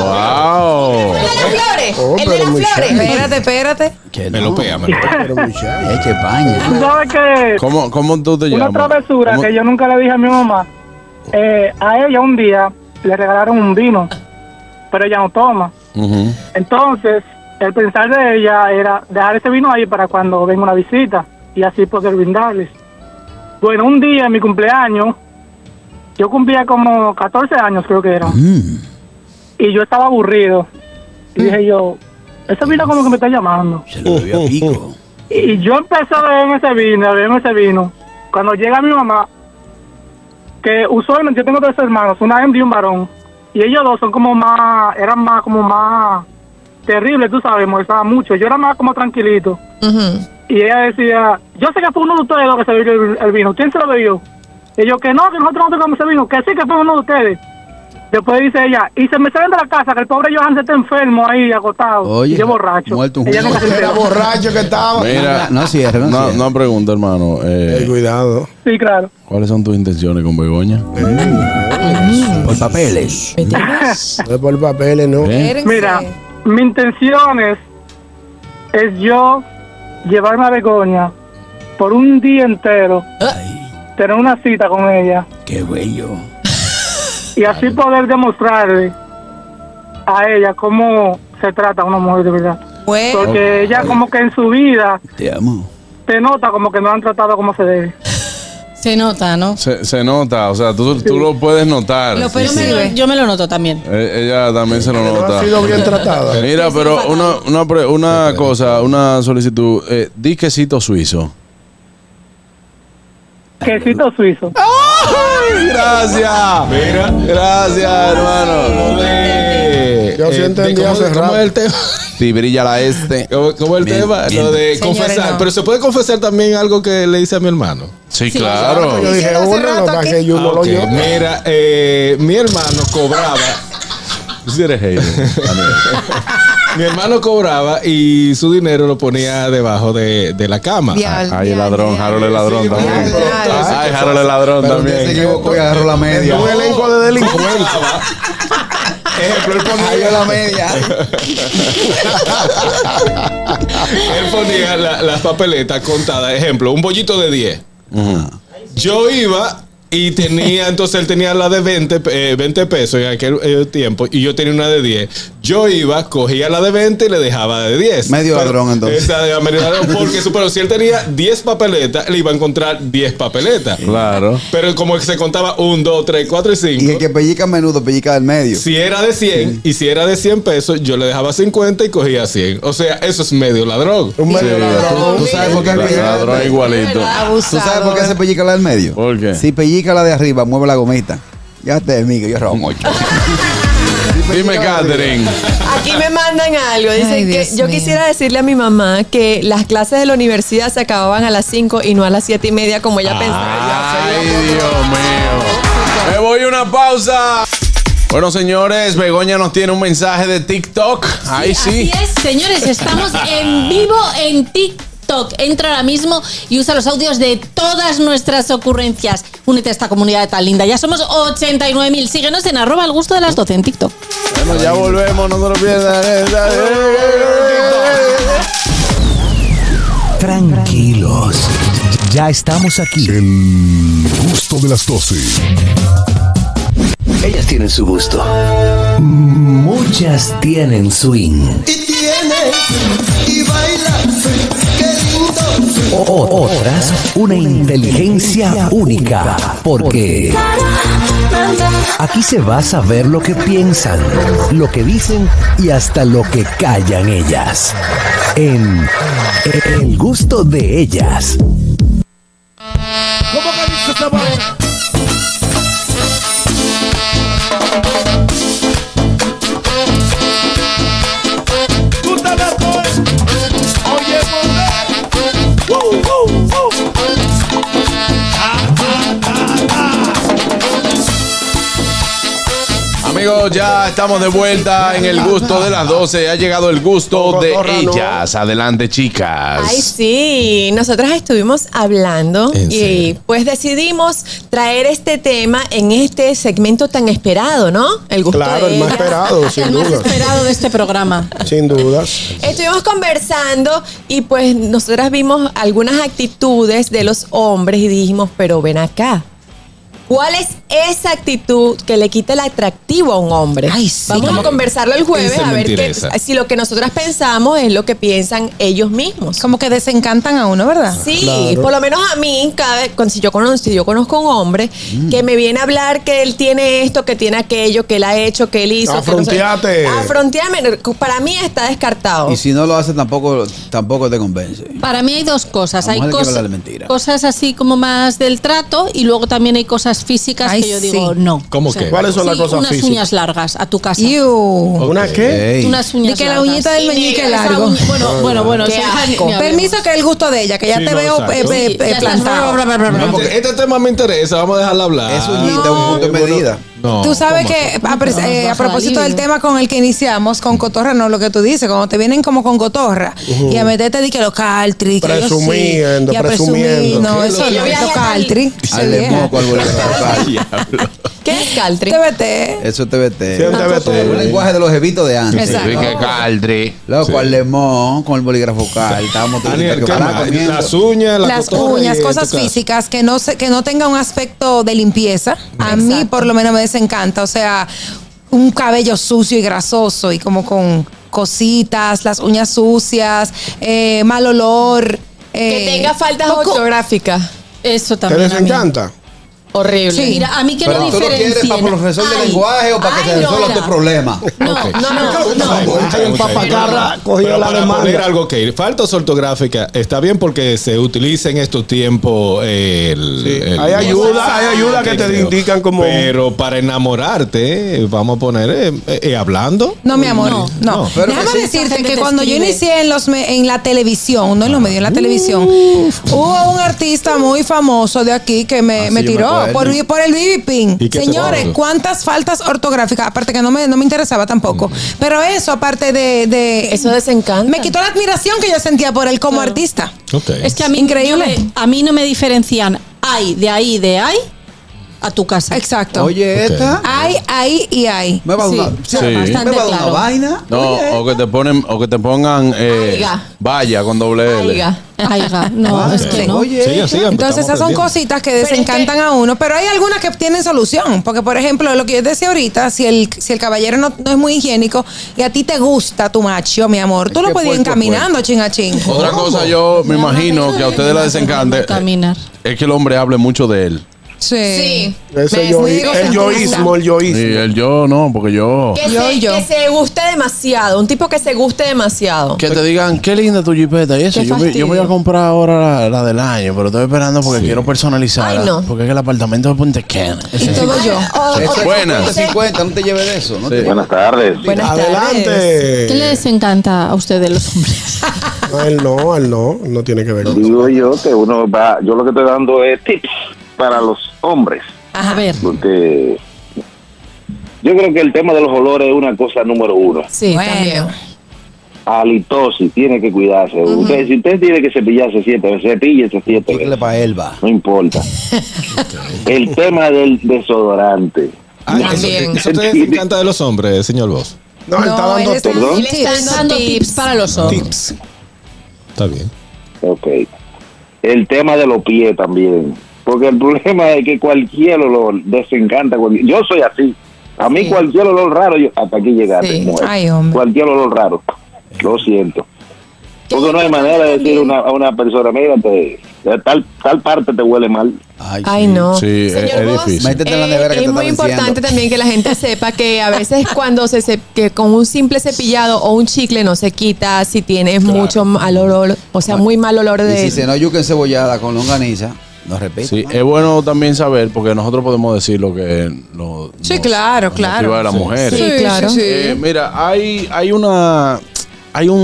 [SPEAKER 3] Wow.
[SPEAKER 8] El de las flores.
[SPEAKER 4] Oh,
[SPEAKER 8] el de
[SPEAKER 4] pero
[SPEAKER 8] las
[SPEAKER 4] muchacho.
[SPEAKER 8] flores.
[SPEAKER 6] Espérate, espérate.
[SPEAKER 5] Que
[SPEAKER 7] Me
[SPEAKER 5] no,
[SPEAKER 7] lo pega, me lo pega.
[SPEAKER 4] Pero muchacho.
[SPEAKER 5] Eche paña.
[SPEAKER 11] Tú sabes que
[SPEAKER 3] ¿Cómo, ¿Cómo tú te
[SPEAKER 11] una
[SPEAKER 3] llamas?
[SPEAKER 11] travesura
[SPEAKER 3] ¿Cómo?
[SPEAKER 11] que yo nunca le dije a mi mamá, eh, a ella un día le regalaron un vino, pero ella no toma.
[SPEAKER 3] Ujú.
[SPEAKER 11] Entonces,
[SPEAKER 15] el pensar de ella era dejar ese vino ahí para cuando venga una visita y así poder brindarles. Bueno, un día en mi cumpleaños, yo cumplía como 14 años creo que era, y yo estaba aburrido. Y dije yo, ese vino como que me está llamando. Y yo empecé a ver en ese vino, a ver en ese vino. Cuando llega mi mamá, que usualmente yo tengo tres hermanos, una hembra y un varón. Y ellos dos son como más, eran más, como más terribles, tú sabes, molestaban mucho. Yo era más como tranquilito. Y ella decía, yo sé que fue uno de ustedes los que se bebió el, el vino. ¿Quién se lo bebió? Y yo, que no, que nosotros no tomamos ese vino. Que sí, que fue uno de ustedes. Después dice ella, y se me salen de la casa, que el pobre Johan se está enfermo ahí, agotado. y yo borracho.
[SPEAKER 5] muerto un
[SPEAKER 15] Ella nunca se
[SPEAKER 4] Oh, Era
[SPEAKER 15] enteró.
[SPEAKER 4] borracho que estaba.
[SPEAKER 3] Mira,
[SPEAKER 5] no cierre, no
[SPEAKER 3] No,
[SPEAKER 5] cierre.
[SPEAKER 3] no pregunta, hermano. eh,
[SPEAKER 4] cuidado.
[SPEAKER 15] Sí, claro.
[SPEAKER 3] ¿Cuáles son tus intenciones con Begoña?
[SPEAKER 5] Mm.
[SPEAKER 1] Por papeles.
[SPEAKER 4] No es por papeles, ¿no?
[SPEAKER 15] Mira, mi intención es, es yo llevarme a Begoña por un día entero, tener una cita con ella
[SPEAKER 1] Qué bello.
[SPEAKER 15] y así poder demostrarle a ella cómo se trata una mujer de verdad. Porque ella como que en su vida
[SPEAKER 5] Te amo.
[SPEAKER 15] se nota como que no la han tratado como se debe.
[SPEAKER 10] Se nota, ¿no?
[SPEAKER 3] Se, se nota, o sea, tú, tú lo puedes notar.
[SPEAKER 4] Ah,
[SPEAKER 10] Lo percibe. Yo me lo- yo me lo noto también.
[SPEAKER 3] Eh, ella también se lo nota.
[SPEAKER 4] sido bien tratada.
[SPEAKER 3] Mira, pero una, una, pre- una cosa, una solicitud. Eh, disquecito suizo.
[SPEAKER 15] Quesito suizo.
[SPEAKER 3] Gracias.
[SPEAKER 7] Mira.
[SPEAKER 3] Gracias, hermano.
[SPEAKER 7] Eh,
[SPEAKER 4] Yo sí
[SPEAKER 7] eh,
[SPEAKER 4] entendí
[SPEAKER 7] ¿cómo-
[SPEAKER 4] hace
[SPEAKER 7] cómo
[SPEAKER 4] rato.
[SPEAKER 7] es el tema?
[SPEAKER 3] Si brilla la este.
[SPEAKER 7] ¿Cómo, cómo es el
[SPEAKER 5] Bien,
[SPEAKER 7] tema?
[SPEAKER 5] bien.
[SPEAKER 7] Lo de
[SPEAKER 6] Señores,
[SPEAKER 7] confesar.
[SPEAKER 6] no.
[SPEAKER 7] Pero se puede confesar también algo que le hice a mi hermano.
[SPEAKER 3] Sí,
[SPEAKER 10] Sí,
[SPEAKER 3] claro.
[SPEAKER 4] Yo dije,
[SPEAKER 6] Hace
[SPEAKER 4] uno,
[SPEAKER 6] rato
[SPEAKER 4] lo más
[SPEAKER 6] aquí.
[SPEAKER 4] que yo no
[SPEAKER 7] Ah,
[SPEAKER 4] lo
[SPEAKER 7] ok.
[SPEAKER 4] oyó.
[SPEAKER 7] Mira, eh, mi hermano cobraba.
[SPEAKER 3] Tú sí eres hater, Daniel.
[SPEAKER 7] mi hermano cobraba y su dinero lo ponía debajo de, de la cama.
[SPEAKER 3] Ay, el ladrón, Harold el ladrón
[SPEAKER 7] Sí,
[SPEAKER 3] también.
[SPEAKER 7] pero-
[SPEAKER 3] Ay, Harold el ladrón
[SPEAKER 5] Pero usted se
[SPEAKER 3] también.
[SPEAKER 5] equivocó y agarró la media.
[SPEAKER 4] Un elenco de delincuentes.
[SPEAKER 7] Ejemplo, él
[SPEAKER 5] Agarró
[SPEAKER 7] ponía,
[SPEAKER 5] la media.
[SPEAKER 7] él ponía la- las papeletas contadas. Ejemplo, un bollito de 10. Yo iba y tenía, entonces él tenía la de 20, eh, 20 pesos en aquel eh, tiempo y yo tenía una de 10. Yo iba, cogía la de 20 y le dejaba de 10.
[SPEAKER 5] Medio ladrón, entonces.
[SPEAKER 7] Esa de- medio ladrón, porque su- pero si él tenía 10 papeletas, le iba a encontrar 10 papeletas.
[SPEAKER 3] Claro.
[SPEAKER 7] Pero como que se contaba 1, 2, 3, 4 y 5.
[SPEAKER 5] Y el que pellica a menudo, pellica del medio.
[SPEAKER 7] Si era de 100 y si era de 100 pesos, yo le dejaba 50 y cogía 100. O sea, eso es medio ladrón.
[SPEAKER 4] Un
[SPEAKER 3] Sí,
[SPEAKER 4] medio ladrón.
[SPEAKER 5] tú- tú sabes por qué
[SPEAKER 3] el
[SPEAKER 5] el
[SPEAKER 3] ladrón es igualito.
[SPEAKER 5] ¿Tú sabes por qué se pellica la del medio?
[SPEAKER 3] ¿Por qué?
[SPEAKER 5] Si pellica la de arriba, mueve la gomita. Ya te amigo, yo robo mucho.
[SPEAKER 3] Dime, Catherine.
[SPEAKER 8] Aquí me mandan algo. Dicen
[SPEAKER 6] Ay,
[SPEAKER 8] que
[SPEAKER 6] Dios
[SPEAKER 8] yo
[SPEAKER 6] mío.
[SPEAKER 8] quisiera decirle a mi mamá que las clases de la universidad se acababan a las 5 y no a las 7 y media como ella
[SPEAKER 4] Ah.
[SPEAKER 8] pensaba.
[SPEAKER 3] Ay, Dios mío. Me voy a una pausa. Bueno, señores, Begoña nos tiene un mensaje de TikTok. Ahí sí.
[SPEAKER 10] Así es, señores, estamos en vivo en TikTok. Entra ahora mismo y usa los audios de todas nuestras ocurrencias. Únete a esta comunidad tan linda. Ya somos 89.000. Síguenos en arroba el gusto de las 12 en TikTok.
[SPEAKER 3] Bueno, ya volvemos, no te lo pierdas.
[SPEAKER 1] Tranquilos. Ya estamos aquí.
[SPEAKER 16] El gusto de las 12.
[SPEAKER 1] Ellas tienen su gusto. Muchas tienen swing. O- o- otras, una inteligencia única. Porque aquí se va a saber lo que piensan, lo que dicen y hasta lo que callan ellas. En el gusto de ellas.
[SPEAKER 3] Amigos, ya estamos de vuelta en el gusto de las 12. Ha llegado el gusto de ellas. Adelante,
[SPEAKER 8] Ay,
[SPEAKER 3] chicas.
[SPEAKER 8] sí, nosotras estuvimos hablando
[SPEAKER 7] ¿En
[SPEAKER 8] y
[SPEAKER 7] serio?
[SPEAKER 8] pues decidimos traer este tema en este segmento tan esperado, ¿no? El gusto
[SPEAKER 4] Claro,
[SPEAKER 8] de
[SPEAKER 4] el más
[SPEAKER 8] ellas.
[SPEAKER 4] esperado, sin
[SPEAKER 10] El más
[SPEAKER 4] duda.
[SPEAKER 10] esperado de este programa.
[SPEAKER 4] Sin dudas.
[SPEAKER 8] Estuvimos conversando y pues nosotras vimos algunas actitudes de los hombres y dijimos, pero ven acá, ¿Cuál es esa actitud que le quita el atractivo a un hombre? Vamos a conversarlo el jueves
[SPEAKER 7] Esa
[SPEAKER 8] a
[SPEAKER 7] me
[SPEAKER 8] ver qué-
[SPEAKER 7] interesa.
[SPEAKER 8] si lo que nosotras pensamos es lo que piensan ellos mismos. Como
[SPEAKER 6] que desencantan a uno, ¿verdad?
[SPEAKER 8] Sí,
[SPEAKER 6] Claro.
[SPEAKER 8] por lo menos a mí, cada vez, cuando- si, yo conozco, si yo conozco a un hombre
[SPEAKER 7] Mm.
[SPEAKER 8] que me viene a hablar que él tiene esto, que tiene aquello, que él ha hecho, que él hizo. que no sé-
[SPEAKER 5] Afronteate.
[SPEAKER 8] Afronteame, para mí está descartado.
[SPEAKER 5] Y si no lo hace, tampoco, tampoco te convence.
[SPEAKER 10] Para mí hay dos cosas.
[SPEAKER 5] A
[SPEAKER 10] Hay
[SPEAKER 5] mujer que
[SPEAKER 10] cosas,
[SPEAKER 5] habla de mentira.
[SPEAKER 10] cosas así como más del trato y luego también hay cosas físicas que yo digo no.
[SPEAKER 7] ¿Cómo
[SPEAKER 10] O sea,
[SPEAKER 7] qué?
[SPEAKER 4] ¿Cuáles son las
[SPEAKER 10] sí,
[SPEAKER 4] cosas
[SPEAKER 10] unas
[SPEAKER 4] físicas?
[SPEAKER 10] uñas largas a tu casa.
[SPEAKER 4] ¿Una qué?
[SPEAKER 10] Unas uñas
[SPEAKER 6] Y que la
[SPEAKER 10] largas.
[SPEAKER 6] uñita del
[SPEAKER 10] Sí,
[SPEAKER 6] meñique
[SPEAKER 10] esa
[SPEAKER 6] largo.
[SPEAKER 10] uña- bueno, bueno, bueno.
[SPEAKER 6] Qué
[SPEAKER 10] eso ya ni-
[SPEAKER 6] asco.
[SPEAKER 10] ni hablemos.
[SPEAKER 6] Permiso que el gusto de ella, que ya
[SPEAKER 7] Ah, Sí,
[SPEAKER 6] te
[SPEAKER 7] no,
[SPEAKER 6] veo
[SPEAKER 7] exacto.
[SPEAKER 6] eh, eh,
[SPEAKER 10] Sí, ya estás.
[SPEAKER 6] plantado.
[SPEAKER 7] No, porque este tema me interesa, vamos a dejarla hablar.
[SPEAKER 5] Es uñita, un punto de medida.
[SPEAKER 7] No.
[SPEAKER 6] Tú sabes
[SPEAKER 7] ¿cómo
[SPEAKER 6] que
[SPEAKER 7] así?
[SPEAKER 6] a, pres- eh, a propósito del tema con el que iniciamos, con cotorra, no lo que tú dices, cuando te vienen como con cotorra
[SPEAKER 4] Ujú.
[SPEAKER 6] y a meterte di que los caltri, que yo sí,
[SPEAKER 4] Presumiendo,
[SPEAKER 6] y a presumir,
[SPEAKER 4] presumiendo.
[SPEAKER 6] no,
[SPEAKER 4] Que
[SPEAKER 6] eso
[SPEAKER 4] los
[SPEAKER 6] no,
[SPEAKER 4] caltri.
[SPEAKER 6] eso caltri.
[SPEAKER 5] Al de moco, al volver
[SPEAKER 8] ¿Qué es caltri?
[SPEAKER 6] TBT.
[SPEAKER 5] Eso es TBT.
[SPEAKER 4] Sí, un TBT.
[SPEAKER 5] Es un lenguaje de los evitos de antes.
[SPEAKER 6] Exacto. Sí, que
[SPEAKER 5] caldri. Loco, al lemón, con el bolígrafo cal. Estábamos todos
[SPEAKER 7] Daniel,
[SPEAKER 5] que
[SPEAKER 7] ¿qué
[SPEAKER 5] pará,
[SPEAKER 7] más?
[SPEAKER 5] comiendo.
[SPEAKER 7] Las uñas, la
[SPEAKER 6] las
[SPEAKER 7] cotorra y
[SPEAKER 6] uñas,
[SPEAKER 7] en tu
[SPEAKER 6] cosas
[SPEAKER 7] casa.
[SPEAKER 6] físicas que no se, que no tenga un aspecto de limpieza. A mí por lo menos me desencanta, o sea, un cabello sucio y grasoso y como con cositas, las uñas sucias, eh, mal olor. eh,
[SPEAKER 8] Que tenga faltas ortográficas.
[SPEAKER 10] Eso
[SPEAKER 4] ¿Te
[SPEAKER 10] también.
[SPEAKER 4] les
[SPEAKER 10] a mí.
[SPEAKER 4] encanta?
[SPEAKER 8] Horrible.
[SPEAKER 10] Sí. Mira, a mí que
[SPEAKER 5] Pero
[SPEAKER 10] no
[SPEAKER 5] tú lo quieres para
[SPEAKER 10] diferencien.
[SPEAKER 5] profesor de
[SPEAKER 10] Ay,
[SPEAKER 5] lenguaje o para que te
[SPEAKER 10] ay,
[SPEAKER 5] resuelva
[SPEAKER 10] Lola.
[SPEAKER 5] tu problema.
[SPEAKER 10] No,
[SPEAKER 7] Ok.
[SPEAKER 10] no, no, no.
[SPEAKER 4] Hay un papacarra cogido
[SPEAKER 7] Pero
[SPEAKER 4] la
[SPEAKER 7] para poner
[SPEAKER 4] demanda.
[SPEAKER 7] algo que faltas ortográfica está bien porque se utiliza en estos tiempos eh, el, el-
[SPEAKER 4] Hay ayuda, hay ayuda que te indican como.
[SPEAKER 7] pero para enamorarte eh, vamos a poner eh, eh, hablando
[SPEAKER 6] No, mi amor, no.
[SPEAKER 7] no. Pero
[SPEAKER 6] Déjame
[SPEAKER 10] que sí, esa
[SPEAKER 6] decirte
[SPEAKER 10] gente
[SPEAKER 6] que
[SPEAKER 10] te
[SPEAKER 6] cuando yo
[SPEAKER 10] escribe.
[SPEAKER 6] inicié en, los me- en la televisión, no en los medios, en la televisión, hubo un artista muy famoso de aquí que me,
[SPEAKER 5] Ah, sí,
[SPEAKER 6] me
[SPEAKER 5] yo me
[SPEAKER 6] tiró
[SPEAKER 5] acuerdo.
[SPEAKER 6] por, mi- por el BB Pin.
[SPEAKER 7] ¿Y qué te
[SPEAKER 6] Señores,
[SPEAKER 7] pasó?
[SPEAKER 6] ¿cuántas faltas ortográficas? Aparte que no me, no me interesaba tampoco. Pero eso, aparte de, de-
[SPEAKER 8] Eso desencanta.
[SPEAKER 6] Me quitó la admiración que yo sentía por él como artista.
[SPEAKER 7] Ok.
[SPEAKER 10] Es que a mí
[SPEAKER 6] Increíble.
[SPEAKER 10] yo me- a mí no me diferencian ay de ahí de ay a tu casa.
[SPEAKER 6] Exacto.
[SPEAKER 5] Oye,
[SPEAKER 7] Ok.
[SPEAKER 5] esta.
[SPEAKER 6] Hay, hay y hay.
[SPEAKER 5] Me va a
[SPEAKER 10] Sí,
[SPEAKER 5] dar
[SPEAKER 10] sí,
[SPEAKER 5] me va a
[SPEAKER 10] bastante
[SPEAKER 5] dar una
[SPEAKER 10] claro.
[SPEAKER 5] vaina.
[SPEAKER 3] No, o que te ponen, o que te pongan eh,
[SPEAKER 8] Aiga.
[SPEAKER 3] vaya con doble L.
[SPEAKER 8] Oiga.
[SPEAKER 10] Ay, ga- no, es que no.
[SPEAKER 5] Oye,
[SPEAKER 7] Sigan,
[SPEAKER 5] esta.
[SPEAKER 7] sigan,
[SPEAKER 6] Entonces
[SPEAKER 7] estamos
[SPEAKER 6] esas son
[SPEAKER 7] aprendiendo.
[SPEAKER 6] cositas que
[SPEAKER 8] Pero es
[SPEAKER 6] desencantan
[SPEAKER 8] que-
[SPEAKER 6] a uno, pero hay algunas que tienen solución, porque por ejemplo, lo que yo decía ahorita, si el, si el caballero no, no es muy higiénico y a ti te gusta tu macho, mi amor, tú
[SPEAKER 5] Es
[SPEAKER 6] lo
[SPEAKER 5] que
[SPEAKER 6] puedes ir
[SPEAKER 5] puerco a
[SPEAKER 6] encaminando chin a chin.
[SPEAKER 3] Otra cosa yo me
[SPEAKER 10] Ya,
[SPEAKER 3] imagino
[SPEAKER 10] no,
[SPEAKER 3] que a ustedes
[SPEAKER 10] no,
[SPEAKER 3] la
[SPEAKER 10] no,
[SPEAKER 3] desencante
[SPEAKER 10] no, caminar.
[SPEAKER 3] eh, es que el hombre hable mucho de él.
[SPEAKER 8] Sí.
[SPEAKER 4] Eso
[SPEAKER 8] Me-
[SPEAKER 4] yo-
[SPEAKER 8] me digo,
[SPEAKER 4] el
[SPEAKER 8] se
[SPEAKER 4] yoísmo, el
[SPEAKER 3] Y
[SPEAKER 4] yoísmo.
[SPEAKER 3] el yo no, porque yo
[SPEAKER 8] Que,
[SPEAKER 6] Yo
[SPEAKER 8] se,
[SPEAKER 6] y yo.
[SPEAKER 8] que se guste demasiado. Un tipo que se guste demasiado.
[SPEAKER 3] que te digan qué linda tu jipeta y eso.
[SPEAKER 8] Qué
[SPEAKER 3] Yo, voy- yo voy a
[SPEAKER 8] fastidio.
[SPEAKER 3] comprar ahora la, la del año, pero estoy esperando porque
[SPEAKER 7] Sí.
[SPEAKER 3] quiero personalizarla.
[SPEAKER 8] Ay, no.
[SPEAKER 3] Porque es que el apartamento de Punta Cana.
[SPEAKER 6] Y todo yo.
[SPEAKER 8] O-
[SPEAKER 5] Eso es
[SPEAKER 3] Buenas.
[SPEAKER 5] 50, no te lleves de eso. No te
[SPEAKER 9] Buenas tardes.
[SPEAKER 8] Buenas tardes.
[SPEAKER 4] Adelante.
[SPEAKER 9] Eh.
[SPEAKER 10] ¿Qué les encanta a ustedes los hombres?
[SPEAKER 4] No, él no, a él no, no tiene que ver con
[SPEAKER 9] Digo yo que uno va, yo lo que estoy dando es tips para los hombres,
[SPEAKER 10] A ver,
[SPEAKER 9] porque yo creo que el tema de los olores es una cosa número uno.
[SPEAKER 8] Sí,
[SPEAKER 6] Bueno.
[SPEAKER 8] también.
[SPEAKER 9] Halitosis, tiene que cuidarse. Usted, si usted tiene que cepillarse siete veces, cepíllese siete
[SPEAKER 5] Chíquele
[SPEAKER 9] veces.
[SPEAKER 5] pa' Elba.
[SPEAKER 9] No importa. el tema del desodorante.
[SPEAKER 7] Ah, eso,
[SPEAKER 8] También.
[SPEAKER 7] eso te encanta de los hombres señor Vos
[SPEAKER 4] No, él está
[SPEAKER 6] No,
[SPEAKER 4] dando
[SPEAKER 6] él está-
[SPEAKER 9] ¿Perdón?
[SPEAKER 6] él está
[SPEAKER 10] están
[SPEAKER 6] dando
[SPEAKER 10] dando tips para los hombres.
[SPEAKER 4] tips.
[SPEAKER 7] está bien
[SPEAKER 9] Ok. El tema de los pies también. Porque el problema es que cualquier olor desencanta. cualquier- Yo soy así. A mí
[SPEAKER 8] Sí.
[SPEAKER 9] cualquier olor raro, yo, hasta aquí llegaste.
[SPEAKER 8] Sí.
[SPEAKER 9] mujer.
[SPEAKER 6] Ay, hombre.
[SPEAKER 9] Cualquier olor raro. Lo siento.
[SPEAKER 8] ¿Qué
[SPEAKER 9] Porque no hay
[SPEAKER 8] otra
[SPEAKER 9] manera de
[SPEAKER 8] también?
[SPEAKER 9] decir una- a una persona, mira, te- tal, tal parte te huele mal.
[SPEAKER 8] Ay,
[SPEAKER 5] sí.
[SPEAKER 8] no.
[SPEAKER 3] Sí, es- es
[SPEAKER 8] Bosch,
[SPEAKER 3] difícil.
[SPEAKER 5] Métete en la nevera que
[SPEAKER 8] es
[SPEAKER 5] te
[SPEAKER 8] muy
[SPEAKER 5] están
[SPEAKER 8] importante
[SPEAKER 5] diciendo.
[SPEAKER 8] también que la gente sepa que a veces cuando se cep- que con un simple cepillado o un chicle no se quita si tienes mucho mal olor, o sea, muy mal olor
[SPEAKER 5] Y si
[SPEAKER 8] de
[SPEAKER 5] se no yuca cebollada con longaniza, no repito.
[SPEAKER 3] Sí, es bueno también saber porque nosotros podemos decir lo que lo,
[SPEAKER 6] Sí,
[SPEAKER 3] nos-
[SPEAKER 6] claro,
[SPEAKER 3] nos
[SPEAKER 6] claro.
[SPEAKER 3] motiva de las
[SPEAKER 6] Sí.
[SPEAKER 3] mujeres.
[SPEAKER 8] Sí, claro.
[SPEAKER 6] sí, sí.
[SPEAKER 3] Eh, mira, hay, hay una hay un-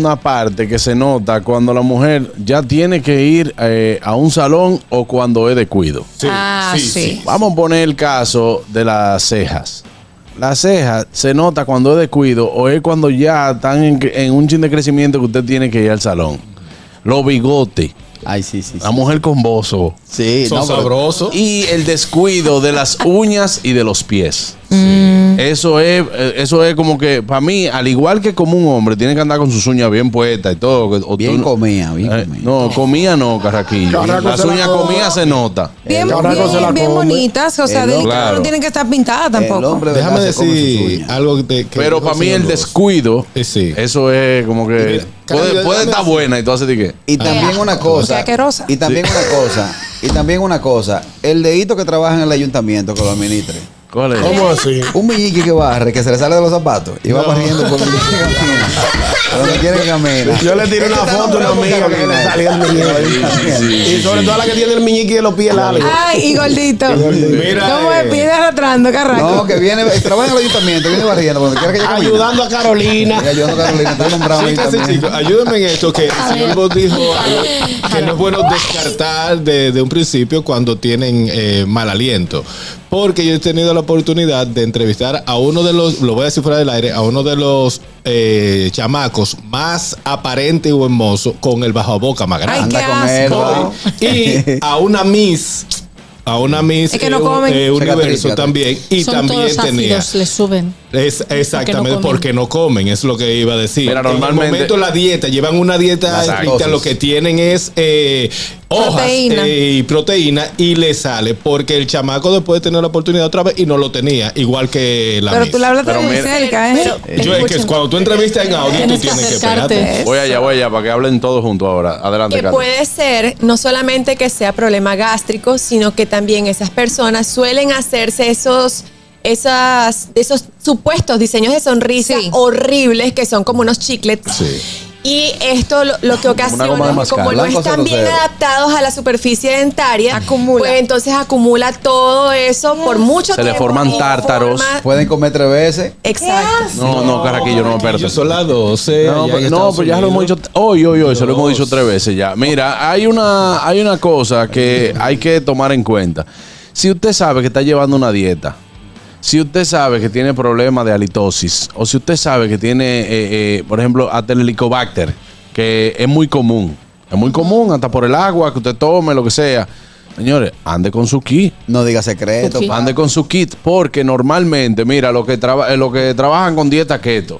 [SPEAKER 3] una parte que se nota cuando la mujer ya tiene que ir eh, a un salón o cuando es de cuido.
[SPEAKER 6] ah, sí.
[SPEAKER 3] Vamos a poner el caso de las cejas. Las cejas se nota cuando es descuido o es cuando ya están en, en un chin de crecimiento que usted tiene que ir al salón. Los bigotes,
[SPEAKER 5] Ay, sí, sí.
[SPEAKER 3] la
[SPEAKER 5] Sí,
[SPEAKER 3] mujer con bozo
[SPEAKER 5] sí
[SPEAKER 7] son
[SPEAKER 5] no, pero-
[SPEAKER 7] sabrosos
[SPEAKER 3] y el descuido de las uñas y de los pies.
[SPEAKER 5] Mm.
[SPEAKER 3] Eso es, eh, eso es como que, para mí, al igual que como un hombre, tiene que andar con sus uñas bien puestas y todo. que- o
[SPEAKER 5] Bien
[SPEAKER 3] tú no-
[SPEAKER 5] comía, bien
[SPEAKER 3] Eh, no, comía no, Carraquillo.
[SPEAKER 5] Carraco
[SPEAKER 3] Las
[SPEAKER 5] se la
[SPEAKER 3] uñas
[SPEAKER 5] come.
[SPEAKER 3] comía se nota.
[SPEAKER 6] Bien, bien, bien bonitas, o sea,
[SPEAKER 3] El
[SPEAKER 6] delicadas,
[SPEAKER 3] hombre-
[SPEAKER 6] no tienen que estar pintadas tampoco.
[SPEAKER 7] Déjame decir algo de- que.
[SPEAKER 3] Pero para mí el descuido, eso es como que puede,
[SPEAKER 5] Eh, Carraquillo, Ah,
[SPEAKER 3] puede
[SPEAKER 5] déjame
[SPEAKER 3] estar
[SPEAKER 5] decir-
[SPEAKER 3] buena y tú haces de qué.
[SPEAKER 5] Y también una cosa.
[SPEAKER 6] asquerosa.
[SPEAKER 5] Y también una cosa. Y también una cosa. El dedito que trabaja en el ayuntamiento que lo administre.
[SPEAKER 3] ¿Cuál es?
[SPEAKER 5] ¿Cómo así? Un meñique que barre, que se le sale de los zapatos. Y va barriendo por donde quiere que camina. Por donde quiere que camina.
[SPEAKER 4] Yo le tiré
[SPEAKER 5] Es que
[SPEAKER 4] una
[SPEAKER 5] está
[SPEAKER 4] foto a una
[SPEAKER 5] nombrado
[SPEAKER 4] amiga
[SPEAKER 5] porque
[SPEAKER 4] que
[SPEAKER 5] lo
[SPEAKER 4] le
[SPEAKER 5] que
[SPEAKER 4] salía el
[SPEAKER 5] le- Sí,
[SPEAKER 4] meñique.
[SPEAKER 5] sí,
[SPEAKER 4] Y sobre
[SPEAKER 5] sí.
[SPEAKER 4] todo la que tiene el meñique de los pies largos.
[SPEAKER 6] Ay, y gordito. ¿Cómo me pide arrastrando, carraco?
[SPEAKER 5] No, que viene, trabaja en el ayuntamiento, viene barriendo, por donde quiera que llegue. camina.
[SPEAKER 4] Ayudando a Carolina.
[SPEAKER 5] Sí, ayudando a Carolina, está nombrado ahí
[SPEAKER 7] Chicas y
[SPEAKER 5] también.
[SPEAKER 7] chicos, ayúdenme en esto que el señor Bot dijo algo que no es bueno descartar de, de un principio cuando tienen eh, mal aliento. Porque yo he tenido la oportunidad de entrevistar a uno de los, lo voy a decir fuera del aire, a uno de los eh, chamacos más aparente y buen mozo con el bajo boca más
[SPEAKER 6] Ay,
[SPEAKER 7] grande.
[SPEAKER 6] qué Anda con él, asco.
[SPEAKER 7] Y a una Miss. A una Miss
[SPEAKER 10] Es que no
[SPEAKER 7] eh,
[SPEAKER 10] comen.
[SPEAKER 7] eh, universo
[SPEAKER 5] Fíjate, fíjate.
[SPEAKER 7] también. Y
[SPEAKER 10] Son
[SPEAKER 7] también
[SPEAKER 10] todos
[SPEAKER 7] tenía.
[SPEAKER 10] ácidos, les suben.
[SPEAKER 7] Es, exactamente,
[SPEAKER 10] comen.
[SPEAKER 7] porque no comen, es lo que iba a decir.
[SPEAKER 3] Mira, normalmente-
[SPEAKER 7] En el momento la dieta, llevan una dieta
[SPEAKER 5] Las
[SPEAKER 7] estricta,
[SPEAKER 5] cosas.
[SPEAKER 7] lo que tienen es eh, hojas
[SPEAKER 6] Proteína.
[SPEAKER 7] eh, y proteína y le sale, porque el chamaco después de tener la oportunidad otra vez y no lo tenía, igual que la
[SPEAKER 6] Pero
[SPEAKER 7] Miss.
[SPEAKER 6] tú le hablas
[SPEAKER 3] Pero
[SPEAKER 6] muy
[SPEAKER 3] mira-
[SPEAKER 6] cerca, ¿eh?
[SPEAKER 7] Yo es que cuando tú entrevistas en audio, tú
[SPEAKER 10] Tienes que
[SPEAKER 7] tienes que
[SPEAKER 10] acercarte.
[SPEAKER 7] esperarte.
[SPEAKER 3] Voy allá, voy allá, para que hablen todos juntos ahora. Adelante,
[SPEAKER 8] Que
[SPEAKER 3] Carla.
[SPEAKER 8] puede ser no solamente que sea problema gástrico, sino que también esas personas suelen hacerse esos esas esos supuestos diseños de sonrisa
[SPEAKER 6] Sí.
[SPEAKER 8] horribles que son como unos chiclets.
[SPEAKER 7] Sí.
[SPEAKER 8] Y esto lo, lo que
[SPEAKER 5] goma de
[SPEAKER 8] ocasiona,
[SPEAKER 5] mascar,
[SPEAKER 8] como no
[SPEAKER 5] blanco
[SPEAKER 8] están bien
[SPEAKER 5] 00.
[SPEAKER 8] adaptados a la superficie dentaria,
[SPEAKER 6] Acumula. Mm.
[SPEAKER 8] pues entonces acumula todo eso por mucho
[SPEAKER 3] Se le
[SPEAKER 8] tiempo.
[SPEAKER 3] forman
[SPEAKER 8] y
[SPEAKER 3] tártaros.
[SPEAKER 8] forma-
[SPEAKER 5] Pueden comer tres veces.
[SPEAKER 8] Exacto.
[SPEAKER 3] No, no, Carraquillo, no, espérate.
[SPEAKER 7] Yo son las 12. allá
[SPEAKER 3] No, pero,
[SPEAKER 7] en
[SPEAKER 3] no,
[SPEAKER 7] Estados
[SPEAKER 3] pero ya lo hemos
[SPEAKER 7] Unidos.
[SPEAKER 3] dicho hoy, hoy, hoy, se lo hemos dicho tres veces ya. Mira, hay una, hay una cosa que hay que tomar en cuenta. Si usted sabe que está llevando una dieta, si usted sabe que tiene problemas de halitosis, o si usted sabe que tiene, eh, eh, por ejemplo, Atelicobacter, que es muy común, es muy común, hasta por el agua que usted tome, lo que sea. Señores, ande con su ki.
[SPEAKER 5] No diga secreto.
[SPEAKER 10] Sí.
[SPEAKER 5] pa-
[SPEAKER 3] Ande con su kit, porque normalmente, mira, los que, traba- eh, los que trabajan con dieta keto,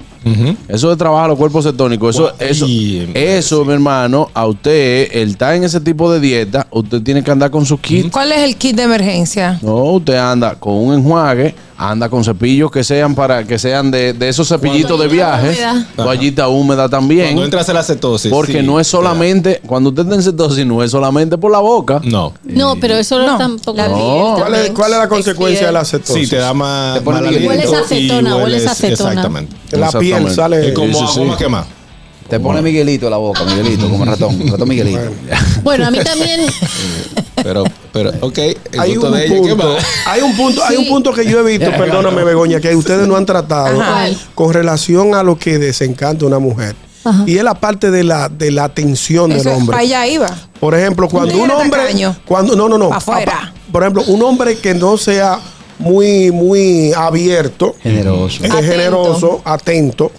[SPEAKER 3] eso de trabajar los cuerpos cetónicos, eso,
[SPEAKER 7] Guay,
[SPEAKER 3] eso,
[SPEAKER 7] hombre,
[SPEAKER 3] eso mi hermano, a usted, el está en ese tipo de dieta, usted tiene que andar con su kit.
[SPEAKER 6] ¿Cuál es el kit de emergencia?
[SPEAKER 3] No, usted anda con un enjuague, anda con cepillos que sean para que sean de, de esos cepillitos de
[SPEAKER 8] Toallita
[SPEAKER 3] viaje,
[SPEAKER 8] húmeda.
[SPEAKER 3] toallita húmeda también,
[SPEAKER 7] Cuando entras a la cetosis.
[SPEAKER 3] porque
[SPEAKER 7] sí,
[SPEAKER 3] no es solamente, cuando usted está en cetosis, no es solamente por la boca.
[SPEAKER 7] te da- No.
[SPEAKER 10] No, pero eso
[SPEAKER 6] No.
[SPEAKER 10] tampoco.
[SPEAKER 8] La piel
[SPEAKER 4] ¿Cuál es,
[SPEAKER 8] también
[SPEAKER 4] cuál es la
[SPEAKER 8] se
[SPEAKER 4] consecuencia
[SPEAKER 8] expide.
[SPEAKER 4] de la cetosis?
[SPEAKER 7] Sí, te da más.
[SPEAKER 5] Te pone
[SPEAKER 7] mal
[SPEAKER 5] bien.
[SPEAKER 7] aliento
[SPEAKER 10] Hueles a
[SPEAKER 7] y
[SPEAKER 10] acetona, hueles a acetona.
[SPEAKER 7] Exactamente.
[SPEAKER 4] La piel
[SPEAKER 3] Exactamente.
[SPEAKER 4] sale.
[SPEAKER 7] Es como
[SPEAKER 3] sí,
[SPEAKER 7] agua
[SPEAKER 3] sí.
[SPEAKER 7] más que más.
[SPEAKER 5] Te pone Miguelito en la boca, Miguelito, como ratón. Ratón Miguelito.
[SPEAKER 10] Bueno, a mí también.
[SPEAKER 7] Pero, pero, ok, el
[SPEAKER 4] hay
[SPEAKER 7] gusto
[SPEAKER 4] un,
[SPEAKER 7] de ella, ¿qué
[SPEAKER 4] punto,
[SPEAKER 7] más?
[SPEAKER 4] hay un punto, hay un
[SPEAKER 10] Sí.
[SPEAKER 4] punto que yo he visto, perdóname Begoña, que ustedes no han tratado
[SPEAKER 10] Ajá.
[SPEAKER 4] con relación a lo que desencanta una mujer.
[SPEAKER 10] Ajá.
[SPEAKER 4] Y es la parte de la de la atención del
[SPEAKER 6] Eso,
[SPEAKER 4] hombre.
[SPEAKER 6] para allá iba.
[SPEAKER 4] Por ejemplo, cuando un
[SPEAKER 6] tigre
[SPEAKER 4] hombre.
[SPEAKER 6] tacaño.
[SPEAKER 4] Cuando, no, no, no.
[SPEAKER 6] Pa' afuera.
[SPEAKER 4] Ah, Por ejemplo, un hombre que no sea muy, muy abierto,
[SPEAKER 5] Generoso.
[SPEAKER 4] eh, generoso, atento.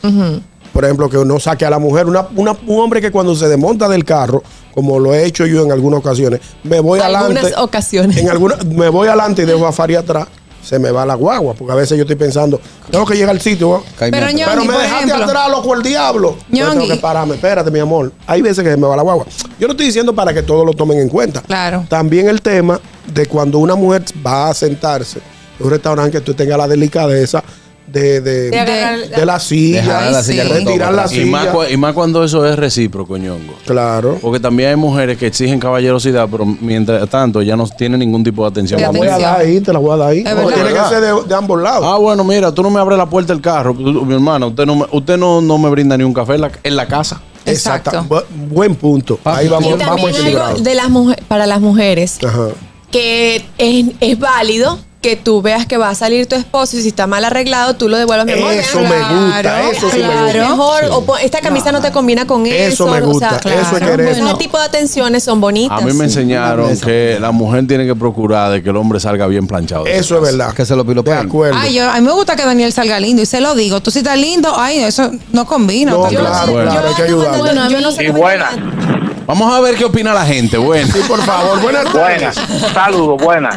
[SPEAKER 4] Por ejemplo, que no saque a la mujer. Una, una- un hombre que cuando se desmonta del carro, como lo he hecho yo en algunas ocasiones, me voy
[SPEAKER 8] Algunas
[SPEAKER 4] adelante.
[SPEAKER 8] ocasiones.
[SPEAKER 4] En alguna, me voy adelante y dejo a Faria atrás. Se me va la guagua, porque a veces yo estoy pensando, tengo que llegar al sitio. ¿eh?
[SPEAKER 5] Caimito.
[SPEAKER 6] Pero ño-
[SPEAKER 4] Pero
[SPEAKER 6] Ñongui,
[SPEAKER 4] me
[SPEAKER 6] por
[SPEAKER 4] dejaste
[SPEAKER 6] ejemplo.
[SPEAKER 4] atrás, loco, el diablo. Yo tengo
[SPEAKER 6] Ñongui.
[SPEAKER 4] que pararme. Espérate, mi amor. Hay veces que se me va la guagua. Yo no estoy diciendo para que todos lo tomen en cuenta.
[SPEAKER 6] Claro.
[SPEAKER 4] También el tema de cuando una mujer va a sentarse en un restaurante que tú tengas la delicadeza de, de,
[SPEAKER 8] De agarrar-
[SPEAKER 4] de la silla,
[SPEAKER 3] Ah,
[SPEAKER 5] Dejar la silla
[SPEAKER 4] de
[SPEAKER 5] con
[SPEAKER 4] retirar
[SPEAKER 5] todo,
[SPEAKER 4] la
[SPEAKER 5] ¿verdad?
[SPEAKER 3] Y más,
[SPEAKER 4] silla.
[SPEAKER 3] cua- y más cuando eso es recíproco, ñongo.
[SPEAKER 4] Claro.
[SPEAKER 3] Porque también hay mujeres que exigen caballerosidad, pero mientras tanto ya no tienen ningún tipo de atención.
[SPEAKER 4] Te la voy a dar ahí, te la voy a dar ahí.
[SPEAKER 6] Es
[SPEAKER 4] No,
[SPEAKER 6] verdad.
[SPEAKER 4] tiene que
[SPEAKER 3] ¿Verdad?
[SPEAKER 4] ser de, de ambos lados.
[SPEAKER 3] Ah, bueno, mira, tú no me abres la puerta del carro, Tú- mi hermana. Usted no me, usted no, no me brinda ni un café en la, en la casa.
[SPEAKER 6] Exacto.
[SPEAKER 4] Bu- Buen punto. Ahí
[SPEAKER 8] Y
[SPEAKER 4] vamos, vamos
[SPEAKER 8] también algo
[SPEAKER 4] equilibrados.
[SPEAKER 8] de las mujer- para las mujeres
[SPEAKER 4] Ajá.
[SPEAKER 8] que es, es válido que tú veas que va a salir tu esposo y si está mal arreglado, tú lo devuelvas mejor.
[SPEAKER 4] Eso me gusta, eso sí me gusta.
[SPEAKER 8] Mejor, o pon- esta camisa no te combina con
[SPEAKER 4] Eso
[SPEAKER 8] eso.
[SPEAKER 4] me gusta, eso es querer.
[SPEAKER 8] Ese
[SPEAKER 4] Bueno.
[SPEAKER 8] tipo de atenciones son bonitas.
[SPEAKER 3] A mí me enseñaron
[SPEAKER 5] Una
[SPEAKER 3] que la mujer tiene que procurar de que el hombre salga bien planchado. de
[SPEAKER 4] Eso es
[SPEAKER 3] casa.
[SPEAKER 4] verdad.
[SPEAKER 5] Que se lo
[SPEAKER 4] De
[SPEAKER 5] piloteen.
[SPEAKER 4] acuerdo.
[SPEAKER 6] Ay, yo, a mí me gusta que Daniel salga lindo y se lo digo. Tú si estás lindo, ay, eso no combina.
[SPEAKER 4] No,
[SPEAKER 6] Yo-
[SPEAKER 4] claro,
[SPEAKER 3] Bueno.
[SPEAKER 4] claro, hay que ayudar.
[SPEAKER 10] Bueno, a mí-
[SPEAKER 8] yo no sé
[SPEAKER 9] Y
[SPEAKER 8] cómo
[SPEAKER 9] buena.
[SPEAKER 8] llegar.
[SPEAKER 3] Vamos a ver qué opina la gente. Bueno,
[SPEAKER 4] Sí, por favor, buenas tardes.
[SPEAKER 9] Buena. Saludos, buena.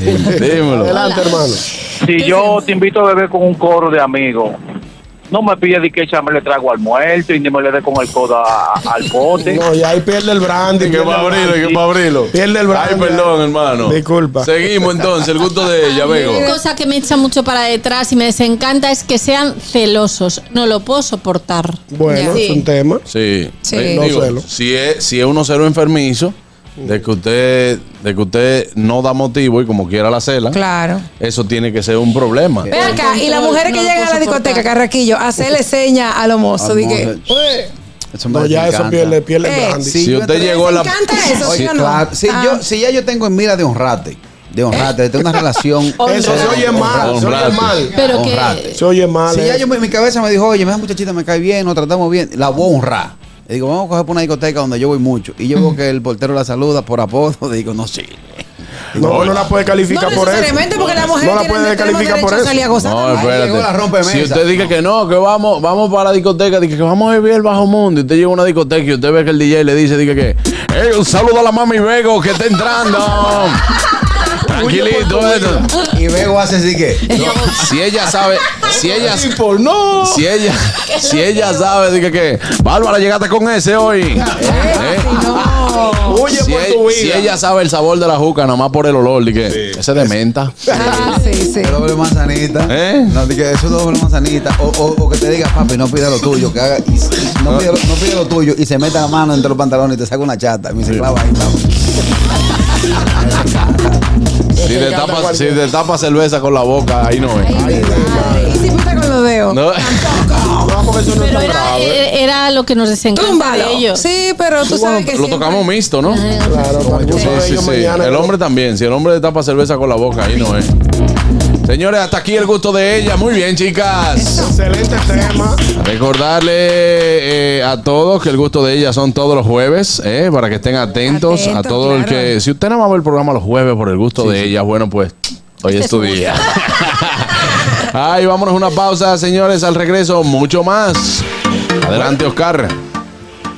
[SPEAKER 3] dímelo.
[SPEAKER 4] Adelante, hermano.
[SPEAKER 13] si yo te invito a beber con un coro de amigos, no me pides de que echarme le trago al muerto y ni me le dé con el codo a- al bote.
[SPEAKER 4] No, y ahí pierde el brandy.
[SPEAKER 3] Que
[SPEAKER 4] pierde
[SPEAKER 3] para
[SPEAKER 4] el
[SPEAKER 3] abrirlo,
[SPEAKER 4] brandy.
[SPEAKER 3] que para abrirlo.
[SPEAKER 4] Pierde el brandy.
[SPEAKER 3] Ay, perdón, hermano.
[SPEAKER 4] Disculpa.
[SPEAKER 3] Seguimos entonces, el gusto de ella, Bego.
[SPEAKER 10] Una cosa que me echa mucho para detrás y me desencanta es que sean celosos. No lo puedo soportar.
[SPEAKER 4] Bueno,
[SPEAKER 10] Ya.
[SPEAKER 4] es un tema.
[SPEAKER 3] Sí.
[SPEAKER 10] Sí.
[SPEAKER 3] Eh,
[SPEAKER 4] No
[SPEAKER 3] digo,
[SPEAKER 4] celo.
[SPEAKER 3] si es, si es uno cero enfermizo, de que usted, de que usted no da motivo y como quiera la cela.
[SPEAKER 6] Claro.
[SPEAKER 3] Eso tiene que ser un problema.
[SPEAKER 6] Ven acá, y las mujeres que llegan a la discoteca, Carraquillo, hacerle seña a los mozos.
[SPEAKER 3] Al
[SPEAKER 6] Dije,
[SPEAKER 4] Pues. No, ya eso pierde, pierde el
[SPEAKER 6] Eh,
[SPEAKER 4] brandy.
[SPEAKER 5] Si
[SPEAKER 3] usted llegó a la-
[SPEAKER 6] encanta eso,
[SPEAKER 5] Oye,
[SPEAKER 6] ¿sí o no?
[SPEAKER 5] claro, si,
[SPEAKER 6] Ah. Eh.
[SPEAKER 5] yo, si ya yo tengo en mira de honrate, de honrate, de tener una relación.
[SPEAKER 4] Eso se oye mal, se oye
[SPEAKER 3] Honrate.
[SPEAKER 4] mal.
[SPEAKER 10] Pero que-
[SPEAKER 5] Honrate.
[SPEAKER 4] Se oye mal.
[SPEAKER 5] Si ya
[SPEAKER 4] eh.
[SPEAKER 5] yo, mi cabeza me dijo, oye, esa muchachita me cae bien, nos tratamos bien, la voy a honrar. Y digo, vamos a coger por una discoteca donde yo voy mucho. Y
[SPEAKER 6] Mm.
[SPEAKER 5] yo veo que el portero la saluda por apodo. Digo, no sé.
[SPEAKER 4] No, no la puede
[SPEAKER 6] No
[SPEAKER 4] calificar por eso.
[SPEAKER 6] necesariamente, porque las mujeres
[SPEAKER 4] No la
[SPEAKER 6] tienen-
[SPEAKER 4] puede
[SPEAKER 6] tenemos
[SPEAKER 4] calificar
[SPEAKER 6] derecho
[SPEAKER 4] por
[SPEAKER 6] a salir a
[SPEAKER 4] eso.
[SPEAKER 6] gozar.
[SPEAKER 3] No,
[SPEAKER 5] Ahí llegó la
[SPEAKER 3] espérate.
[SPEAKER 5] rompemesa.
[SPEAKER 3] Si usted dice que no, que vamos, vamos para la discoteca, dice que vamos a vivir el bajo mundo, y usted llega a una discoteca y usted ve que el DJ le dice, dice que, "Ey, un saludo a la mami Bego que está entrando.
[SPEAKER 6] Ah,
[SPEAKER 3] Tranquilito esto.
[SPEAKER 5] Y veo hace así que.
[SPEAKER 3] No, si ella sabe, si ella,
[SPEAKER 7] Por no.
[SPEAKER 3] si ella, si ella sabe, dice que, Bárbara, llegaste con ese hoy. Eh,
[SPEAKER 4] Huye
[SPEAKER 3] Si,
[SPEAKER 4] por
[SPEAKER 3] e-
[SPEAKER 4] tu
[SPEAKER 3] si
[SPEAKER 4] vida.
[SPEAKER 3] ella sabe el sabor de la juca, nada más por el olor, dije, ese de menta.
[SPEAKER 6] Ah, sí, sí.
[SPEAKER 5] Doble manzanita.
[SPEAKER 3] ¿Eh?
[SPEAKER 5] No, dije, eso es doble manzanita. O, o- o que te diga, papi, no pida lo tuyo. Que haga, y- y- no, pida lo, no pida lo tuyo. Y se meta la mano entre los pantalones y te saca una chata. Y me dice, clava ahí, clava.
[SPEAKER 3] Si te tapa, si te tapa cerveza con la boca, ahí no es.
[SPEAKER 6] Ay, Y si pinta con los dedos.
[SPEAKER 3] No.
[SPEAKER 10] Pero era, eh, era lo que nos desencanta
[SPEAKER 6] Túmbalo.
[SPEAKER 10] de ellos.
[SPEAKER 6] ¿eh? Sí, pero tú sabes que
[SPEAKER 3] Lo
[SPEAKER 6] siempre-
[SPEAKER 3] tocamos mixto, ¿no?
[SPEAKER 4] Claro,
[SPEAKER 3] Sí,
[SPEAKER 4] algunos de
[SPEAKER 3] sí,
[SPEAKER 4] ellos
[SPEAKER 3] sí.
[SPEAKER 4] mañana-
[SPEAKER 3] El hombre también. Si el hombre tapa cerveza con la boca, ahí no es. Señores, hasta aquí el gusto de ella. Muy bien, chicas.
[SPEAKER 4] Excelente tema.
[SPEAKER 3] Recordarle eh, a todos que el gusto de ella son todos los jueves, eh, para que estén atentos a
[SPEAKER 6] Atentos,
[SPEAKER 3] todo el
[SPEAKER 6] claro.
[SPEAKER 3] que. Si usted no va a ver el programa los jueves por el gusto de ella, bueno, pues hoy es tu día. Ay, vámonos a una pausa, señores. Al regreso, mucho más. Adelante, Oscar.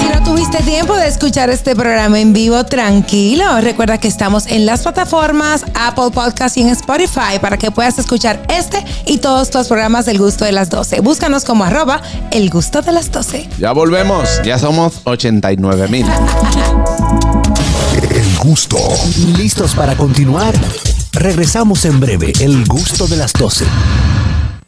[SPEAKER 6] Si no tuviste tiempo de escuchar este programa en vivo, tranquilo. Recuerda que estamos en las plataformas Apple Podcast y en Spotify para que puedas escuchar este y todos tus programas del gusto de las 12. Búscanos como arroba el gusto de las 12.
[SPEAKER 3] Ya volvemos. Ya somos 89 mil.
[SPEAKER 16] El gusto.
[SPEAKER 1] ¿Listos para continuar? Regresamos en breve. El gusto de las 12.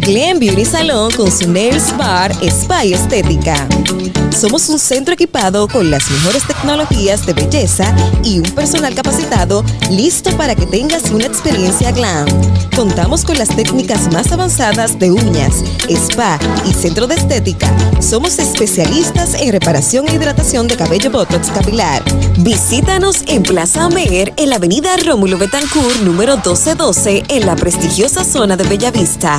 [SPEAKER 17] Glen Beauty Salon con su Nails Bar Spa y Estética. Somos un centro equipado con las mejores tecnologías de belleza y un personal capacitado listo para que tengas una experiencia glam. Contamos con las técnicas más avanzadas de uñas, spa y centro de estética. Somos especialistas en reparación e hidratación de cabello botox capilar.
[SPEAKER 18] Visítanos en Plaza Amer, en la avenida Rómulo Betancourt, número 1212, en la prestigiosa zona de Bellavista.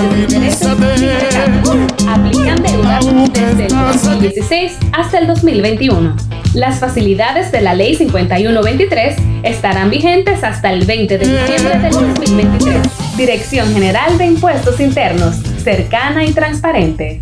[SPEAKER 19] Aplican deudas desde el 2016 hasta el 2021. Las facilidades de la Ley 5123 estarán vigentes hasta el 20 de diciembre del 2023. Dirección General de Impuestos Internos, cercana y transparente.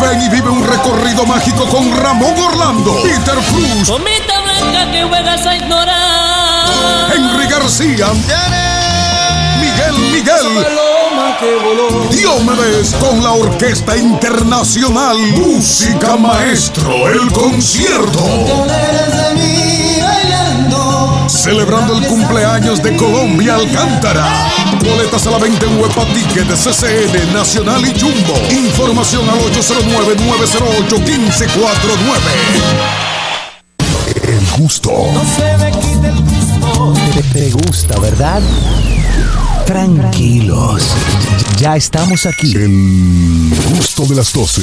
[SPEAKER 20] Ven y vive un recorrido mágico con Ramón Orlando, Peter Cruz,
[SPEAKER 21] Comita blanca que juegas a ignorar.
[SPEAKER 20] Henry García, Miguel Miguel. Diomedes con la Orquesta Internacional Música Maestro, el concierto. Celebrando el cumpleaños de Colombia Alcántara. Boletas a la venta en Huepa Ticket, CCN, Nacional y Jumbo. Información al 809-908-1549.
[SPEAKER 16] El gusto.
[SPEAKER 1] Te, te gusta, ¿verdad? Tranquilos. Ya estamos aquí.
[SPEAKER 16] El gusto de las 12.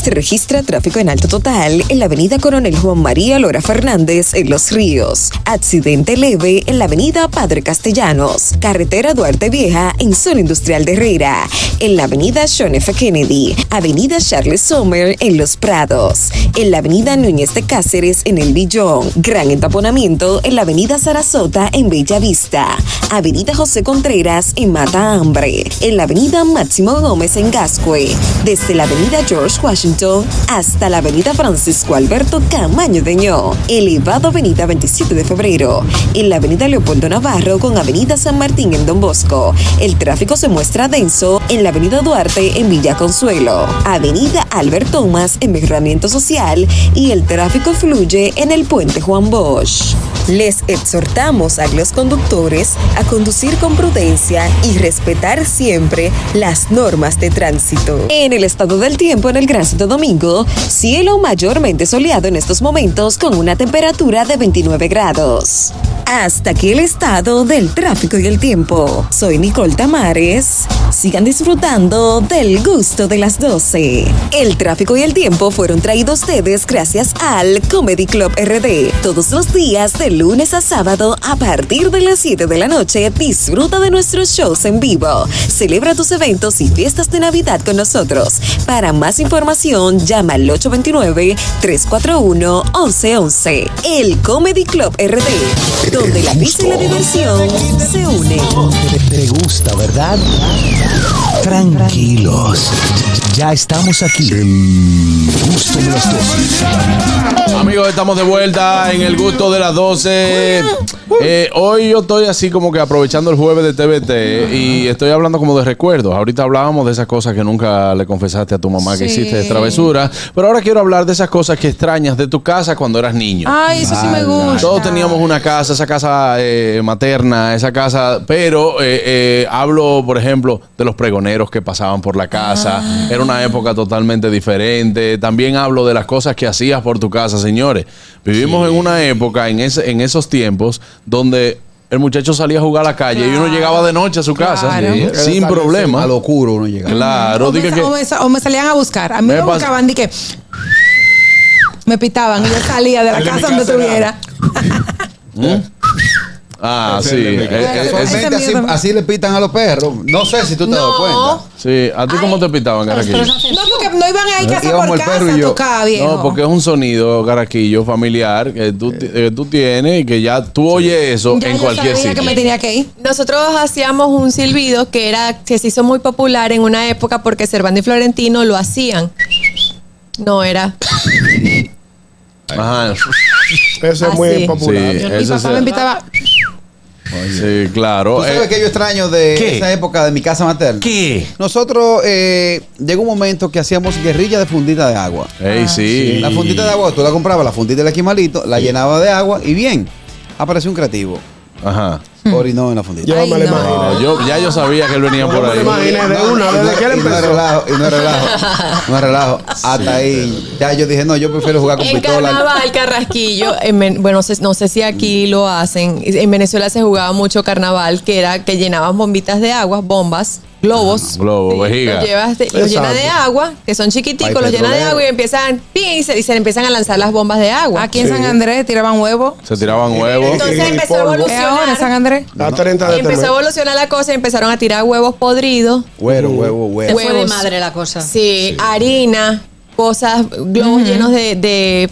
[SPEAKER 18] Se registra tráfico en alto total en la avenida Coronel Juan María Lora Fernández en Los Ríos. Accidente leve en la avenida Padre Castellanos. Carretera Duarte Vieja en Zona Industrial de Herrera. En la avenida John F. Kennedy. Avenida Charles Sommer en Los Prados. En la avenida Núñez de Cáceres en El Billón. Gran entaponamiento en la avenida Sarasota en Bella Vista. Avenida José Contreras en Mata Hambre. En la avenida Máximo Gómez en Gascue. Desde la avenida George Washington hasta la avenida Francisco Alberto Camaño de Ño. Elevado avenida 27 de febrero. En la avenida Leopoldo Navarro con avenida San Martín en Don Bosco. El tráfico se muestra denso en la avenida Duarte en Villa Consuelo. Avenida Albert Thomas en Mejoramiento Social. Y el tráfico fluye en el puente Juan Bosch. Les exhortamos a los conductores a conducir con prudencia y respetar siempre las normas de tránsito. En el estado del tiempo en el Gran Santo Domingo, cielo mayormente soleado en estos momentos con una temperatura de 29 grados. Hasta aquí el estado del tráfico y el tiempo. Soy Nicole Tamares. Sigan disfrutando del gusto de las 12. El tráfico y el tiempo fueron traídos a ustedes gracias al Comedy Club RD. Todos los días de lunes a sábado a partir de las 7 de la noche disfruta de nuestros shows en vivo. Celebra tus eventos y fiestas de Navidad con nosotros. Para más información llama al 829-341-1111. El Comedy Club RD, donde la risa y la diversión se unen.
[SPEAKER 1] Te, te gusta, ¿verdad? Tranquilos. Ya estamos aquí.
[SPEAKER 16] El gusto de las 12.
[SPEAKER 3] Amigos, estamos de vuelta en el gusto de las 12. Eh, hoy yo estoy así como que aprovechando el jueves de TVT eh, y estoy hablando como de recuerdos. Ahorita hablábamos de esas cosas que nunca le confesaste a tu mamá que
[SPEAKER 6] Sí.
[SPEAKER 3] hiciste de travesura, pero ahora quiero hablar de esas cosas que extrañas de tu casa cuando eras niño.
[SPEAKER 6] Ay, eso sí me gusta.
[SPEAKER 3] Todos teníamos una casa, esa casa eh, materna, esa casa, pero eh, eh, hablo, por ejemplo, de los pregoneros que pasaban por la casa.
[SPEAKER 6] Ah.
[SPEAKER 3] Era una época totalmente diferente. También hablo de las cosas que hacías por tu casa, señores. Vivimos en una época, en, ese- en esos tiempos, donde el muchacho salía a jugar a la calle y uno llegaba de noche a su casa
[SPEAKER 6] Claro.
[SPEAKER 3] sí, sin problema. A lo
[SPEAKER 5] oscuro uno llegaba.
[SPEAKER 3] Claro,
[SPEAKER 6] O me,
[SPEAKER 3] Ah, dije que...
[SPEAKER 6] o me sa- o me salían a buscar. A mí
[SPEAKER 3] Me
[SPEAKER 6] me,
[SPEAKER 3] pasa-
[SPEAKER 6] buscaban y que me pitaban y yo salía de la
[SPEAKER 3] El de mi
[SPEAKER 6] casa donde
[SPEAKER 3] casa era-
[SPEAKER 6] tuviera.
[SPEAKER 3] ¿Mm? Ah, sí. eh, eh, es-
[SPEAKER 5] Casualmente así, así le pitan a los perros. No sé si tú te has dado cuenta.
[SPEAKER 3] Sí, ¿a ti cómo te Eh, pitaban, Caraquillo?
[SPEAKER 6] Oh, No, porque no iban a ir casa
[SPEAKER 5] Íbamos
[SPEAKER 6] por
[SPEAKER 5] el perro
[SPEAKER 6] casa,
[SPEAKER 5] y yo.
[SPEAKER 6] tocaba viejo.
[SPEAKER 3] No, porque es un sonido, Caraquillo, familiar, que tú, ti- eh, tú tienes y que ya tú oyes eso en cualquier sitio.
[SPEAKER 6] que ir.
[SPEAKER 8] Nosotros hacíamos un silbido que era que se hizo muy popular en una época porque Servando y Florentino lo hacían. No era.
[SPEAKER 3] Ajá.
[SPEAKER 4] Eso es muy popular.
[SPEAKER 3] Sí, eso es-
[SPEAKER 6] invitaba.
[SPEAKER 3] Sí, claro.
[SPEAKER 5] ¿Tú sabes
[SPEAKER 3] Eh,
[SPEAKER 5] qué yo extraño de
[SPEAKER 3] ¿Qué?
[SPEAKER 5] esa época de mi casa materna?
[SPEAKER 3] ¿Qué?
[SPEAKER 5] Nosotros eh, llegó un momento que hacíamos guerrilla de fundita de agua.
[SPEAKER 3] Ey, sí.
[SPEAKER 5] La fundita de agua, tú la comprabas, la fundita del esquimalito, la llenaba de agua y bien, apareció un creativo.
[SPEAKER 3] Ajá.
[SPEAKER 5] Orinó en la fundita.
[SPEAKER 4] Yo no me lo imagino.
[SPEAKER 3] no, yo, ya yo sabía que él venía por ahí.
[SPEAKER 5] Y no- y no es relajo, y no es relajo, no es relajo. Hasta ahí, ya yo dije, no, yo prefiero jugar con
[SPEAKER 8] En
[SPEAKER 5] pistola.
[SPEAKER 8] carnaval, carrasquillo, en Ven- bueno, no sé, no sé si aquí lo hacen. En Venezuela se jugaba mucho carnaval, que era que llenaban bombitas de agua, bombas, globos.
[SPEAKER 3] Globo, vejiga.
[SPEAKER 8] Los, llevas de- los llenas de agua, que son chiquiticos,
[SPEAKER 3] Ay,
[SPEAKER 8] los llenas de
[SPEAKER 3] petrolero.
[SPEAKER 8] agua y empiezan, ¡pin! y se, y se le empiezan a lanzar las bombas de agua.
[SPEAKER 6] Aquí en San Andrés tiraban huevos.
[SPEAKER 3] Se tiraban huevos.
[SPEAKER 8] Entonces empezó a
[SPEAKER 6] ¿Qué ahora, San
[SPEAKER 8] evolucionar.
[SPEAKER 6] Andrés?
[SPEAKER 4] A 30 de
[SPEAKER 8] Empezó a evolucionar la cosa y empezaron a tirar huevos podridos.
[SPEAKER 5] Huevo, huevo,
[SPEAKER 10] Se
[SPEAKER 5] huevo.
[SPEAKER 10] fue de madre la cosa.
[SPEAKER 8] Sí, harina, cosas, globos llenos de, de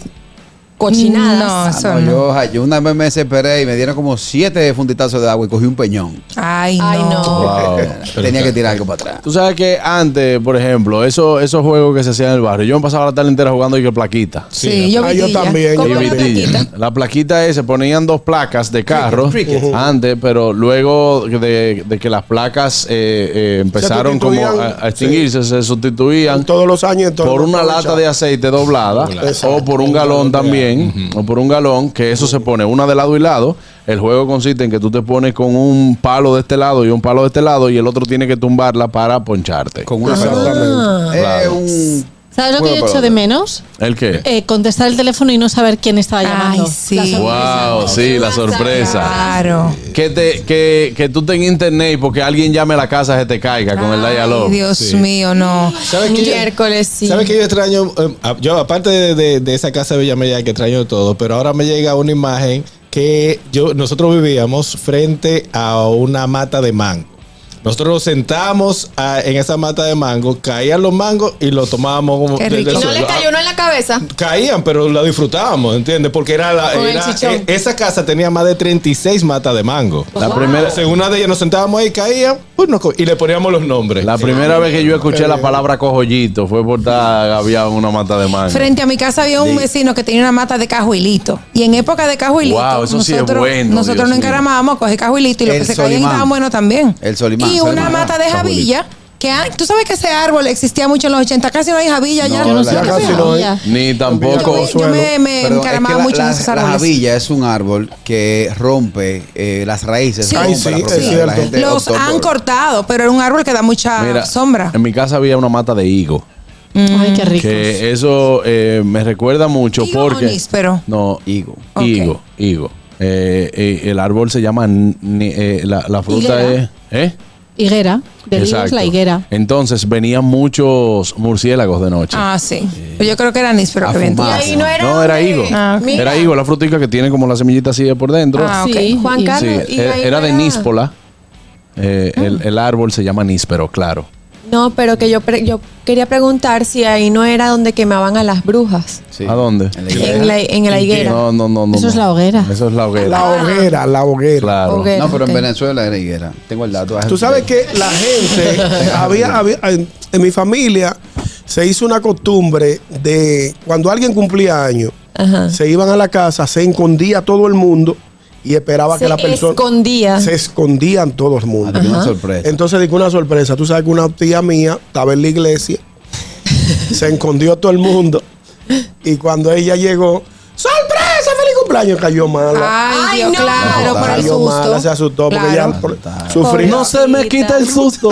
[SPEAKER 5] Ah,
[SPEAKER 8] cochinadas.
[SPEAKER 5] no, yo, ay, yo una vez me desesperé y me dieron como siete funditazos de agua y cogí un peñón.
[SPEAKER 6] Ay,
[SPEAKER 8] no.
[SPEAKER 3] Wow.
[SPEAKER 5] Tenía que tirar algo para atrás.
[SPEAKER 3] Tú sabes que antes, por ejemplo, eso- esos juegos que se hacían en el barrio, yo me pasaba la tarde entera jugando y que plaquita.
[SPEAKER 6] Sí, yo Ah, yo vitilla. también,
[SPEAKER 3] Y
[SPEAKER 6] yo
[SPEAKER 3] vitilla.
[SPEAKER 6] vitilla.
[SPEAKER 3] La plaquita es, se ponían dos placas de carro
[SPEAKER 4] Cricket, cricket.
[SPEAKER 3] antes, pero luego de, de que las placas eh, eh, empezaron como
[SPEAKER 4] sustituían,
[SPEAKER 3] a, a extinguirse, se sustituían
[SPEAKER 4] Todos los años entonces,
[SPEAKER 3] por una
[SPEAKER 4] no
[SPEAKER 3] lata de aceite doblada o por un galón también, o por un galón, que eso se pone una de lado y lado. El juego consiste en que tú te pones con un palo de este lado y un palo de este lado y el otro tiene que tumbarla para poncharte.
[SPEAKER 5] Con una
[SPEAKER 4] Ah.
[SPEAKER 3] Claro.
[SPEAKER 10] Mm. ¿Sabes lo que
[SPEAKER 3] Bueno,
[SPEAKER 10] yo
[SPEAKER 3] pero-
[SPEAKER 10] echo de menos?
[SPEAKER 3] ¿El qué?
[SPEAKER 10] Eh, contestar el teléfono y no saber quién estaba llamando. Ay, sí.
[SPEAKER 3] Wow, sí, la sorpresa.
[SPEAKER 6] Claro.
[SPEAKER 3] Que, te, que, que tú tengas internet y porque alguien llame a la casa se te caiga con el dial-up.
[SPEAKER 6] Dios
[SPEAKER 3] Sí.
[SPEAKER 6] mío, no.
[SPEAKER 7] ¿Sabes qué?
[SPEAKER 6] Miércoles, sí.
[SPEAKER 7] ¿Sabes qué yo extraño? Eh, a- Yo, aparte de, de- de esa casa de Villamella que extraño todo, pero ahora me llega una imagen que yo, nosotros vivíamos frente a una mata de mango. Nosotros nos sentamos a- en esa mata de mango, caían los mangos y los tomábamos como
[SPEAKER 8] Qué
[SPEAKER 7] del-
[SPEAKER 8] rico.
[SPEAKER 7] del
[SPEAKER 8] ¿Y no
[SPEAKER 7] suelo.
[SPEAKER 8] le cayó uno en la cabeza?
[SPEAKER 7] Ah, Caían, pero la disfrutábamos, ¿entiendes? Porque era la.
[SPEAKER 8] Con el
[SPEAKER 7] era-
[SPEAKER 8] chichón.
[SPEAKER 7] e- esa casa tenía más de 36 matas de mango.
[SPEAKER 3] La Wow. primera-
[SPEAKER 7] Entonces, en una de ellas nos sentábamos ahí, caían, pues, nos co- y le poníamos los nombres.
[SPEAKER 3] La primera vez que yo escuché la palabra cojollito fue por estar gaviado en una mata de mango.
[SPEAKER 6] Frente a mi casa había un vecino que tenía una mata de cajuilito. Y en época de cajuilito,
[SPEAKER 3] Wow, eso sí es
[SPEAKER 6] nosotros,
[SPEAKER 3] bueno, Dios
[SPEAKER 6] nosotros
[SPEAKER 3] mío.
[SPEAKER 6] nos encaramábamos a coger cajuilito y lo
[SPEAKER 5] El
[SPEAKER 6] que se caía
[SPEAKER 5] Solimán.
[SPEAKER 6] estaba bueno también.
[SPEAKER 5] El solimán.
[SPEAKER 6] y una
[SPEAKER 5] Solimán.
[SPEAKER 6] mata de javilla. Que, ah, tú sabes que ese árbol existía mucho en los 80, casi no hay javilla ya.
[SPEAKER 3] No, la-
[SPEAKER 6] qué
[SPEAKER 3] casi
[SPEAKER 6] sea.
[SPEAKER 3] no hay. Ni tampoco.
[SPEAKER 6] Yo me, me
[SPEAKER 5] Perdón,
[SPEAKER 6] encaramaba
[SPEAKER 5] es que la-
[SPEAKER 6] mucho
[SPEAKER 5] la,
[SPEAKER 6] en esos
[SPEAKER 5] la
[SPEAKER 6] árboles.
[SPEAKER 5] javilla es un árbol que rompe eh, las raíces.
[SPEAKER 6] Sí.
[SPEAKER 5] rompe
[SPEAKER 6] Ay, sí,
[SPEAKER 5] la
[SPEAKER 6] es
[SPEAKER 5] propia- la
[SPEAKER 6] cierto.
[SPEAKER 5] gente
[SPEAKER 6] Los
[SPEAKER 5] optó
[SPEAKER 6] han
[SPEAKER 5] por-
[SPEAKER 6] cortado, pero era un árbol que da mucha
[SPEAKER 3] Mira,
[SPEAKER 6] sombra. Mm.
[SPEAKER 3] En mi casa había una mata de higo.
[SPEAKER 10] Ay, qué rico.
[SPEAKER 3] Que eso eh, me recuerda mucho
[SPEAKER 6] Higo
[SPEAKER 3] porque.
[SPEAKER 6] o níspero?
[SPEAKER 3] No, higo.
[SPEAKER 6] Ok.
[SPEAKER 3] Higo, higo. Eh, eh, el árbol se llama. ni- eh, la, la fruta
[SPEAKER 10] Higuera.
[SPEAKER 3] es. ¿Eh?
[SPEAKER 10] Higuera. Del higo es
[SPEAKER 3] Exacto.
[SPEAKER 10] la higuera.
[SPEAKER 3] Entonces venían muchos murciélagos de noche.
[SPEAKER 6] Ah, sí. Yo creo que era níspero
[SPEAKER 3] Eh, a
[SPEAKER 6] que venía.
[SPEAKER 3] fumar.
[SPEAKER 8] Y ahí no era
[SPEAKER 3] no, era
[SPEAKER 8] de-
[SPEAKER 3] higo.
[SPEAKER 8] Ah, ok.
[SPEAKER 3] Era
[SPEAKER 8] Mira.
[SPEAKER 3] higo, la frutica que tiene como la semillita así de por dentro.
[SPEAKER 6] Ah, ok.
[SPEAKER 8] Sí, Juan
[SPEAKER 3] Sí,
[SPEAKER 8] Carlos. y
[SPEAKER 3] era,
[SPEAKER 8] ahí
[SPEAKER 3] era
[SPEAKER 8] no
[SPEAKER 3] de níspola. Eh, el, el árbol se llama níspero, claro.
[SPEAKER 8] No, pero que yo, pre- yo quería preguntar si ahí no era donde quemaban a las brujas.
[SPEAKER 3] ¿A dónde?
[SPEAKER 8] En la, en la higuera.
[SPEAKER 3] No, no, no, no.
[SPEAKER 8] Eso es
[SPEAKER 3] no.
[SPEAKER 8] la hoguera.
[SPEAKER 3] Eso es la hoguera.
[SPEAKER 4] La
[SPEAKER 6] Ah.
[SPEAKER 4] hoguera, la hoguera.
[SPEAKER 3] Claro.
[SPEAKER 5] No, pero en Venezuela era higuera. Tengo el dato.
[SPEAKER 4] Tú sabes que la gente, había, había- en, en mi familia se hizo una costumbre de cuando alguien cumplía años, se iban a la casa, se escondía todo el mundo y esperaba
[SPEAKER 8] Se
[SPEAKER 4] que la persona...
[SPEAKER 8] escondía.
[SPEAKER 4] Se escondían todo el mundo.
[SPEAKER 5] Ah, de una Ajá. sorpresa.
[SPEAKER 4] Entonces digo una sorpresa. Tú sabes que una tía mía estaba en la iglesia, se escondió todo el mundo y cuando ella llegó... ¡Sorpresa! ¡Feliz cumpleaños! Cayó mala.
[SPEAKER 6] Ay, Dios, claro, por el
[SPEAKER 4] Cayó mala, se
[SPEAKER 6] susto.
[SPEAKER 4] asustó porque
[SPEAKER 6] Claro.
[SPEAKER 4] ella por- sufría.
[SPEAKER 3] No se me quita el susto.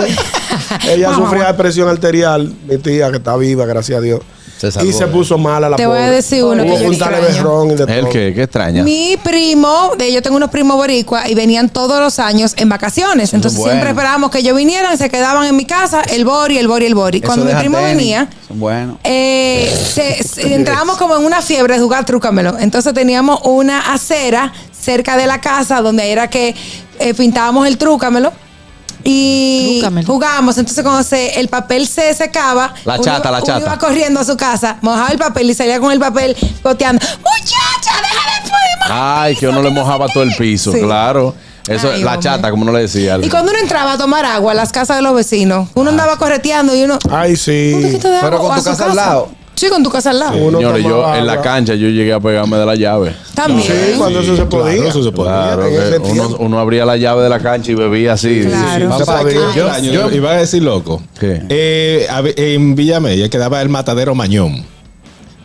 [SPEAKER 4] Ella sufría de presión arterial, mi tía que está viva, gracias a Dios. y se puso mala la
[SPEAKER 6] Te voy a
[SPEAKER 4] pobre.
[SPEAKER 6] decir uno que
[SPEAKER 4] Hubo
[SPEAKER 6] yo
[SPEAKER 4] un tal
[SPEAKER 6] extraño.
[SPEAKER 4] berrón y de
[SPEAKER 3] ¿El
[SPEAKER 4] todo.
[SPEAKER 3] qué? ¿Qué extraña?
[SPEAKER 6] Mi primo, de yo tengo unos primos boricua y venían todos los años en vacaciones. Entonces
[SPEAKER 5] bueno.
[SPEAKER 6] siempre esperábamos que ellos vinieran, se quedaban en mi casa, el bori, el bori, el bori. Cuando mi primo venía,
[SPEAKER 5] Bueno.
[SPEAKER 6] eh, se- se- entrábamos como en una fiebre de jugar trúcamelo. Entonces teníamos una acera cerca de la casa donde era que eh, pintábamos el trúcamelo. Y
[SPEAKER 10] Trúcamelo.
[SPEAKER 6] jugábamos, entonces cuando se- el papel se secaba,
[SPEAKER 3] La
[SPEAKER 6] uno
[SPEAKER 3] chata,
[SPEAKER 6] iba-
[SPEAKER 3] la
[SPEAKER 6] uno
[SPEAKER 3] chata.
[SPEAKER 6] iba corriendo a su casa, mojaba el papel y salía con el papel goteando. ¡Muchacha, deja de
[SPEAKER 3] Ay, que uno le mojaba todo el piso,
[SPEAKER 6] Sí.
[SPEAKER 3] claro. Eso,
[SPEAKER 6] Ay,
[SPEAKER 3] la
[SPEAKER 6] hombre.
[SPEAKER 3] chata, como no le decía.
[SPEAKER 6] Y cuando uno entraba a tomar
[SPEAKER 3] Ah.
[SPEAKER 6] agua a las casas de los vecinos, uno andaba correteando y uno.
[SPEAKER 4] Ay,
[SPEAKER 6] "¿Un
[SPEAKER 4] sí.
[SPEAKER 6] poquito de agua
[SPEAKER 5] Ah, Pero
[SPEAKER 6] o
[SPEAKER 5] con
[SPEAKER 6] a
[SPEAKER 5] tu
[SPEAKER 6] su
[SPEAKER 5] casa al lado.
[SPEAKER 6] Sí, con tu casa al lado.
[SPEAKER 3] Señores, yo en la cancha yo llegué a pegarme de la llave.
[SPEAKER 6] También.
[SPEAKER 4] Sí, cuando eso se podía.
[SPEAKER 3] Claro, eso se podía.
[SPEAKER 4] en ese
[SPEAKER 3] que uno, uno abría la llave de la cancha y bebía así.
[SPEAKER 7] Claro.
[SPEAKER 3] Sí, sí, sí.
[SPEAKER 7] Yo, yo iba a decir loco. Eh, a ve- en Villa Mella quedaba el matadero Mañón.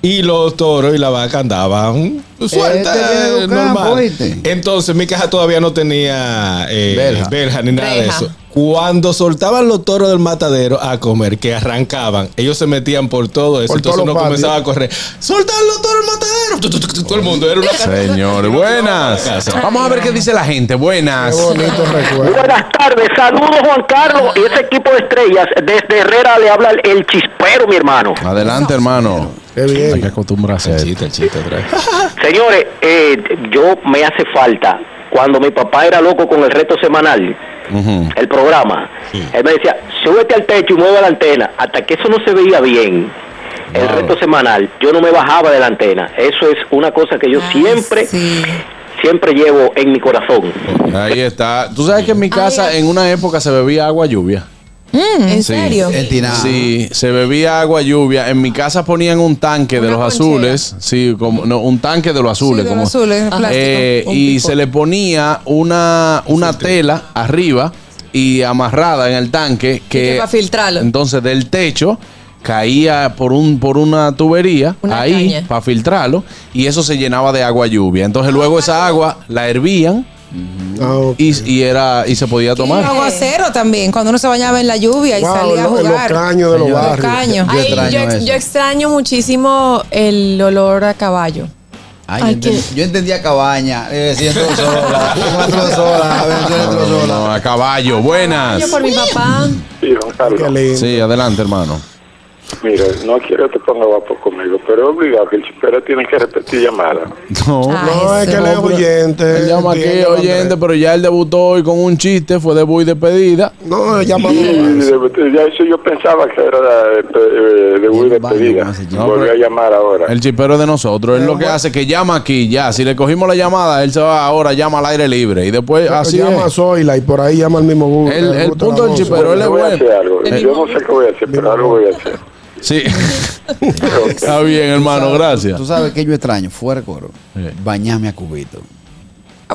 [SPEAKER 7] Y los toros y la vaca andaban
[SPEAKER 5] Este viene
[SPEAKER 7] suelta, eh,
[SPEAKER 5] de un campo,
[SPEAKER 7] normal.
[SPEAKER 5] ¿oíste?
[SPEAKER 7] Entonces mi caja todavía no tenía eh,
[SPEAKER 5] Verja.
[SPEAKER 7] verja. ni nada de
[SPEAKER 5] Reja.
[SPEAKER 7] eso. Cuando soltaban los toros del matadero a comer, que arrancaban, ellos se metían por todo eso.
[SPEAKER 3] Por
[SPEAKER 7] entonces
[SPEAKER 3] todos
[SPEAKER 7] uno
[SPEAKER 3] los patios.
[SPEAKER 7] comenzaba a correr. ¡Sueltan los toros del matadero! Tu, tu, tu, tu, Todo el mundo era una
[SPEAKER 3] Señores, buenas. Vamos a ver qué dice la gente. Buenas.
[SPEAKER 9] Buenas tardes, saludos Juan Carlos y ese equipo de estrellas. Desde Herrera le habla el chispero, mi hermano.
[SPEAKER 3] Adelante, hermano. Qué bien. Hay que acostumbrarse. El
[SPEAKER 7] chiste, el chiste,
[SPEAKER 9] Señores, eh, yo me hace falta. Cuando mi papá era loco con el reto semanal, el programa, él me decía, súbete al techo y mueve la antena. Hasta que eso no se veía bien, el reto semanal, yo no me bajaba de la antena. Eso es una cosa que yo siempre, siempre llevo en mi corazón.
[SPEAKER 3] Ahí está. Tú sabes que en mi casa en una época se bebía agua lluvia.
[SPEAKER 10] Mm,
[SPEAKER 6] ¿En
[SPEAKER 3] Sí.
[SPEAKER 6] serio?
[SPEAKER 3] Sí, se bebía agua lluvia. En mi casa ponían un tanque de los azules. Sí, como, no, un tanque de los azules.
[SPEAKER 6] de
[SPEAKER 3] como-
[SPEAKER 6] los azules, en
[SPEAKER 3] Ajá.
[SPEAKER 6] plástico,
[SPEAKER 3] Eh,
[SPEAKER 6] un
[SPEAKER 3] y
[SPEAKER 6] pico.
[SPEAKER 3] se le ponía una, una tela arriba y amarrada en el tanque que...
[SPEAKER 8] que para filtrarlo.
[SPEAKER 3] Entonces del techo caía por un por una tubería ahí
[SPEAKER 8] caña.
[SPEAKER 3] para filtrarlo y eso se llenaba de agua lluvia. Entonces luego esa agua la hervían y, y era y se podía
[SPEAKER 6] Un
[SPEAKER 3] tomar.
[SPEAKER 6] aguacero también, cuando uno se bañaba en la lluvia y
[SPEAKER 3] Wow,
[SPEAKER 6] salía a
[SPEAKER 3] lo- en
[SPEAKER 6] jugar.
[SPEAKER 3] los caños de los
[SPEAKER 6] En
[SPEAKER 3] barrios.
[SPEAKER 6] caños.
[SPEAKER 3] Yo- yo
[SPEAKER 8] Ay, Yo,
[SPEAKER 5] extraño
[SPEAKER 8] ex-
[SPEAKER 5] eso.
[SPEAKER 8] yo extraño muchísimo el olor a caballo.
[SPEAKER 5] Ay,
[SPEAKER 8] Ay,
[SPEAKER 5] yo, entendí, yo entendía cabaña. Eh, si entro sola, yo entro sola, a ver, yo
[SPEAKER 3] Ah,
[SPEAKER 5] entro
[SPEAKER 3] No,
[SPEAKER 5] sola.
[SPEAKER 3] no, a caballo, buenas.
[SPEAKER 8] Yo por mi papá.
[SPEAKER 12] Sí, Juan Carlos.
[SPEAKER 3] Sí, adelante, hermano.
[SPEAKER 12] Mira, no quiero que ponga guapo conmigo, pero es obligado que el chipero tiene que repetir llamada.
[SPEAKER 3] No,
[SPEAKER 4] No, es que él es oyente.
[SPEAKER 3] Él llama aquí
[SPEAKER 4] entiéndelo,
[SPEAKER 3] oyente, pero ya él debutó hoy con un chiste, fue debut y despedida.
[SPEAKER 4] No, llama
[SPEAKER 12] Ya eso yo pensaba que era eh, eh, de muy despedida.
[SPEAKER 3] No,
[SPEAKER 12] Volví a
[SPEAKER 3] pero-
[SPEAKER 12] llamar ahora.
[SPEAKER 3] El chipero de nosotros. Él lo que hace es que llama aquí, ya. Si le cogimos la llamada, él se va ahora, llama al aire libre. Y después,
[SPEAKER 4] Pero
[SPEAKER 3] Eh, así
[SPEAKER 4] llama
[SPEAKER 3] es.
[SPEAKER 4] a Zoila y por ahí llama al mismo bus.
[SPEAKER 3] El- el punto del chipero, él es
[SPEAKER 12] Voy a
[SPEAKER 3] bueno.
[SPEAKER 12] hacer algo.
[SPEAKER 3] El-
[SPEAKER 12] Yo no sé qué voy a hacer, pero algo voy a hacer.
[SPEAKER 3] Sí. Está bien, hermano, gracias.
[SPEAKER 5] Tú sabes que yo extraño, fuera de coro, bañarme a cubito.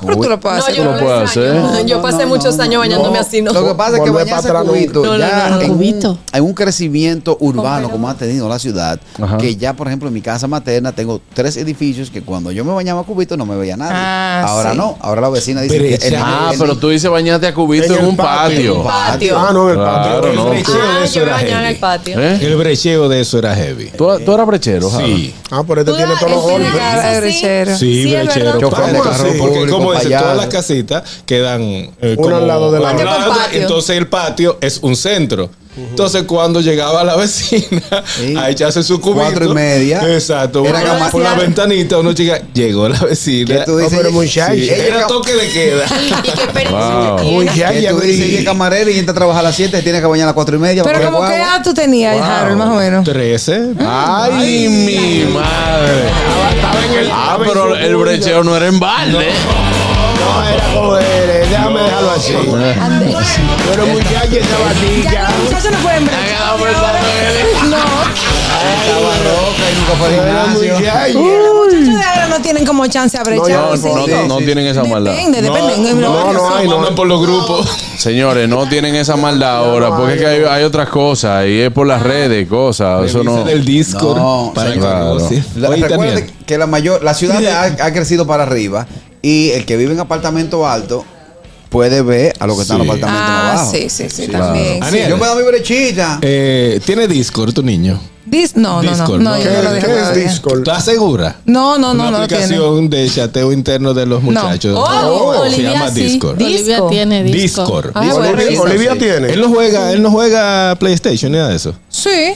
[SPEAKER 6] pero tú lo puedes
[SPEAKER 8] No, yo no lo
[SPEAKER 5] puedes
[SPEAKER 8] extraño. yo pasé muchos años bañándome así, ¿no?
[SPEAKER 5] Lo que pasa es que bañarse a cubito,
[SPEAKER 8] No, no,
[SPEAKER 5] ya
[SPEAKER 8] no, no.
[SPEAKER 5] en, un, en un crecimiento urbano como ha tenido la ciudad,
[SPEAKER 3] Ajá.
[SPEAKER 5] que ya, por ejemplo, en mi casa materna tengo tres edificios que cuando yo me bañaba a cubito no me veía nadie.
[SPEAKER 6] Ah,
[SPEAKER 5] ahora
[SPEAKER 6] sí.
[SPEAKER 5] no, ahora la vecina dice que... el-
[SPEAKER 3] ah,
[SPEAKER 5] el-
[SPEAKER 3] pero tú dices bañarte a cubito en, un patio.
[SPEAKER 4] Ah, no, en el patio.
[SPEAKER 3] Claro, no.
[SPEAKER 8] Ah, yo me bañaba en el patio.
[SPEAKER 7] El Eh, brecheo de eso era heavy.
[SPEAKER 3] ¿Eh? ¿Tú, tú eras brechero,
[SPEAKER 7] Sí.
[SPEAKER 4] Ah, pero este tiene todos los golpes.
[SPEAKER 6] brechero.
[SPEAKER 7] Sí,
[SPEAKER 4] Sí, es
[SPEAKER 7] brechero.
[SPEAKER 4] verdad. Yo fui
[SPEAKER 7] Claro,
[SPEAKER 4] al carro
[SPEAKER 7] porque
[SPEAKER 4] público
[SPEAKER 7] como
[SPEAKER 4] pa'
[SPEAKER 7] dice,
[SPEAKER 4] allá.
[SPEAKER 7] todas las casitas quedan eh,
[SPEAKER 4] Una al lado de la
[SPEAKER 7] una
[SPEAKER 4] otra.
[SPEAKER 7] al lado de-
[SPEAKER 4] Patio.
[SPEAKER 7] Entonces el patio es un centro. Entonces cuando llegaba la vecina a echarse su cubito.
[SPEAKER 5] Cuatro y media.
[SPEAKER 7] Exacto.
[SPEAKER 5] Era
[SPEAKER 7] por la- por la
[SPEAKER 5] demasiado.
[SPEAKER 7] ventanita uno llega, llegó la vecina.
[SPEAKER 5] ¿Qué tú dices?
[SPEAKER 7] Ah, pero muchacho.
[SPEAKER 5] Sí,
[SPEAKER 7] Era
[SPEAKER 5] ella-
[SPEAKER 7] toque de queda.
[SPEAKER 5] Wow.
[SPEAKER 7] tiene.
[SPEAKER 5] Uy, ya,
[SPEAKER 7] Que
[SPEAKER 5] ya,
[SPEAKER 7] tú
[SPEAKER 5] güey.
[SPEAKER 7] dices,
[SPEAKER 5] Ella es camarera y entra a trabajar a las 7, tiene que bañar a las 4 y media.
[SPEAKER 6] Pero como qué edad tú tenías, Harold, más o menos. Ah.
[SPEAKER 7] 13.
[SPEAKER 3] Ay, mi madre. Ah, pero el brecheo no era en balde.
[SPEAKER 4] Déjame dejarlo así. Pero muchacho, esa
[SPEAKER 6] Ya
[SPEAKER 4] batilla.
[SPEAKER 6] los muchachos no pueden ver. No, ya los muchachos de ahora no tienen como chance a brechar.
[SPEAKER 3] No,
[SPEAKER 6] sí.
[SPEAKER 3] no, no, no tienen esa maldad.
[SPEAKER 6] Depende, depende.
[SPEAKER 3] no, no hay, no.
[SPEAKER 7] Mandan por los grupos.
[SPEAKER 3] Señores, no tienen esa maldad ahora, porque es que hay, hay otras cosas y es por
[SPEAKER 6] Ah.
[SPEAKER 3] las redes, cosas. Eso no.
[SPEAKER 7] Revisen el Discord
[SPEAKER 5] No,
[SPEAKER 7] para que
[SPEAKER 3] claro.
[SPEAKER 7] negocie.
[SPEAKER 5] La-
[SPEAKER 7] Oye,
[SPEAKER 5] recuerde
[SPEAKER 7] Daniel.
[SPEAKER 5] que la mayor, la ciudad ha, ha crecido para arriba y el que vive en apartamento alto puede ver a lo que está en los apartamentos
[SPEAKER 6] Ah,
[SPEAKER 5] abajo.
[SPEAKER 6] sí, sí, sí, también.
[SPEAKER 5] Claro. Yo me da mi brechita.
[SPEAKER 7] Eh, ¿Tiene Discord tu niño?
[SPEAKER 6] Dis- no, no, no,
[SPEAKER 7] Discord.
[SPEAKER 6] no, yo no lo dejé todavía.
[SPEAKER 7] ¿Estás segura?
[SPEAKER 6] No, no, no,
[SPEAKER 7] Una
[SPEAKER 6] no lo tiene.
[SPEAKER 7] aplicación de chateo interno de los muchachos.
[SPEAKER 6] Oh,
[SPEAKER 7] Oh, se llama Discord.
[SPEAKER 10] Olivia tiene Discord.
[SPEAKER 7] Discord.
[SPEAKER 10] Ah,
[SPEAKER 7] Discord.
[SPEAKER 10] bueno.
[SPEAKER 7] Olivia- Olivia tiene. Él no juega, él no juega PlayStation ni nada de eso.
[SPEAKER 6] Sí.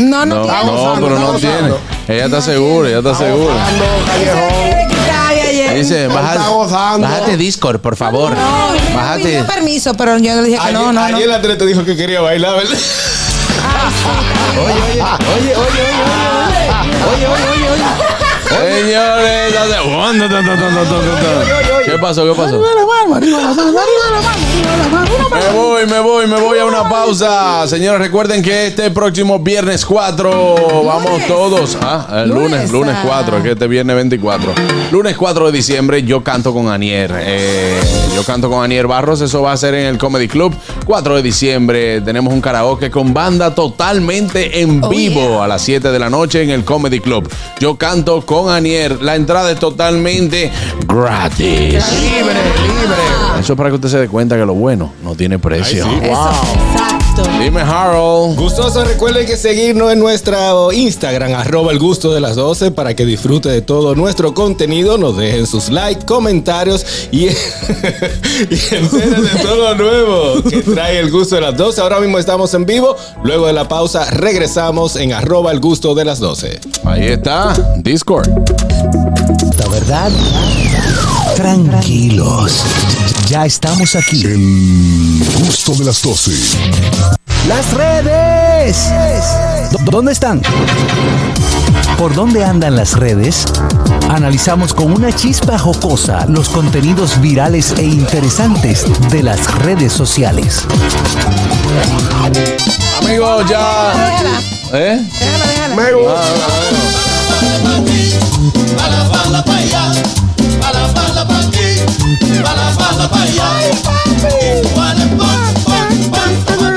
[SPEAKER 6] No, no,
[SPEAKER 3] No,
[SPEAKER 6] tiene.
[SPEAKER 3] no, pero no tiene. Ella está segura, ella está segura.
[SPEAKER 6] Ay, ay, ay.
[SPEAKER 3] Dice,
[SPEAKER 6] Está
[SPEAKER 3] baja,
[SPEAKER 6] gozando.
[SPEAKER 3] bájate Discord, por favor.
[SPEAKER 6] No, yo le
[SPEAKER 3] Bájate.
[SPEAKER 6] pidió permiso, pero yo le dije que no, no, no.
[SPEAKER 7] Ayer la atleta dijo que quería bailar, ¿verdad?
[SPEAKER 5] Oye, oye, oye, oye, oye, oye, oye, oye, oye, oye, oye,
[SPEAKER 3] Señores, hace- ¿qué pasó? ¿Qué pasó? Me voy, me voy, me voy a una pausa. Señores, recuerden que este próximo viernes 4 vamos todos. Ah, eh, lunes,
[SPEAKER 11] Lunes,
[SPEAKER 3] lunes
[SPEAKER 11] ah.
[SPEAKER 3] 4, es que este viernes 24. Lunes 4 de diciembre yo canto con Anier. Eh, yo canto con Anier Barros, eso va a ser en el Comedy Club. 4 de diciembre tenemos un karaoke con banda totalmente en
[SPEAKER 11] Oh,
[SPEAKER 3] vivo a las 7 de la noche en el Comedy Club. Yo canto con Anier. La entrada es totalmente gratis. Libre,
[SPEAKER 11] Ah.
[SPEAKER 3] libre. Eso es para que usted se dé cuenta que lo bueno no tiene precio. Dime, Harold.
[SPEAKER 7] Gustoso, recuerden que seguirnos en nuestro Instagram, arroba el gusto de las 12, para que disfrute de todo nuestro contenido. Nos dejen sus likes, comentarios y, y entérate de todo lo nuevo que trae el gusto de las 12. Ahora mismo estamos en vivo. Luego de la pausa, regresamos en arroba el gusto de las 12.
[SPEAKER 3] Ahí está, Discord.
[SPEAKER 1] La verdad. Tranquilos. Ya estamos aquí.
[SPEAKER 16] El gusto de las 12.
[SPEAKER 1] Las redes. ¿Dó- ¿Dónde están? ¿Por dónde andan las redes? Analizamos con una chispa jocosa los contenidos virales e interesantes de las redes sociales.
[SPEAKER 3] Amigos, ya. ¿Eh? Ah,
[SPEAKER 4] Me gusta.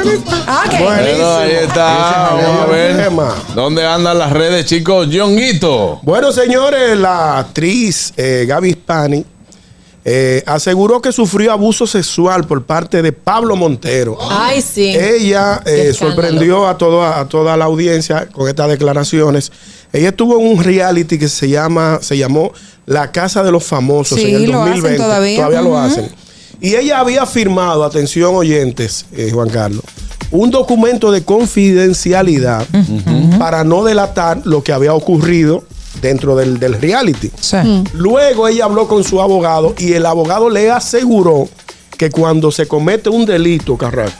[SPEAKER 3] Bueno, ahí está. Vamos a ver. ¿Dónde andan las redes, chicos? Jonguito.
[SPEAKER 4] Bueno, señores, la actriz eh, Gaby Spani eh, aseguró que sufrió abuso sexual por parte de Pablo Montero.
[SPEAKER 8] Ay, sí.
[SPEAKER 4] Ella
[SPEAKER 8] Qué
[SPEAKER 4] eh,
[SPEAKER 8] escándalo.
[SPEAKER 4] sorprendió a toda, a toda la audiencia con estas declaraciones. Ella estuvo en un reality que se llama, se llamó La Casa de los Famosos
[SPEAKER 6] Sí,
[SPEAKER 4] en el
[SPEAKER 6] lo hacen
[SPEAKER 4] 2020.
[SPEAKER 6] todavía.
[SPEAKER 4] lo
[SPEAKER 6] Ujú.
[SPEAKER 4] hacen. Y ella había firmado, atención oyentes, eh, Juan Carlos, un documento de confidencialidad para no delatar lo que había ocurrido dentro del, del reality. Luego ella habló con su abogado y el abogado le aseguró que cuando se comete un delito, Carrasco,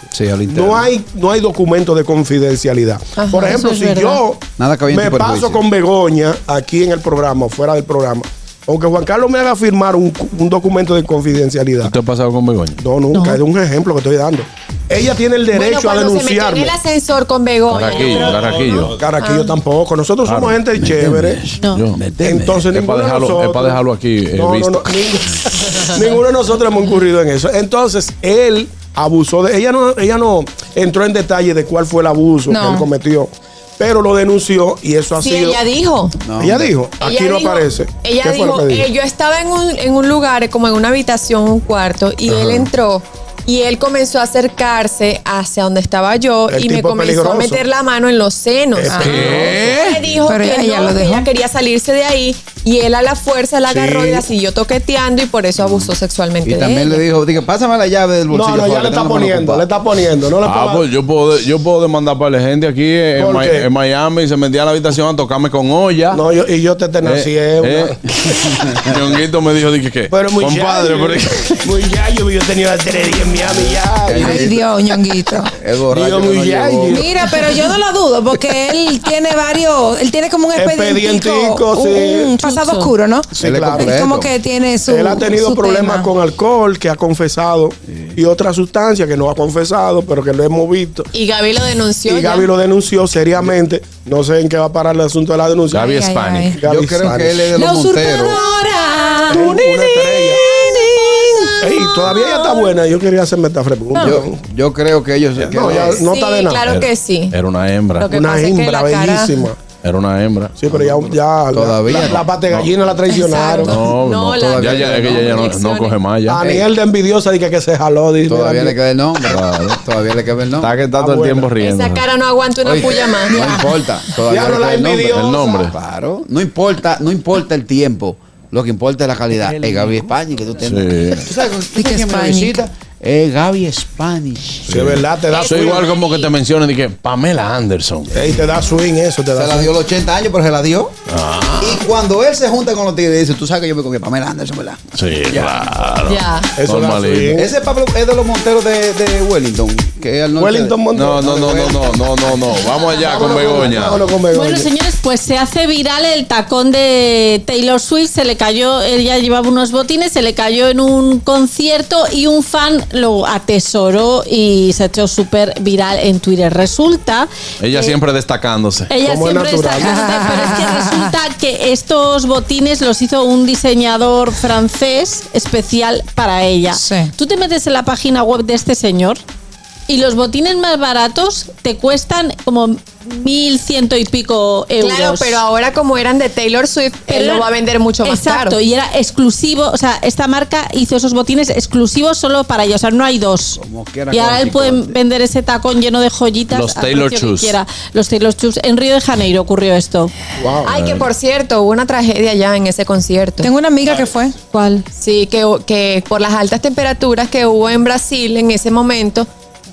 [SPEAKER 4] no hay, no hay documento de confidencialidad.
[SPEAKER 5] Ajá,
[SPEAKER 4] Por ejemplo,
[SPEAKER 5] eso es
[SPEAKER 4] si
[SPEAKER 5] verdad.
[SPEAKER 4] yo
[SPEAKER 5] Nada que vaya en
[SPEAKER 4] me
[SPEAKER 5] tu perjuicio.
[SPEAKER 4] paso con Begoña aquí en el programa, o fuera del programa, aunque Juan Carlos me haga firmar un, un documento de confidencialidad.
[SPEAKER 3] ¿Te ha pasado con Begoña?
[SPEAKER 4] No, nunca. Es un ejemplo que estoy dando. Ella tiene el derecho
[SPEAKER 8] bueno,
[SPEAKER 4] a
[SPEAKER 8] cuando se metió en
[SPEAKER 4] denunciarme.
[SPEAKER 8] el Ah. ascensor con Begoña.
[SPEAKER 3] Carraquillo, carraquillo.
[SPEAKER 4] Caraquillo tampoco. Nosotros somos gente chévere. Entonces,
[SPEAKER 3] es para
[SPEAKER 4] ninguno de
[SPEAKER 3] dejarlo, es
[SPEAKER 4] nosotros-
[SPEAKER 3] para dejarlo aquí eh,
[SPEAKER 4] No, no,
[SPEAKER 3] visto.
[SPEAKER 4] no, ningún- ninguno de nosotros hemos incurrido en eso. Entonces, él abusó de. Ella no, ella no entró en detalle de cuál fue el abuso
[SPEAKER 8] No.
[SPEAKER 4] que él cometió, pero lo denunció y eso ha
[SPEAKER 8] Sí,
[SPEAKER 4] sido.
[SPEAKER 8] ella dijo.
[SPEAKER 4] Ella dijo,
[SPEAKER 8] Ella
[SPEAKER 4] aquí no
[SPEAKER 8] dijo-
[SPEAKER 4] aparece.
[SPEAKER 8] Ella
[SPEAKER 4] ¿Qué fue
[SPEAKER 8] dijo,
[SPEAKER 4] lo que dijo?
[SPEAKER 8] eh, yo estaba en un, en un lugar, como en una habitación, un cuarto, y
[SPEAKER 4] Ajá.
[SPEAKER 8] él entró. Y él comenzó a acercarse hacia donde estaba yo
[SPEAKER 4] El
[SPEAKER 8] y me
[SPEAKER 4] tipo
[SPEAKER 8] comenzó
[SPEAKER 4] peligroso.
[SPEAKER 8] a meter la mano en los senos.
[SPEAKER 4] Es peligroso.
[SPEAKER 8] Le dijo
[SPEAKER 6] Pero
[SPEAKER 8] que,
[SPEAKER 6] ella
[SPEAKER 8] no,
[SPEAKER 6] lo
[SPEAKER 8] que
[SPEAKER 6] dejó.
[SPEAKER 8] ella quería salirse de ahí y él a la fuerza la
[SPEAKER 5] Sí.
[SPEAKER 8] agarró y la siguió toqueteando y por eso abusó sexualmente
[SPEAKER 5] Y
[SPEAKER 8] de
[SPEAKER 5] también
[SPEAKER 8] ella.
[SPEAKER 5] le dijo, dije, pásame la llave del bolsillo.
[SPEAKER 4] no, ya le está poniendo, le está poniendo. No le
[SPEAKER 3] Ah,
[SPEAKER 4] ponga-
[SPEAKER 3] pues yo puedo, yo puedo demandar para la gente aquí eh, en,
[SPEAKER 4] ¿Por
[SPEAKER 3] Mi-
[SPEAKER 4] qué?
[SPEAKER 3] en Miami y se metía a la habitación a tocarme con olla.
[SPEAKER 4] No, yo- y yo te tenacié una-
[SPEAKER 3] Ñonguito me dijo, dije, ¿qué?
[SPEAKER 4] Pero muy
[SPEAKER 3] Compadre,
[SPEAKER 4] yayo,
[SPEAKER 3] pero es que-
[SPEAKER 4] muy yayo, yo tenía tres días en Miami ya.
[SPEAKER 6] Ay, Dios, ñonguito.
[SPEAKER 5] Es borracho.
[SPEAKER 4] Digo,
[SPEAKER 5] que no
[SPEAKER 4] muy
[SPEAKER 5] llegó.
[SPEAKER 4] yayo.
[SPEAKER 6] Mira, pero yo no lo dudo porque él tiene varios, él tiene como un expedientico,
[SPEAKER 4] Expedientico,
[SPEAKER 6] un,
[SPEAKER 4] sí.
[SPEAKER 6] un pasado oscuro, ¿no?
[SPEAKER 4] Sí, claro.
[SPEAKER 6] Él como que tiene su
[SPEAKER 4] Él ha tenido
[SPEAKER 6] su
[SPEAKER 4] problemas
[SPEAKER 6] tema.
[SPEAKER 4] con alcohol, que ha confesado, y otras sustancias que no ha confesado, pero que lo hemos visto.
[SPEAKER 8] Y Gaby lo denunció.
[SPEAKER 4] Y
[SPEAKER 8] ya.
[SPEAKER 4] Gaby lo denunció seriamente. No sé en qué va a parar el asunto de la denuncia.
[SPEAKER 3] Gaby Ay, ay, Spani. ay.
[SPEAKER 4] Gaby
[SPEAKER 3] Yo creo
[SPEAKER 4] Spani.
[SPEAKER 3] que él es de los La Montero.
[SPEAKER 4] Es una estrella. Ey, todavía ella está buena. Yo quería hacerme esta pregunta.
[SPEAKER 5] Yo, yo creo que ellos. que
[SPEAKER 4] no, ya no
[SPEAKER 8] Sí,
[SPEAKER 4] está de nada.
[SPEAKER 8] claro que sí.
[SPEAKER 3] Era una hembra.
[SPEAKER 8] Lo que
[SPEAKER 4] Una
[SPEAKER 8] pasa es que
[SPEAKER 4] hembra
[SPEAKER 8] la cara-
[SPEAKER 4] bellísima.
[SPEAKER 3] Era una hembra.
[SPEAKER 4] Sí, pero ya, ya
[SPEAKER 5] Todavía
[SPEAKER 4] la,
[SPEAKER 5] no.
[SPEAKER 4] la pate gallina la traicionaron.
[SPEAKER 3] No, no,
[SPEAKER 8] No, la-
[SPEAKER 3] todavía ya, es que ya, ya no, no coge más ya.
[SPEAKER 4] Daniel de envidiosa dice que se jaló. dice,
[SPEAKER 5] Todavía
[SPEAKER 4] mira,
[SPEAKER 5] le queda el nombre. Todavía le queda el nombre.
[SPEAKER 3] Está que está todo el
[SPEAKER 4] buena.
[SPEAKER 3] tiempo riendo.
[SPEAKER 8] Esa cara no aguanta una
[SPEAKER 5] Oye,
[SPEAKER 8] puya más.
[SPEAKER 5] Ah, No importa. Todavía
[SPEAKER 4] Diablo,
[SPEAKER 5] le queda
[SPEAKER 4] la
[SPEAKER 5] el nombre.
[SPEAKER 4] envidiosa.
[SPEAKER 5] El nombre. Claro. No importa, no importa el tiempo. Lo que importa es la calidad. Es Gaby España que tú tienes.
[SPEAKER 3] Sí.
[SPEAKER 5] ¿Tú sabes con- tú
[SPEAKER 6] que
[SPEAKER 5] sabes quién me
[SPEAKER 6] España.
[SPEAKER 5] visita? eh, Gaby Spanish.
[SPEAKER 4] Sí, es verdad, te da
[SPEAKER 3] Eso
[SPEAKER 4] swing.
[SPEAKER 3] igual como que te mencionen de que Pamela Anderson.
[SPEAKER 4] Ey, te da swing eso, te da
[SPEAKER 5] Se la
[SPEAKER 4] swing.
[SPEAKER 5] dio a los 80 años, pero se la dio.
[SPEAKER 3] Ah,
[SPEAKER 5] Y cuando él se junta con los tigres, dice, tú sabes que yo me cogí a Pamela Anderson, ¿verdad?
[SPEAKER 3] sí, claro.
[SPEAKER 5] Ya.
[SPEAKER 4] Eso da swing.
[SPEAKER 5] Ese Pablo es de los monteros de, de Wellington. Que es al norte
[SPEAKER 4] Wellington
[SPEAKER 5] de-
[SPEAKER 3] No, no, no, no, no, no, no, no. Vamos allá con Begoña.
[SPEAKER 4] Vámonos con Begoña.
[SPEAKER 10] Bueno, señores, pues se hace viral el tacón de Taylor Swift. Se le cayó, ella llevaba unos botines, se le cayó en un concierto y un fan lo atesoró y se ha hecho súper viral en Twitter. Resulta.
[SPEAKER 3] Ella
[SPEAKER 10] que-
[SPEAKER 3] siempre destacándose.
[SPEAKER 10] Ella siempre está contenta, pero es que resulta que estos botines los hizo un diseñador francés especial para ella. Tú te metes en la página web de este señor y los botines más baratos te cuestan como mil ciento y pico euros.
[SPEAKER 8] Claro, pero ahora como eran de Taylor Swift, él lo
[SPEAKER 10] era-
[SPEAKER 8] va a vender mucho más
[SPEAKER 10] Exacto,
[SPEAKER 8] caro.
[SPEAKER 10] y era exclusivo, o sea, esta marca hizo esos botines exclusivos solo para ella, o sea, no hay dos.
[SPEAKER 5] quiera,
[SPEAKER 10] y ahora
[SPEAKER 5] con
[SPEAKER 10] él puede vender ese tacón lleno de joyitas.
[SPEAKER 3] Los
[SPEAKER 10] al
[SPEAKER 3] Taylor
[SPEAKER 10] precio que
[SPEAKER 3] Shoes.
[SPEAKER 10] quiera. Los Taylor Shoes. En Río de Janeiro ocurrió esto.
[SPEAKER 8] Ay, que por cierto, hubo una tragedia ya en ese concierto.
[SPEAKER 6] Tengo una amiga que fue.
[SPEAKER 10] ¿Cuál?
[SPEAKER 8] Sí, que, que por las altas temperaturas que hubo en Brasil en ese momento,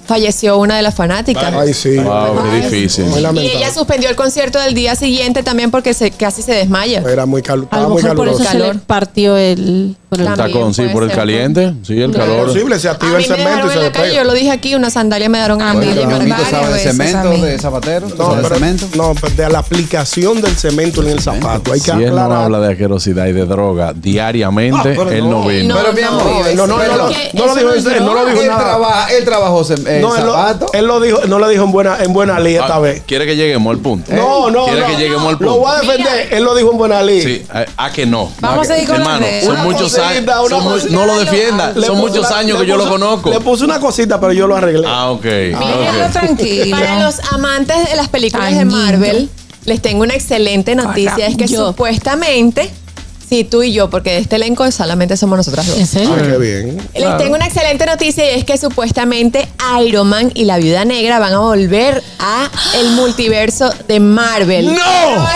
[SPEAKER 8] falleció una de las fanáticas.
[SPEAKER 4] Ay, sí.
[SPEAKER 3] Wow, qué difícil.
[SPEAKER 4] Muy
[SPEAKER 8] Y
[SPEAKER 4] lamentable.
[SPEAKER 8] ella suspendió el concierto del día siguiente también porque se, casi se desmaya.
[SPEAKER 4] Era muy calu-
[SPEAKER 10] A
[SPEAKER 4] estaba
[SPEAKER 10] lo
[SPEAKER 4] muy
[SPEAKER 10] mejor por eso
[SPEAKER 4] caluroso.
[SPEAKER 10] se le partió el. por el-
[SPEAKER 3] El tacón, sí,
[SPEAKER 8] puede
[SPEAKER 3] por el
[SPEAKER 8] ser,
[SPEAKER 3] caliente. Sí, el
[SPEAKER 4] Claro.
[SPEAKER 3] calor.
[SPEAKER 4] Imposible, se activa
[SPEAKER 8] a
[SPEAKER 4] el
[SPEAKER 8] mí me
[SPEAKER 4] cemento
[SPEAKER 8] dejaron
[SPEAKER 4] y se
[SPEAKER 8] en
[SPEAKER 4] le
[SPEAKER 8] la calle, pues,
[SPEAKER 4] pega.
[SPEAKER 8] pues. yo lo dije aquí, una sandalia me dieron a mí.
[SPEAKER 5] Bueno,
[SPEAKER 8] llevar
[SPEAKER 5] Ramito sabe de
[SPEAKER 8] varias veces a
[SPEAKER 5] cemento,
[SPEAKER 8] mí.
[SPEAKER 5] de zapatero,
[SPEAKER 4] No,
[SPEAKER 5] sabe de
[SPEAKER 4] pero-
[SPEAKER 5] cemento.
[SPEAKER 4] no, pero de la aplicación del cemento en el zapato. Hay que
[SPEAKER 3] Si él no
[SPEAKER 4] aclarar.
[SPEAKER 3] habla de asquerosidad y de droga
[SPEAKER 4] Ah,
[SPEAKER 3] diariamente,
[SPEAKER 4] pero
[SPEAKER 3] él no vino.
[SPEAKER 4] Pero mi amor, no, no, no, no, no lo dijo usted, no lo dijo
[SPEAKER 5] él,
[SPEAKER 4] nada.
[SPEAKER 5] traba- él trabajó sem- eh,
[SPEAKER 4] No, él
[SPEAKER 5] zapato.
[SPEAKER 4] lo, él lo dijo, no lo dijo en buena, en buena ley esta
[SPEAKER 3] Ah,
[SPEAKER 4] vez.
[SPEAKER 3] Quiere que lleguemos al punto.
[SPEAKER 4] No, no,
[SPEAKER 3] Quiere
[SPEAKER 4] no.
[SPEAKER 3] que lleguemos al punto.
[SPEAKER 4] Lo voy a defender. Él lo dijo en buena ley.
[SPEAKER 3] Sí, a, a que no.
[SPEAKER 6] Vamos
[SPEAKER 3] A que-
[SPEAKER 6] a seguir con las
[SPEAKER 3] Hermano,
[SPEAKER 6] redes.
[SPEAKER 3] son
[SPEAKER 6] Una
[SPEAKER 3] muchos
[SPEAKER 4] cosita,
[SPEAKER 3] años.
[SPEAKER 4] una
[SPEAKER 3] son mu-
[SPEAKER 4] cosita.
[SPEAKER 3] no lo defienda.
[SPEAKER 4] Le
[SPEAKER 3] Son
[SPEAKER 4] puse
[SPEAKER 3] muchos
[SPEAKER 4] la-
[SPEAKER 3] años
[SPEAKER 4] le
[SPEAKER 3] que yo lo
[SPEAKER 4] puse-
[SPEAKER 3] conozco.
[SPEAKER 4] Le puse una cosita, pero yo lo arreglé.
[SPEAKER 3] Ah, ok.
[SPEAKER 6] Mira,
[SPEAKER 3] ok.
[SPEAKER 6] tranquilo.
[SPEAKER 8] Para los amantes de las películas de
[SPEAKER 6] Cañito.
[SPEAKER 8] Marvel, les tengo una excelente noticia.
[SPEAKER 6] Corra-
[SPEAKER 8] Es que
[SPEAKER 10] yo.
[SPEAKER 8] supuestamente, si tú y yo, porque de este elenco solamente somos nosotras dos.
[SPEAKER 10] ¿En serio?
[SPEAKER 4] Ah, qué bien.
[SPEAKER 8] Les tengo una excelente noticia y es que supuestamente Iron Man y la Viuda Negra van a volver a el multiverso de Marvel.
[SPEAKER 3] ¡No!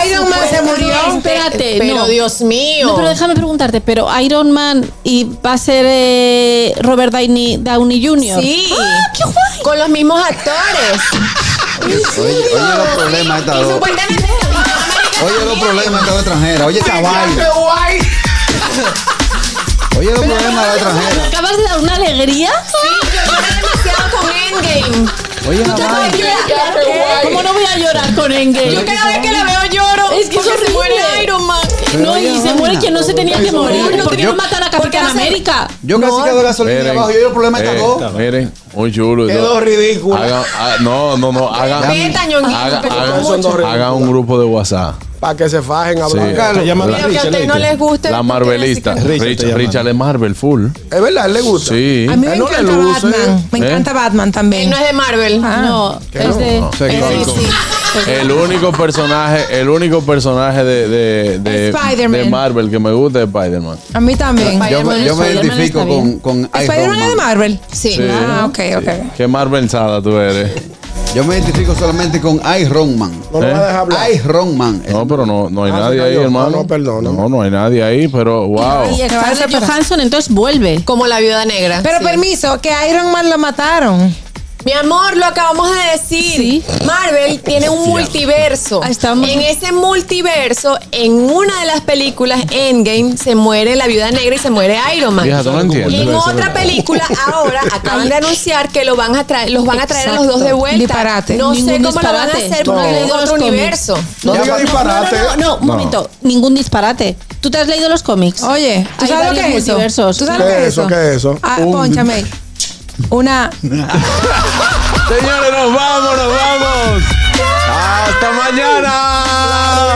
[SPEAKER 6] Iron Man se murió.
[SPEAKER 8] No,
[SPEAKER 10] espérate,
[SPEAKER 8] pero
[SPEAKER 10] no.
[SPEAKER 8] Dios mío.
[SPEAKER 10] No, pero déjame preguntarte, pero Iron Man y va a ser eh, Robert Downey, Downey ¡Ah, Jr.
[SPEAKER 8] Sí. Con los mismos actores.
[SPEAKER 5] Oye, oye los problemas esta
[SPEAKER 8] Y
[SPEAKER 5] droga.
[SPEAKER 8] supuestamente
[SPEAKER 5] Oye los problemas esta extranjera. Oye esta vaina. Oye los problemas de la
[SPEAKER 10] ¿Me
[SPEAKER 5] extranjera.
[SPEAKER 10] acabas de dar una alegría?
[SPEAKER 8] demasiado con Endgame.
[SPEAKER 5] Oye la vaina.
[SPEAKER 10] ¿Cómo no voy a llorar con Endgame?
[SPEAKER 8] Yo cada vez que la veo lloro.
[SPEAKER 10] Es que es
[SPEAKER 8] porque se
[SPEAKER 10] horrible.
[SPEAKER 8] muere Iron Man.
[SPEAKER 5] Pero
[SPEAKER 10] No, y
[SPEAKER 5] oye,
[SPEAKER 10] se muere
[SPEAKER 5] vaina.
[SPEAKER 10] quien no se tenía que morir.
[SPEAKER 5] horrible.
[SPEAKER 10] ¿Por qué
[SPEAKER 5] Yo-
[SPEAKER 10] no matan a Capitán
[SPEAKER 8] porque hace-
[SPEAKER 10] América?
[SPEAKER 5] Yo casi quedo gasolina
[SPEAKER 3] Miren,
[SPEAKER 5] abajo. Yo los problemas esta
[SPEAKER 3] eh,
[SPEAKER 5] dos.
[SPEAKER 3] Miren, muy chulo.
[SPEAKER 4] Quedó ridículo.
[SPEAKER 3] Haga- ah, no, no, no. Hagan
[SPEAKER 8] Respeta, ñonguito,
[SPEAKER 3] haga-
[SPEAKER 8] que son
[SPEAKER 3] haga-
[SPEAKER 4] muchos. Son dos ridículos.
[SPEAKER 3] hagan un grupo de WhatsApp.
[SPEAKER 4] Para que se fajen a
[SPEAKER 3] Sí.
[SPEAKER 4] hablar.
[SPEAKER 7] Se llama
[SPEAKER 8] Pero que a
[SPEAKER 7] Richard,
[SPEAKER 8] ustedes no
[SPEAKER 7] ¿oíste?
[SPEAKER 8] les guste.
[SPEAKER 3] La Marvelista.
[SPEAKER 8] Así que-
[SPEAKER 7] Richard te
[SPEAKER 3] Richard,
[SPEAKER 7] llaman.
[SPEAKER 3] Richard es Marvel full.
[SPEAKER 4] Es verdad, él le gusta.
[SPEAKER 3] Sí.
[SPEAKER 6] A mí me
[SPEAKER 4] Eh, no le
[SPEAKER 6] encanta
[SPEAKER 4] luce,
[SPEAKER 6] Batman. Me
[SPEAKER 3] ¿eh?
[SPEAKER 6] encanta Batman
[SPEAKER 8] Él
[SPEAKER 6] también. Ah.
[SPEAKER 8] no es de Marvel.
[SPEAKER 10] No,
[SPEAKER 4] no,
[SPEAKER 10] es de...
[SPEAKER 3] no.
[SPEAKER 10] es de-
[SPEAKER 8] Sí.
[SPEAKER 3] El único personaje, el único personaje de, de, de,
[SPEAKER 6] Spider-Man.
[SPEAKER 3] de Marvel que me gusta es Spider-Man.
[SPEAKER 6] A mí también.
[SPEAKER 5] Yo me, yo me
[SPEAKER 10] Spider-Man
[SPEAKER 5] identifico
[SPEAKER 10] está
[SPEAKER 5] con,
[SPEAKER 10] bien.
[SPEAKER 5] con Iron
[SPEAKER 6] Spider-Man es de
[SPEAKER 5] Man.
[SPEAKER 6] Marvel.
[SPEAKER 8] Sí.
[SPEAKER 3] Sí.
[SPEAKER 6] Ah, ok, ok.
[SPEAKER 3] Qué Marvelsada tú eres.
[SPEAKER 5] Yo me identifico solamente con Iron Man.
[SPEAKER 4] No lo
[SPEAKER 3] ¿Eh?
[SPEAKER 4] va a dejar hablar.
[SPEAKER 5] Iron Man.
[SPEAKER 3] No, pero no, no hay
[SPEAKER 4] Ah,
[SPEAKER 3] nadie
[SPEAKER 4] se
[SPEAKER 3] ahí,
[SPEAKER 4] cayó.
[SPEAKER 3] hermano.
[SPEAKER 4] No, no, perdona.
[SPEAKER 3] No, no hay nadie ahí, pero wow.
[SPEAKER 10] Y
[SPEAKER 6] Se va a
[SPEAKER 10] Scarlett
[SPEAKER 6] separar.
[SPEAKER 10] Johansson entonces vuelve.
[SPEAKER 8] Como la viuda negra.
[SPEAKER 6] Pero
[SPEAKER 8] Sí.
[SPEAKER 6] permiso, que a Iron Man lo mataron.
[SPEAKER 8] Mi amor, lo acabamos de decir.
[SPEAKER 10] Sí.
[SPEAKER 8] Marvel tiene un multiverso.
[SPEAKER 10] Ah, estamos-
[SPEAKER 8] En ese multiverso, en una de las películas, Endgame, se muere la viuda negra y se muere Iron Man.
[SPEAKER 3] Vieja, tú no entiendes.
[SPEAKER 8] Y en
[SPEAKER 3] Eso es
[SPEAKER 8] otra
[SPEAKER 3] verdad.
[SPEAKER 8] película, ahora acaban de anunciar que lo van a traer, los van a traer a los
[SPEAKER 10] Exacto.
[SPEAKER 8] dos de vuelta.
[SPEAKER 6] Disparate.
[SPEAKER 8] No sé
[SPEAKER 10] Ningún
[SPEAKER 8] cómo lo van a
[SPEAKER 10] disparate.
[SPEAKER 8] hacer
[SPEAKER 10] No.
[SPEAKER 8] porque es
[SPEAKER 10] Leí
[SPEAKER 8] de
[SPEAKER 10] los
[SPEAKER 8] otro
[SPEAKER 10] cómics.
[SPEAKER 8] universo.
[SPEAKER 4] No diga disparate.
[SPEAKER 10] No, no, no, un momento. Ningún disparate. ¿Tú te has leído los cómics?
[SPEAKER 6] Oye, ¿tú
[SPEAKER 10] Hay
[SPEAKER 6] sabes lo
[SPEAKER 10] varios
[SPEAKER 6] que es eso?
[SPEAKER 10] multiversos.
[SPEAKER 6] ¿Tú sabes
[SPEAKER 4] ¿Qué
[SPEAKER 6] lo que
[SPEAKER 4] es
[SPEAKER 6] es
[SPEAKER 4] eso?
[SPEAKER 6] eso?
[SPEAKER 4] ¿Qué es eso?
[SPEAKER 6] Ah,
[SPEAKER 5] Un-
[SPEAKER 6] pónchame. Una.
[SPEAKER 3] Señores, nos vamos, nos vamos. Hasta mañana.